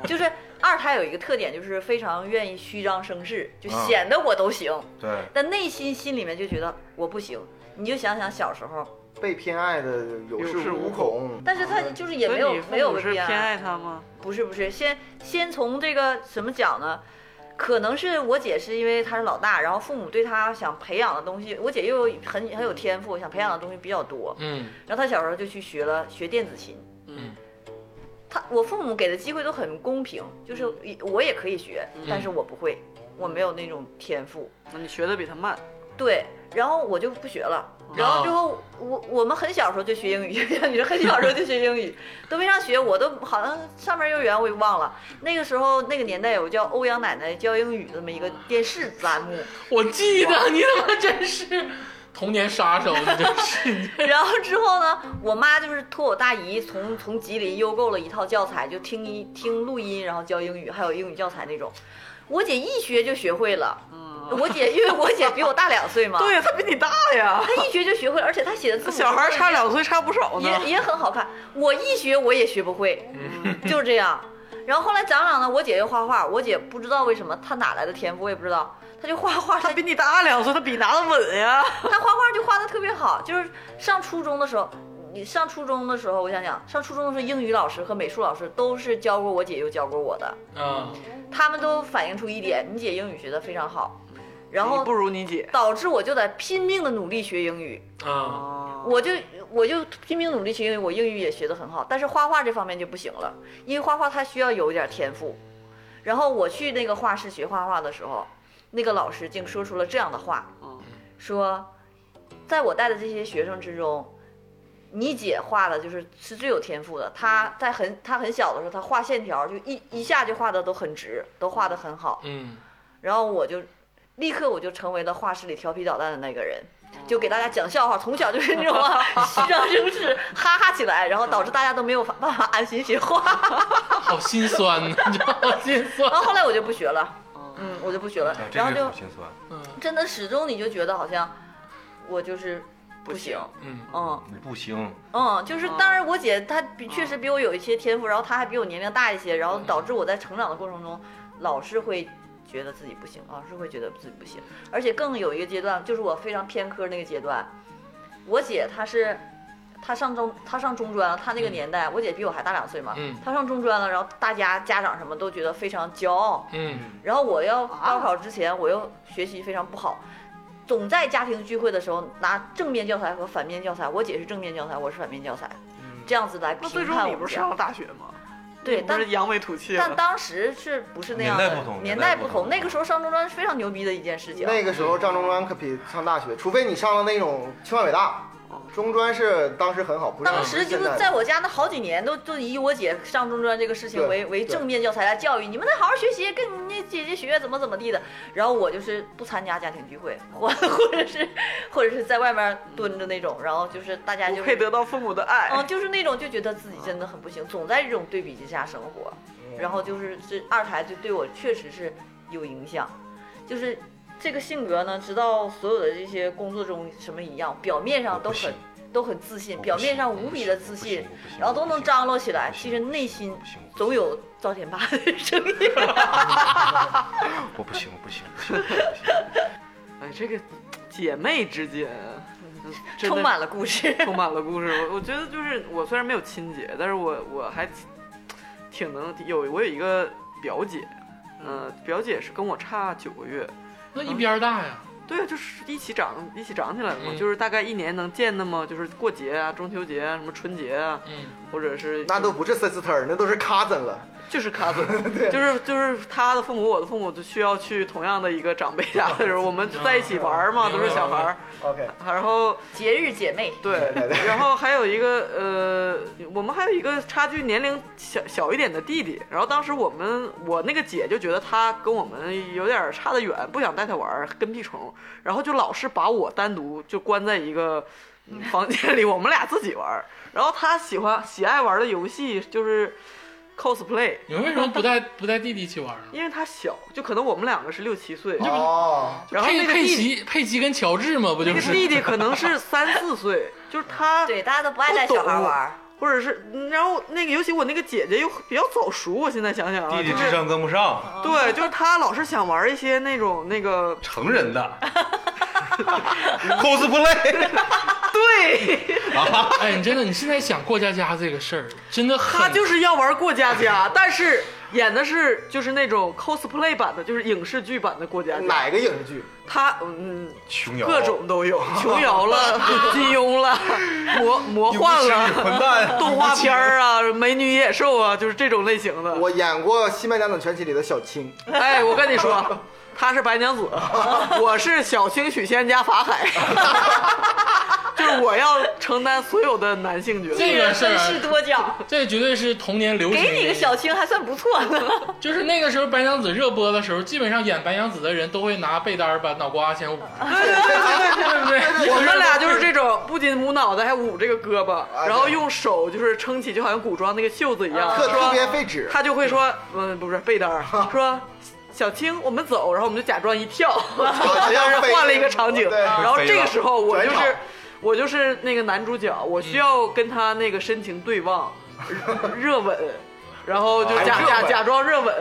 S4: 就是二胎有一个特点，就是非常愿意虚张声势，就
S1: 嗯
S3: 啊
S4: 显得我都行，
S3: 对，
S4: 但内心心里面就觉得我不行。你就想想小时候，
S5: 被偏爱的有
S2: 有
S5: 恃
S2: 恃
S5: 无
S2: 无
S5: 恐。
S4: 但是他就是也
S2: 所
S4: 没
S2: 以
S4: 有
S2: 你父
S4: 没有
S2: 母
S4: 被
S2: 是偏
S4: 偏爱，
S2: 爱他吗？
S4: 不是不是，先先从这个怎么讲呢？可能是我姐是因为她是老大，然后父母对她想培养的东西，我姐又有很很有天赋，想培养的东西比较多，
S1: 嗯
S4: 然后她小时候就去学了学电子琴。
S1: 嗯
S4: 他我父母给的机会都很公平，就是
S2: 嗯
S4: 我也可以学，但是我不会，我没有那种天赋。
S2: 那你学的比他慢，
S4: 对，然后我就不学了。
S2: 哦
S4: 然后之后，我我们很小时候就学英语， 像你说很小时候就学英语，都没上学，我都好像上面幼儿园我也忘了。那个时候那个年代有叫欧阳奶奶教英语这么一个电视栏目，
S1: 我记得你他妈真是童年杀手，你这是
S4: 然后之后呢，我妈就是托我大姨从从吉林邮购了一套教材，就听一听录音，然后教英语，还有英语教材那种。我姐一学就学会了。
S2: 嗯
S4: 我姐因为我姐比我大两岁 嘛，，
S2: 对，他比你大呀，
S4: 她一学就学会了，而且她写的啊字母
S2: 小孩儿差
S4: 两。
S2: 两岁差不少呢。
S4: 也也很好看。我一学我也学不会，
S2: 嗯
S4: 就是这样。然后后来长长呢，我姐又画画，我姐不知道为什么她哪来的天赋，我也不知道，她就画画，她
S2: 他比你大两岁，他比你拿的稳呀。
S4: 她画画就画的特别好。就是上初中的时候，你上初中的时候，我想想，上初中的时候，英语老师和美术老师都是教过我姐又教过我的，
S1: 啊，
S4: 他们都反映出一点，你姐英语学的非常好，然
S2: 你
S4: 后
S2: 不如你姐。
S4: 导致我就得拼命的努力学英语。
S1: 啊，
S4: 我就我就拼命努力学英语，我英语也学得很好，但是画画这方面就不行了，因为画画它需要有一点天赋。然后我去那个画室学画画的时候，那个老师竟说出了这样的话
S2: 嗯，
S4: 说，在我带的这些学生之中，你姐画的就是是最有天赋的。她在很她很小的时候，她画线条就一一下就画的都很直，都画的很好。
S1: 嗯，
S4: 然后我就立刻我就成为了画室里调皮捣蛋的那个人，就给大家讲笑话，从小就是那种 啊让就是哈哈起来，然后导致大家都没有法办法安心学画。
S1: 好心酸呐，你知道吗好心酸
S4: 然。后后来我就不学 了，
S2: 哦
S4: 嗯，我就不学了
S3: 啊，这
S4: 然
S3: 个
S4: 后就
S3: 好心酸。
S1: 嗯
S4: 真的始终你就觉得好像我就是不行，
S1: 嗯
S4: 嗯。
S3: 你不行，
S4: 嗯，就是当然，我姐她比确实比我有一些天赋，然后她还比我年龄大一些，然后导致我在成长的过程中，老是会觉得自己不行，老是会觉得自己不行，而且更有一个阶段，就是我非常偏科那个阶段，我姐她是。她上中，她上中专了。她那个年代，我姐比我还大两岁嘛。
S1: 嗯
S4: 她上中专了，然后大家家长什么都觉得非常骄傲。
S1: 嗯
S4: 然后我要高
S2: 啊
S4: 考之前，我又学习非常不好，总在家庭聚会的时候拿正面教材和反面教材，我姐是正面教材，我是反面教材，这样子来
S2: 那
S4: 评
S2: 最
S4: 判
S2: 终你
S4: 我
S2: 不
S4: 们
S2: 是
S4: 俩
S2: 上了大学吗？
S4: 对，
S2: 你不
S4: 但
S2: 是扬眉吐气
S4: 但
S2: 了。
S4: 当时是不是那样
S3: 年
S4: 的？
S3: 代不同
S4: 年
S3: 年
S4: 代
S3: 代
S4: 不
S3: 不
S4: 同，
S3: 同
S4: 那个时候上中专是非常牛逼的一件事情。
S5: 那个时候上中专可比上大学，除非你上了那种清华北大，中专是当时很好，不是
S4: 哦当时就
S5: 现
S4: 是
S5: 在
S4: 在我家那好几年都都以我姐上中专这个事情
S5: 对
S4: 为为
S5: 对
S4: 正面教材来教育你们得好好学习，跟你姐姐学怎么怎么地的。然后我就是不参加家庭聚会，或 或者是或者是在外面蹲着那种，然后就是大家就
S2: 不
S4: 是
S2: 配得到父母的爱。
S4: 嗯，就是那种就觉得自己真的很不行，总在这种对比之下生活，
S5: 嗯
S4: 然后就是这二胎就对我确实是有影响，就是这个性格呢，直到所有的这些工作中什么一样，表面啊上都
S3: 我不
S4: 很
S3: 行
S4: 都很自信，
S3: 哦我不
S4: 表面
S3: 行
S4: 上
S3: 我不
S4: 无比
S3: 行
S4: 的
S3: 我
S4: 自
S3: 不
S4: 信
S3: 行我不，行
S4: 然后
S3: 我
S4: 都
S3: 不
S4: 能
S3: 行
S4: 张罗起来，
S3: 不
S4: 其
S3: 行
S4: 实
S3: 我不
S4: 内
S3: 行
S4: 心
S3: 我不行我不
S4: 总
S3: 行
S4: 有糟天八的 声音。
S3: 我不行，我不行， 我不行，我不行。
S2: 哎，这个姐妹之 间真的
S4: 充满了故事。
S2: 充满了故事。我我觉得就是我虽然没有亲姐，但是我我还挺挺能有我有一个表姐，呃，
S4: 嗯
S2: 表姐是跟我差九个月，
S1: 那
S2: 嗯
S1: 一边儿大呀，
S2: 对，啊就是一起长一起长起来的嘛，
S1: 嗯
S2: 就是大概一年能见那么就是过节啊、中秋节啊、什么春节啊，
S1: 嗯
S2: 或者是
S5: 那都不是 sister，那都是 cousin 了。
S2: 就是 cousin，就是就是他的父母，我的父母就需要去同样的一个长辈家的时候，我们就在一起玩儿
S5: 嗯
S2: 嘛，都是小孩儿，
S5: OK，
S2: 然后。
S4: 节日姐妹，
S2: 对
S5: 嗯对对，
S2: 然后还有一个呃，我们还有一个差距年龄小小一点的弟弟。然后当时我们我那个姐就觉得他跟我们有点差得远，不想带他玩儿跟屁虫，然后就老是把我单独就关在一个嗯房间里，我们俩自己玩儿。然后他喜欢喜爱玩的游戏就是 cosplay，
S1: 你们为什么不带不带弟弟一起玩呢？
S2: 因为他小，就可能我们两个是六七岁，
S5: 哦，
S2: 然后那
S1: 佩
S2: 个
S1: 佩
S2: 弟弟
S1: 奇佩奇跟乔治嘛，不
S2: 那
S1: 就
S2: 个
S1: 是？
S2: 弟弟可能是三四岁，就是他
S4: 对，大家都不爱带小孩玩儿。
S2: 或者是，嗯然后那个，尤其我那个姐姐又比较早熟，我现在想想啊，
S3: 弟弟
S2: 就
S3: 智
S2: 是
S3: 商跟不
S4: 啊
S3: 上，
S2: 对，就是她老是想玩一些那种那个，
S3: 成人的 cosplay
S2: 对，
S3: 啊，
S1: 哎，你真的，你现在想过家家这个事儿，真的很
S2: 她就是要玩过家家，但是演的是就是那种 cosplay 版的，就是影视剧版的过家家，
S5: 哪个影视剧？
S2: 她嗯。
S3: 琼瑶
S2: 各种都有，琼瑶了， 金庸了，魔魔幻
S3: 你不是混
S2: 了，
S3: 蛋
S2: 动画片儿啊，美女野兽啊，就是这种类型的。
S5: 我演过《新白娘子传奇》里的小青，
S2: 哎，我跟你说， 她是白娘子，我是小清许仙加法海，就就是我要承担所有的男性角色。
S1: 这 个事儿
S4: 分饰多角，
S1: 这绝对是啊童年流行。
S4: 给你个小，青还算不错呢。
S1: 就是那个时候白娘子热播的时候，基本上演白娘子的人都会拿被单儿把脑瓜先捂，
S2: 对对对对对
S1: 对不对？
S2: 我们俩就是这种，不仅捂脑袋，还捂这个胳
S5: 啊
S2: 膊，然后用手就是撑起，就好像古装那个袖子一
S4: 啊
S2: 样。
S5: 特特别
S2: 说
S5: 费纸，
S2: 他就会说，嗯，不是被单儿，说小青，我们走，然后我们就假装一跳， 当时换了一个场景。
S5: 对
S2: 然后这个时候我就
S5: 转
S2: 是
S5: 场
S2: 我就是那个男主角，我需要跟他那个深情对望，热吻。然后就假
S3: 还热
S2: 假
S3: 吻
S2: 假装热吻，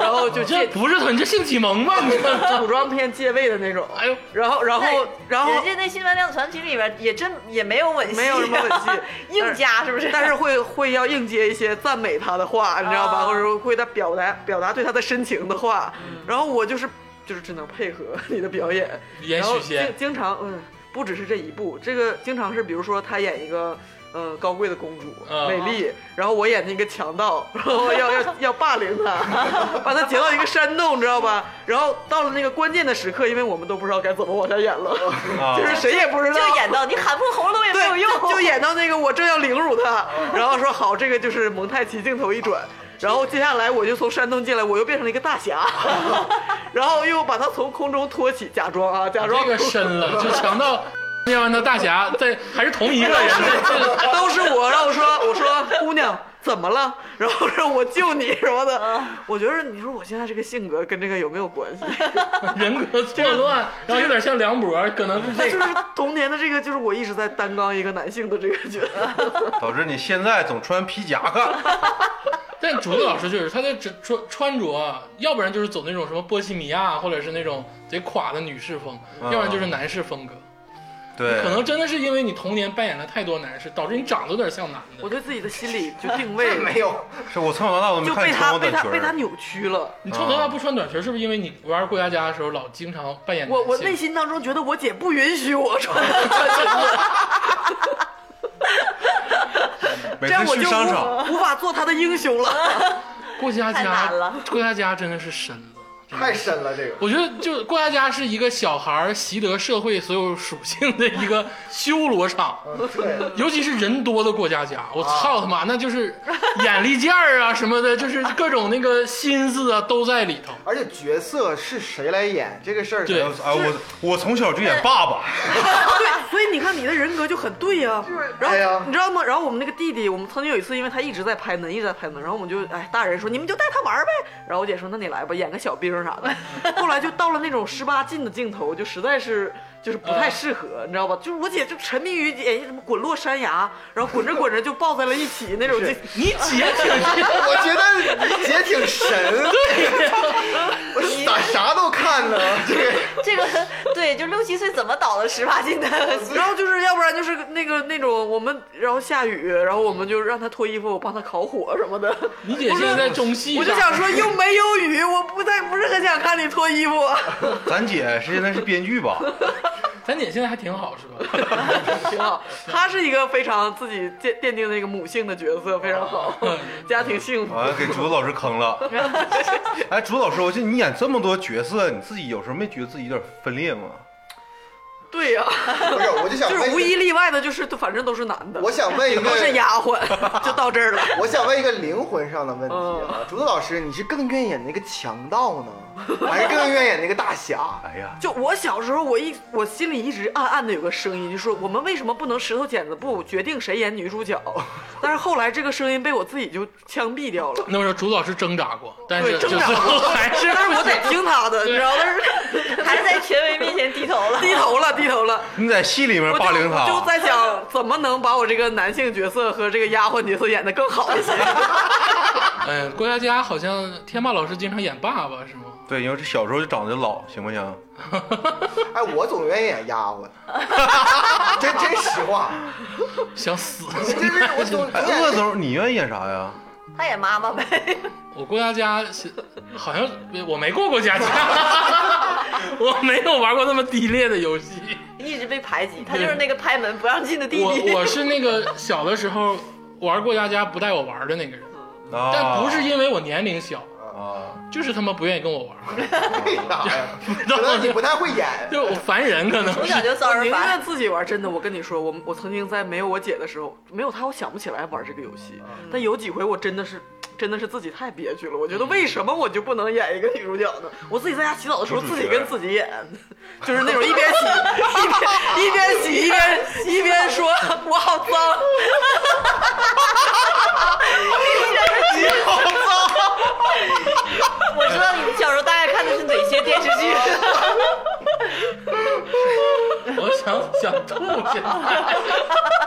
S2: 然后就
S1: 这
S2: 借
S1: 不是你这性启蒙吧？你
S2: 古装片借位的那种。
S1: 哎呦，
S2: 然后然后然后
S4: 人家那《新白娘子传奇》里边也真也没有吻戏，
S2: 没有什么吻戏
S4: 硬加是不 是？
S2: 但是会会要应接一些赞美他的话，你知道吧？
S4: 啊
S2: 或者说会他表达表达对他的深情的话，然后我就是就是只能配合你的表演，
S1: 连
S2: 然后
S1: 续
S2: 经
S1: 先，
S2: 经常嗯，不只是这一部，这个经常是比如说他演一个。呃，高贵的公主
S1: 啊
S2: 美丽，然后我演那个强盗， 然后要要要霸凌她， 把她截到一个山洞，你知道吧？然后到了那个关键的时刻，因为我们都不知道该怎么往下演了，
S3: 啊
S2: 就是谁也不知道，
S4: 就演到你喊破喉 咙也没有
S2: 对，
S4: 用，
S2: 就就演到那个我正要凌辱他，然后说好，这个就是蒙太奇镜头一转，然后接下来我就从山洞进来，我又变成了一个大侠， 然后又把他从空中托起，假装啊，假装
S1: 这个深了，就强 到念完他大侠，在还是同一个人， 这 这
S2: 都是我，然后我说我说姑娘怎么了？然后说我救你什么的， 我觉得你说我现在这个性格跟这个有没有关 系？
S1: 人格错乱，然后有点像梁博，可能是
S2: 那
S1: 这
S2: 就
S1: 个。
S2: 是童年的这个，就是我一直在担纲一个男性的这个角色。
S3: 导致你现在总穿皮夹克，
S1: 但竹子老师就是他的这穿穿着啊，要不然就是走那种什么波西米亚，或者是那种贼垮的女士风，
S3: 嗯
S1: 要不然就是男士风格。
S3: 对，
S1: 可能真的是因为你童年扮演了太多男士，导致你长得有点像男
S2: 我
S1: 的。
S2: 对自己的心理就定位
S5: 没有，
S3: 是我从小到大我都没
S2: 就
S3: 看
S2: 被
S3: 你穿
S2: 他
S3: 过
S2: 被
S3: 短
S2: 他
S3: 裙
S2: 被他
S3: 儿，
S2: 扭曲了。
S1: 你从头到不穿短裙，是不是因为你玩过家家的时候老经常扮演
S2: 我我
S1: 男
S2: 内
S1: 性
S2: 心当中觉得我姐不允许我穿穿裙子，
S3: 每
S2: 这样我
S3: 次去
S2: 就
S3: 商场，
S2: 无无法做她的英雄了。
S1: 过家
S4: 太
S1: 家
S4: 难了，
S1: 过家家真的是深了。
S5: 太深了这个。
S1: 我觉得就是过家家是一个小孩儿习得社会所有属性的一个修罗场。
S5: 嗯对，
S1: 尤其是人多的过家家，我
S2: 啊
S1: 操他妈，那就是眼力劲儿啊什么的，就是各种那个心思啊都在里头。
S5: 而且角色是谁来演这个事儿，
S1: 对
S3: 啊，我我从小就演爸爸，
S2: 对，所以你看你的人格就很对呀、
S5: 哎
S2: 然后
S5: 呀
S2: 你知道吗？然后我们那个弟弟，我们曾经有一次，因为他一直在拍门，一直在拍门，然后我们就哎，大人说你们就带他玩儿呗。然后我姐说那你来吧，演个小兵啥的。后来就到了那种十八禁的镜头，就实在是。就是不太适合，你知道吧？就是我姐就沉迷于演什么滚落山崖，然后滚着滚着就抱在了一起那种
S5: 是
S2: 就。
S1: 你姐挺
S5: 我觉得李姐挺神，我咋啥都看呢？这个
S4: 这个对，就六七岁怎么倒的十八禁的？
S2: 然后就是要不然就是那个那种我们，然后下雨，然后我们就让他脱衣服，我帮他烤火什么的。
S1: 你姐现在在中戏
S2: 我就想说，又没有雨，我不太不是很想看你脱衣服。
S3: 咱姐是现在是编剧吧？
S1: 咱姐现在还挺好是吧？
S2: 挺好，他是一个非常自己奠奠定那个母性的角色，非常好，家庭幸福。
S3: 完了给竹子老师 坑了。哎，竹子老师，我记得你演这么多角色，你自己有时候没觉得自己有点分裂吗？
S2: 对呀、
S5: 不是，我就想
S2: 就是
S5: 问
S2: 无一例外的，就是反正都是男的，
S5: 我想问一个
S2: 都是丫鬟，就到这儿了。
S5: 我想问一个灵魂上的问题啊，竹子老师，你是更愿意演那个强盗呢，还是更愿意演那个大侠？
S3: 哎呀，
S2: 就我小时候，我一我心里一直暗暗的有个声音，就说我们为什么不能石头剪子布决定谁演女主角？ 但是后来这个声音被我自己就枪毙掉了。
S1: 那么说竹子老师挣扎过，但是
S2: 对，
S1: 就
S2: 挣
S1: 最
S2: 扎
S1: 后
S2: 过，
S1: 还是
S2: 但是我得听他的，你知道吗？但是
S4: 还在权威面前低头 了。
S2: 低头了，低头了。
S3: 你在戏里面
S2: 我就
S3: 霸凌
S2: 我就
S3: 他，啊
S2: 在想，怎么能把我这个男性角色和这个丫鬟角色演得更好一些？
S1: 嗯，过家家好像天霸老师经常演爸爸是吗？
S3: 对，因为这小时候就长得老，行不行？
S5: 哎，我总愿意演丫鬟，真真实 话，
S1: 想死！
S5: 这这是我总
S3: 哎，
S5: 总
S3: 鄂
S5: 演
S3: 总，你愿意演啥呀？
S4: 他演妈妈呗，
S1: 我过家家是好像我没过过家 家，我没有玩过那么低劣的游戏。
S4: 一直被排挤。他就是那个拍门不让进的弟弟。
S1: 我 我是那个小的时候玩过家家不带我玩的那个人，
S3: 啊，
S1: 但不是因为我年龄小，
S3: 啊，
S1: 就是他妈不愿意跟我玩儿，
S5: 为啥 呀？
S1: 然
S5: 可
S1: 后
S5: 能你
S1: 就
S5: 不太会 演，
S1: 就我烦人，可能
S4: 从
S1: 是
S4: 小就遭
S2: 我
S4: 人
S2: 宁
S4: 烦。
S2: 愿自己玩，真的。我跟你说，我我曾经在没有我姐的时候，没有她，我想不起来玩这个游戏。
S5: 嗯
S2: 但有几回我真的是，真的是自己太憋屈了。我觉得为什么我就不能演一个女主角呢？我自己在家洗澡的时候，
S3: 女主
S2: 自己
S3: 角
S2: 跟自己演，就是那种一边洗一边一边洗一边一边说我好脏，
S4: 我知道你小时候大概看的是哪些电视剧，
S1: 我想想吐，现在。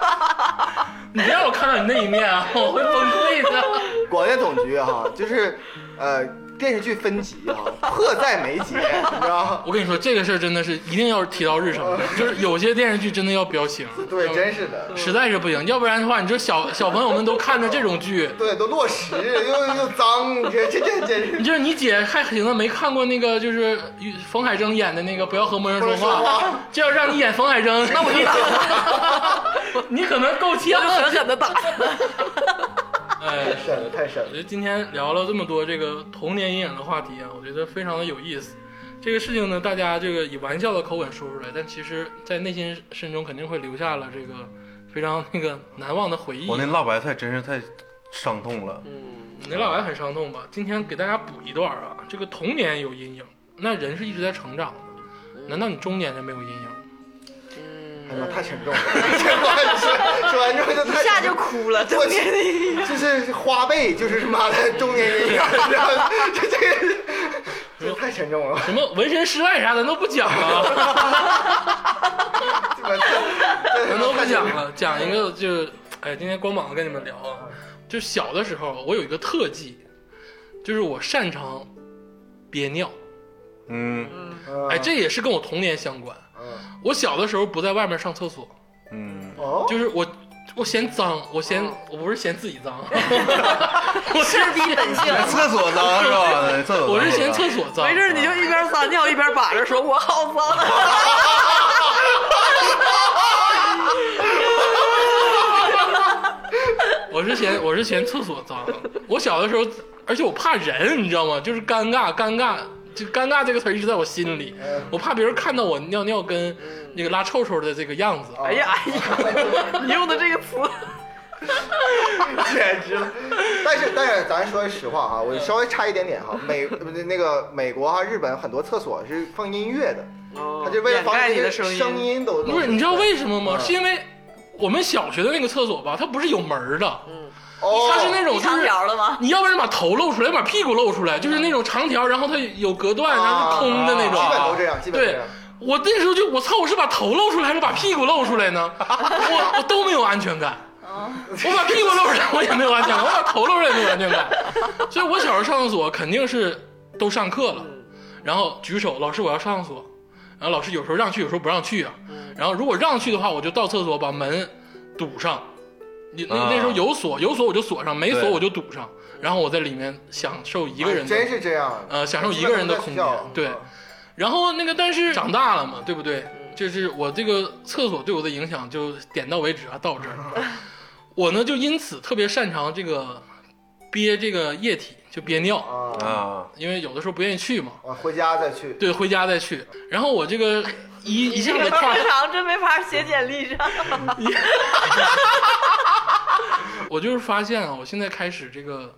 S1: 你别让我看到你那一面啊，我会崩溃的。
S5: 广电总局哈、就是呃电视剧分级哈、迫在眉睫，你知道吗？
S1: 我跟你说，这个事儿真的是一定要提到日程，就是有些电视剧真的要标清，
S5: 对，真是的，
S1: 实在是不行，要不然的话，你说小小朋友们都看着这种剧，
S5: 对，都落实又又脏，你这这这真是
S1: 你就是你姐还行啊了，没看过那个就是冯海征演的那个《不要和陌生人
S5: 不能说
S1: 话
S5: 话》，
S1: 这要让你演冯海征，那我就打， 你可能够呛
S2: 就。狠狠的打。
S1: 哎，
S5: 太深了，太深
S1: 我
S5: 了。
S1: 觉得今天聊了这么多这个童年阴影的话题啊，我觉得非常的有意思。这个事情呢，大家这个以玩笑的口吻说出来，但其实，在内心深中肯定会留下了这个非常那个难忘的回忆。
S3: 我那辣白菜真是太伤痛了。
S1: 你那老白很伤痛吧？今天给大家补一段啊，这个童年有阴影，那人是一直在成长的，难道你中年就没有阴影？
S5: 哎呀，太沉重了，
S1: 嗯
S5: 这话你 说说完之后就
S4: 一
S5: 太
S4: 下
S5: 沉
S4: 就
S5: 重了。
S4: 哭 了。
S5: 我去，就是花呗，就是他妈的中年人一样，你知道吗这这个这太沉重了，
S1: 什么纹身失败啥咱都不讲了，
S5: 这个这
S1: 咱
S5: 这
S1: 都不讲了，讲一个就是，哎，今天光膀子跟你们聊啊，就小的时候我有一个特技，就是我擅长憋尿，
S3: 嗯
S5: 嗯
S1: 哎，这也是跟我童年相关。
S5: 嗯
S1: 我小的时候不在外面上厕所，
S3: 嗯，
S5: 哦，
S1: 就是我我嫌脏，我嫌我不是嫌自己脏，我是
S4: 逼本性，
S3: 厕所脏是吧？厕所脏
S1: 我是嫌厕所脏
S2: 没事。儿，你就一边撒尿一边把着说我好脏。
S1: 我是嫌我是嫌厕所脏。我小的时候，而且我怕人，你知道吗？就是尴尬，尴尬，就尴尬这个词儿一直在我心里。
S5: 嗯
S1: 我怕别人看到我尿尿跟那个拉臭臭的这个样子。
S5: 哦
S2: 哎呀哎呀，你用的这个词，
S5: 简直了！但是但是，咱说实话哈，我稍微差一点点哈。美不是那个美国哈、日本很多厕所是放音乐的，他就为了
S2: 掩
S5: 防
S2: 盖
S5: 止
S2: 你
S5: 这
S2: 的
S5: 个
S2: 声音
S5: 声音都
S1: 不是，你知道为什么吗？
S5: 嗯
S1: 是因为我们小学的那个厕所吧，它不是有门儿的，
S5: 哦，
S1: 它是那种
S4: 你
S1: 就
S4: 长
S1: 是。
S4: 条了吗？
S1: 你要不然把头露出来，要不然把屁股露出来，就是那种长条，然后它有隔断，然后是通的那种。
S5: 啊基本都这样，基本都这
S1: 对
S5: 样。，
S1: 我那时候就我操，我是把头露出来，还是把屁股露出来呢？我我都没有安全感。我把屁股露出来，我也没有安全感；我把头露出来，也没有安全感。所以，我小时候上厕所肯定是都上课了，然后举手，老师我要上厕所，然后老师有时候让去，有时候不让去啊。然后如果让去的话，我就到厕所把门堵上。你那
S3: 啊
S1: 那时候有锁，有锁我就锁上，没锁
S3: 对
S1: 我就堵上，然后我在里面享受一个人的
S5: 啊真是这样。
S1: 呃享受一个人的空
S5: 基本
S1: 间
S5: 都在学校。嗯
S1: 对，然后那个但是长大了嘛，对不对？就是我这个厕所对我的影响就点到为止啊，到这 儿。我呢就因此特别擅长这个憋这个液体，就憋尿，
S5: 啊
S3: 啊，
S1: 因为有的时候不愿意去嘛，
S5: 啊，回家再去。
S1: 对，回家再去。然后我这个一一
S4: 你这
S1: 下
S4: 个
S1: 子
S4: 特
S1: 跨，
S4: 长真没法写简历上。
S1: 我就是发现啊，我现在开始这个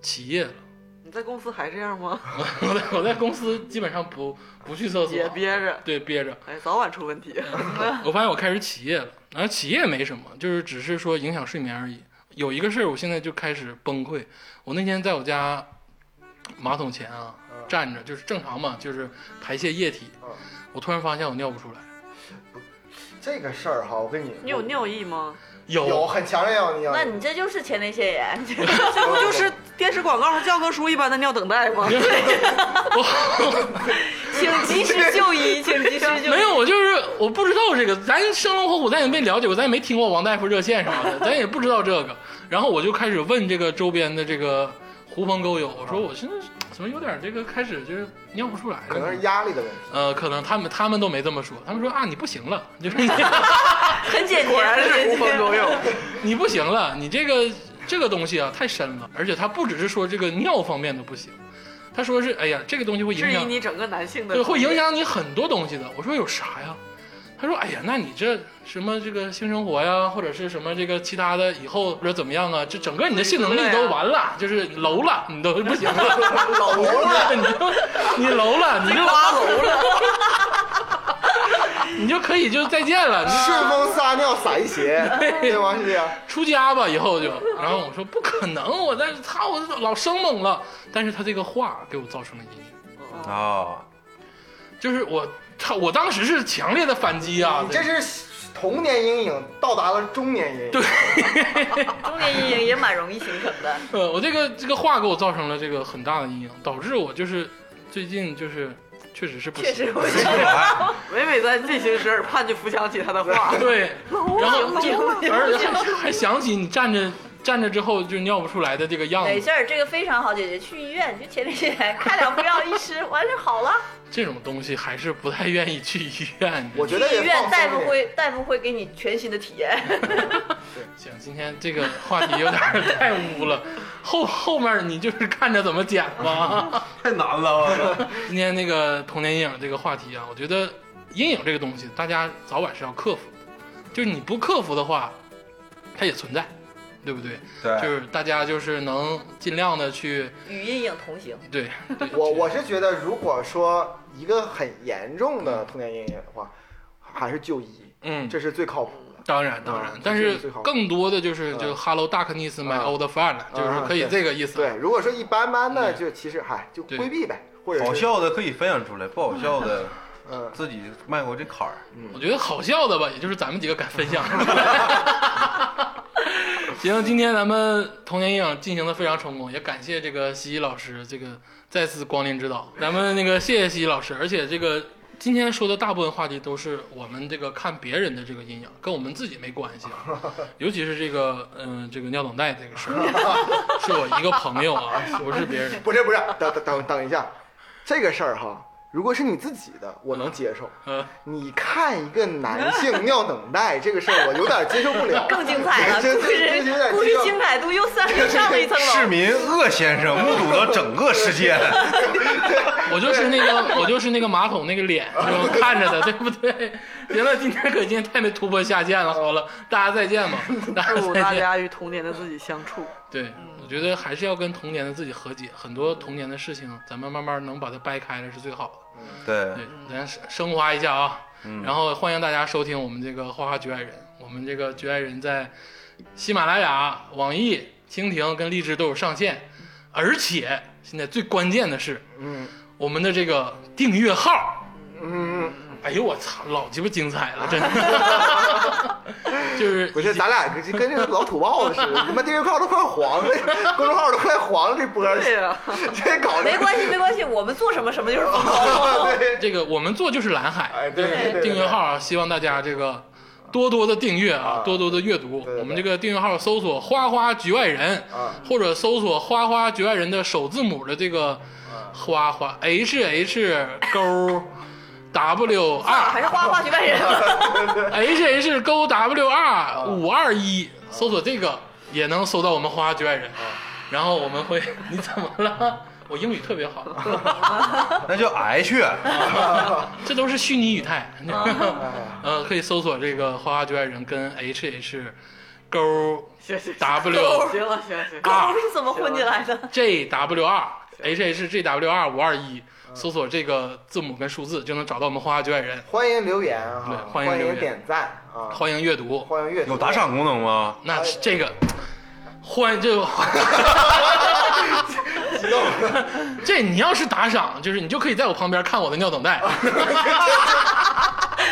S1: 起夜了。
S2: 你在公司还这样吗？
S1: 我在我在公司基本上不不去厕所，啊
S2: 也憋着，
S1: 对憋着。
S2: 哎，早晚出问题。
S1: 我发现我开始起夜了，然后起夜没什么，就是只是说影响睡眠而已。有一个事儿，我现在就开始崩溃。我那天在我家马桶前啊站着，就是正常嘛，就是排泄液体
S5: 嗯。
S1: 我突然发现我尿不出来，
S5: 这个事儿哈，我跟你
S2: 你有尿意吗？
S5: 有很强烈要尿，
S4: 那你这就是前列腺炎，
S2: 这不就是电视广告和教科书一般的尿等待 吗？
S4: 请及时就医，请及时就医。
S1: 没有，我就是我不知道这个，咱生龙活虎，咱也没了解过，咱也没听过王大夫热线啥的，咱也不知道这个。然后我就开始问这个周边的这个狐朋狗友，我说我现在怎么有点这个开始就是尿不出来了呢，
S5: 嗯可能是压力的问题。
S1: 呃，可能他们他们都没这么说，他们说啊，你不行了，就是 你
S4: 很简洁，
S2: 果然
S4: 很
S2: 是狐
S4: 简
S2: 朋
S4: 洁
S2: 狗友。
S1: 你不行了，你这个这个东西啊太深了，而且它不只是说这个尿方面的不行，他说是，哎呀，这个东西会影
S2: 质疑
S1: 响，
S2: 你整个男性的
S1: 对，会影 响你很多东西的。我说有啥呀？他说，哎呀，那你这什么这个性生活呀，或者是什么这个其他的，以后或者怎么样啊？这整个你的性能力都完了，就是楼了，你都不行了， 楼
S4: 啊
S1: 了，你就你楼了，你就
S2: 拉楼了，
S1: 你就可以就再见了，你
S5: 顺风撒尿撒一鞋， 对吗？是这样。
S1: 出家吧，以后就。然后我说不可能，我在他我老生猛了，但是他这个话给我造成了阴影，
S3: 啊，
S1: 就是我他我当时是强烈的反击啊
S5: 嗯你，这是童年阴影到达了中年阴影。对，
S4: 中年阴影也蛮容易形成的。
S1: 呃，我这个这个话给我造成了这个很大的阴影，导致我就是最近就是确实是不
S4: 确实
S1: 行，
S4: 不 行，
S2: 每每在进行时耳畔就浮想起他的话，
S1: 对，然 后就
S4: 不行
S1: 而且还想起你站着站着之后就尿不出来的这个样
S4: 没
S1: 子，
S4: 事儿，这个非常好解决。去医院，你就前列腺看两副药一吃，完事儿好了。
S1: 这种东西还是不太愿意去医院。
S5: 我觉得
S4: 去
S5: 也
S4: 医
S5: 放
S4: 院
S5: 松
S4: 大
S5: 一
S4: 夫
S5: 点
S4: 会大夫会给你全新的体验。
S1: 行，今天这个话题有点儿 太污了，后后面你就是看着怎么剪吧。
S3: 太难了，我操！
S1: 今天那个童年阴影这个话题啊，我觉得阴影这个东西，大家早晚是要克服的，就是你不克服的话，它也存在，对不对？就
S3: 对，
S1: 是大家就是能尽量的去
S4: 与阴影同行，
S1: 对，对
S5: 我我是觉得，如果说一个很严重的童年阴影的话，还是就医，
S1: 嗯，
S5: 这是最靠谱的。
S1: 当然当然
S5: 嗯，
S1: 但
S5: 这
S1: 是
S5: 是最好的
S1: 更多的就是就
S5: 嗯
S1: Hello Darkness my
S5: 嗯
S1: old friend，就是可以
S5: 嗯
S1: 这个意思。
S5: 对，如果说一般般的，
S1: 嗯
S5: 就其实嗨，就
S1: 对
S5: 规避呗，或者
S3: 好
S5: 是
S3: 笑的可以分享出来，不好笑的
S5: 嗯，
S3: 自己迈过这坎儿。
S1: 我觉得好笑的吧，也就是咱们几个敢分 享。行，今天咱们童年阴影进行的非常成功，也感谢这个西西老师这个再次光临指导，咱们那个谢谢西西老师，而且这个今天说的大部分话题都是我们这个看别人的这个阴影，跟我们自己没关系 啊，尤其是这个嗯、这个尿等待这个事儿， 是我一个朋友啊，不是别人。
S5: 不是不是，等等等等一下，这个事儿哈，如果是你自己的，我能接受。
S1: 嗯，
S5: 你看一个男性尿等待这个事儿，我有点接受不了。
S4: 更精彩了。
S5: 这
S4: 故
S5: 这这有
S4: 事
S5: 点
S4: 故
S5: 接
S4: 事
S5: 受
S4: 精彩度又上上了一层
S3: 市
S4: 楼。
S3: 民鄂先生目睹了整个事件，
S1: 我就是那个，我就是那个马桶那个脸，就看着的，对不对？行了，今天可今天太没突破下限了。好了，大家再见吧，大家
S2: 祝大
S1: 再见。
S2: 家与童年的自己相处。
S1: 对，我觉得还是要跟童年的自己和解，很多童年的事情，咱们慢慢能把它掰开了是最好的。
S3: 对
S1: 对，咱升华一下啊。
S5: 嗯
S1: 然后欢迎大家收听我们这个《花花局外人》，我们这个局外人在喜马拉雅、网易、蜻蜓跟荔枝都有上线，而且现在最关键的是，
S5: 嗯
S1: 我们的这个订阅号。
S5: 嗯，
S1: 哎呦我操，老鸡巴精彩了，真 的，就是
S5: 不是，咱俩跟跟这个老土豹子似 的，他妈订阅号都快黄了， 公众号都快黄了，这波儿
S2: 对呀、
S5: 这搞
S4: 没
S5: 的。
S4: 关系，没关系，我们做什么什么就是
S5: 对，
S1: 这个我们做就是蓝海，
S5: 哎，对对对，
S1: 订阅号啊，希望大家这个多多的订阅啊，
S5: 啊
S1: 多多的阅读。
S5: 对对
S1: 我们这个订阅号搜索“花花局外人”，
S5: 啊
S1: 或者搜索“花花局外人”的首字母的这个
S5: 啊
S1: 花花 H H 勾 W
S4: 还
S5: 哎
S1: 二
S4: 是花花局外人。
S5: 啊
S1: H H 勾 W 二五二一，搜索这个也能搜到我们花花局外人。
S5: 啊
S1: 然后我们会， 你怎么了？我英语特别好。
S3: 那叫挨去。
S1: 这都是虚拟语态。
S5: 哦
S1: 呃，可以搜索这个《花花局外人》跟 H H 勾
S2: 行行
S1: W
S2: 行了行了行了，
S1: 啊
S4: 都是怎么混进来的？
S1: J W 二 H H J W 二五二一，
S5: 嗯
S1: 搜索这个字母跟数字就能找到我们《花花局外人
S5: 欢迎留言啊，
S1: 对欢
S5: 欢
S1: 迎留言
S5: 点赞》，啊，
S1: 欢迎阅读。
S5: 欢迎阅读，
S3: 有打赏功能吗？
S1: 那是这个欢这个
S5: 激动，
S1: 这你要是打赏，就是你就可以在我旁边看我的尿等 待。
S5: 哎啊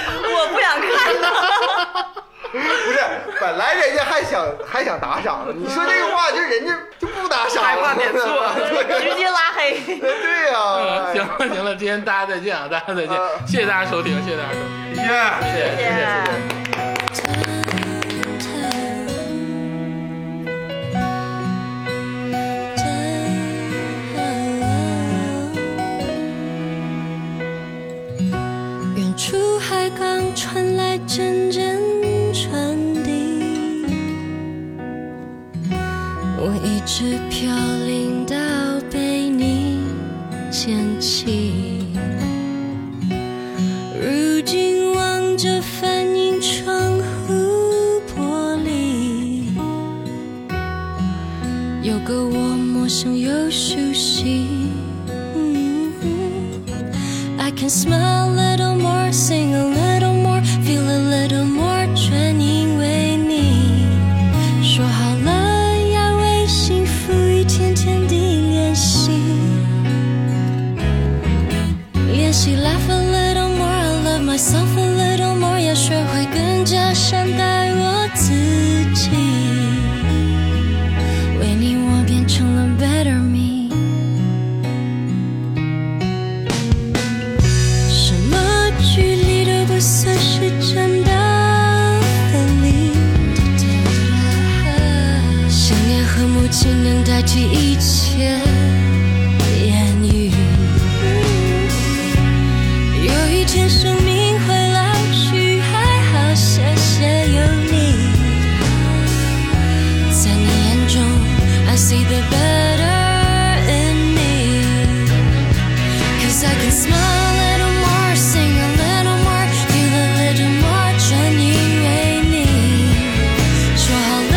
S4: 我不想 看了。
S5: 不是，本来人家还想还想打赏呢，你说这个话，就人家就不打赏了，
S2: 害怕点错
S5: 对
S4: 直接拉黑。
S5: 对呀、
S1: 呃
S5: 哎
S1: 行了行了，今天大家再见啊，大家再见，
S5: 呃
S1: 谢谢大家收听，谢谢大家收听，
S3: 谢谢。
S1: 谢谢谢谢谢谢。
S6: 远处海港传来阵阵船笛，我一直飘零到北你嫌弃。如今望着反映窗户玻璃，有个我陌生又熟悉。嗯 I can smile a little more, sing a little more, feel a little more，全因为你。说好了要为幸福一天天地练习，练习 laugh a little more, I love myself a little more，要学会更加善待我自己。为你，我变成了 better me。什么距离都不算是真的分离。想念和母亲能代替一切言语。有一天生命会老去，还好谢谢有你，在你眼中，I see the better in me。Cause I can smile a little more, sing a little more, feel a little more，全因为你。说好了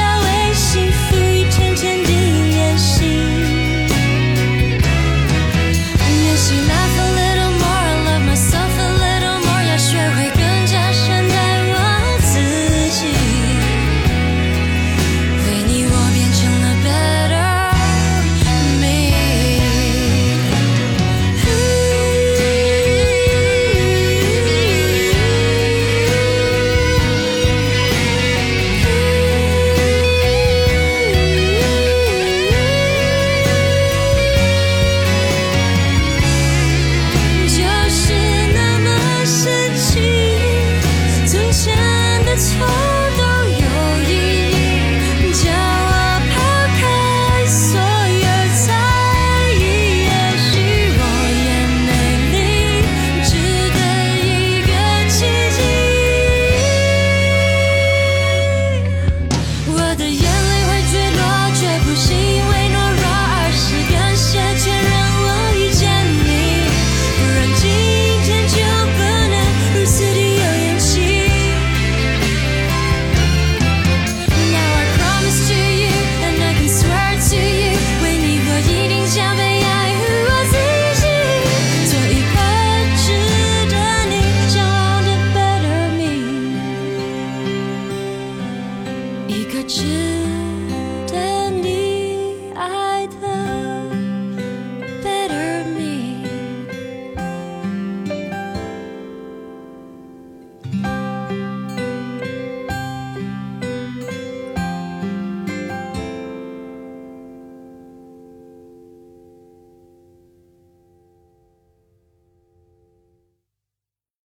S6: 要为幸福一天天地练习，练习 laugh a little more, I love myself a little more，要学会更加善待我自己。为你，我变成了 better me。就是那么神奇，从前的错都有意义，叫我抛开所有猜疑，也许我也美丽，值得一个奇迹。我的眼泪会坠落，绝不是因为懦弱，而是感谢前任我遇见你，不然今天就不能如此的有勇气。Now I promise to you and I can swear to you，为你我一定加倍爱护我自己，做一个值得你骄傲的 better me。一个值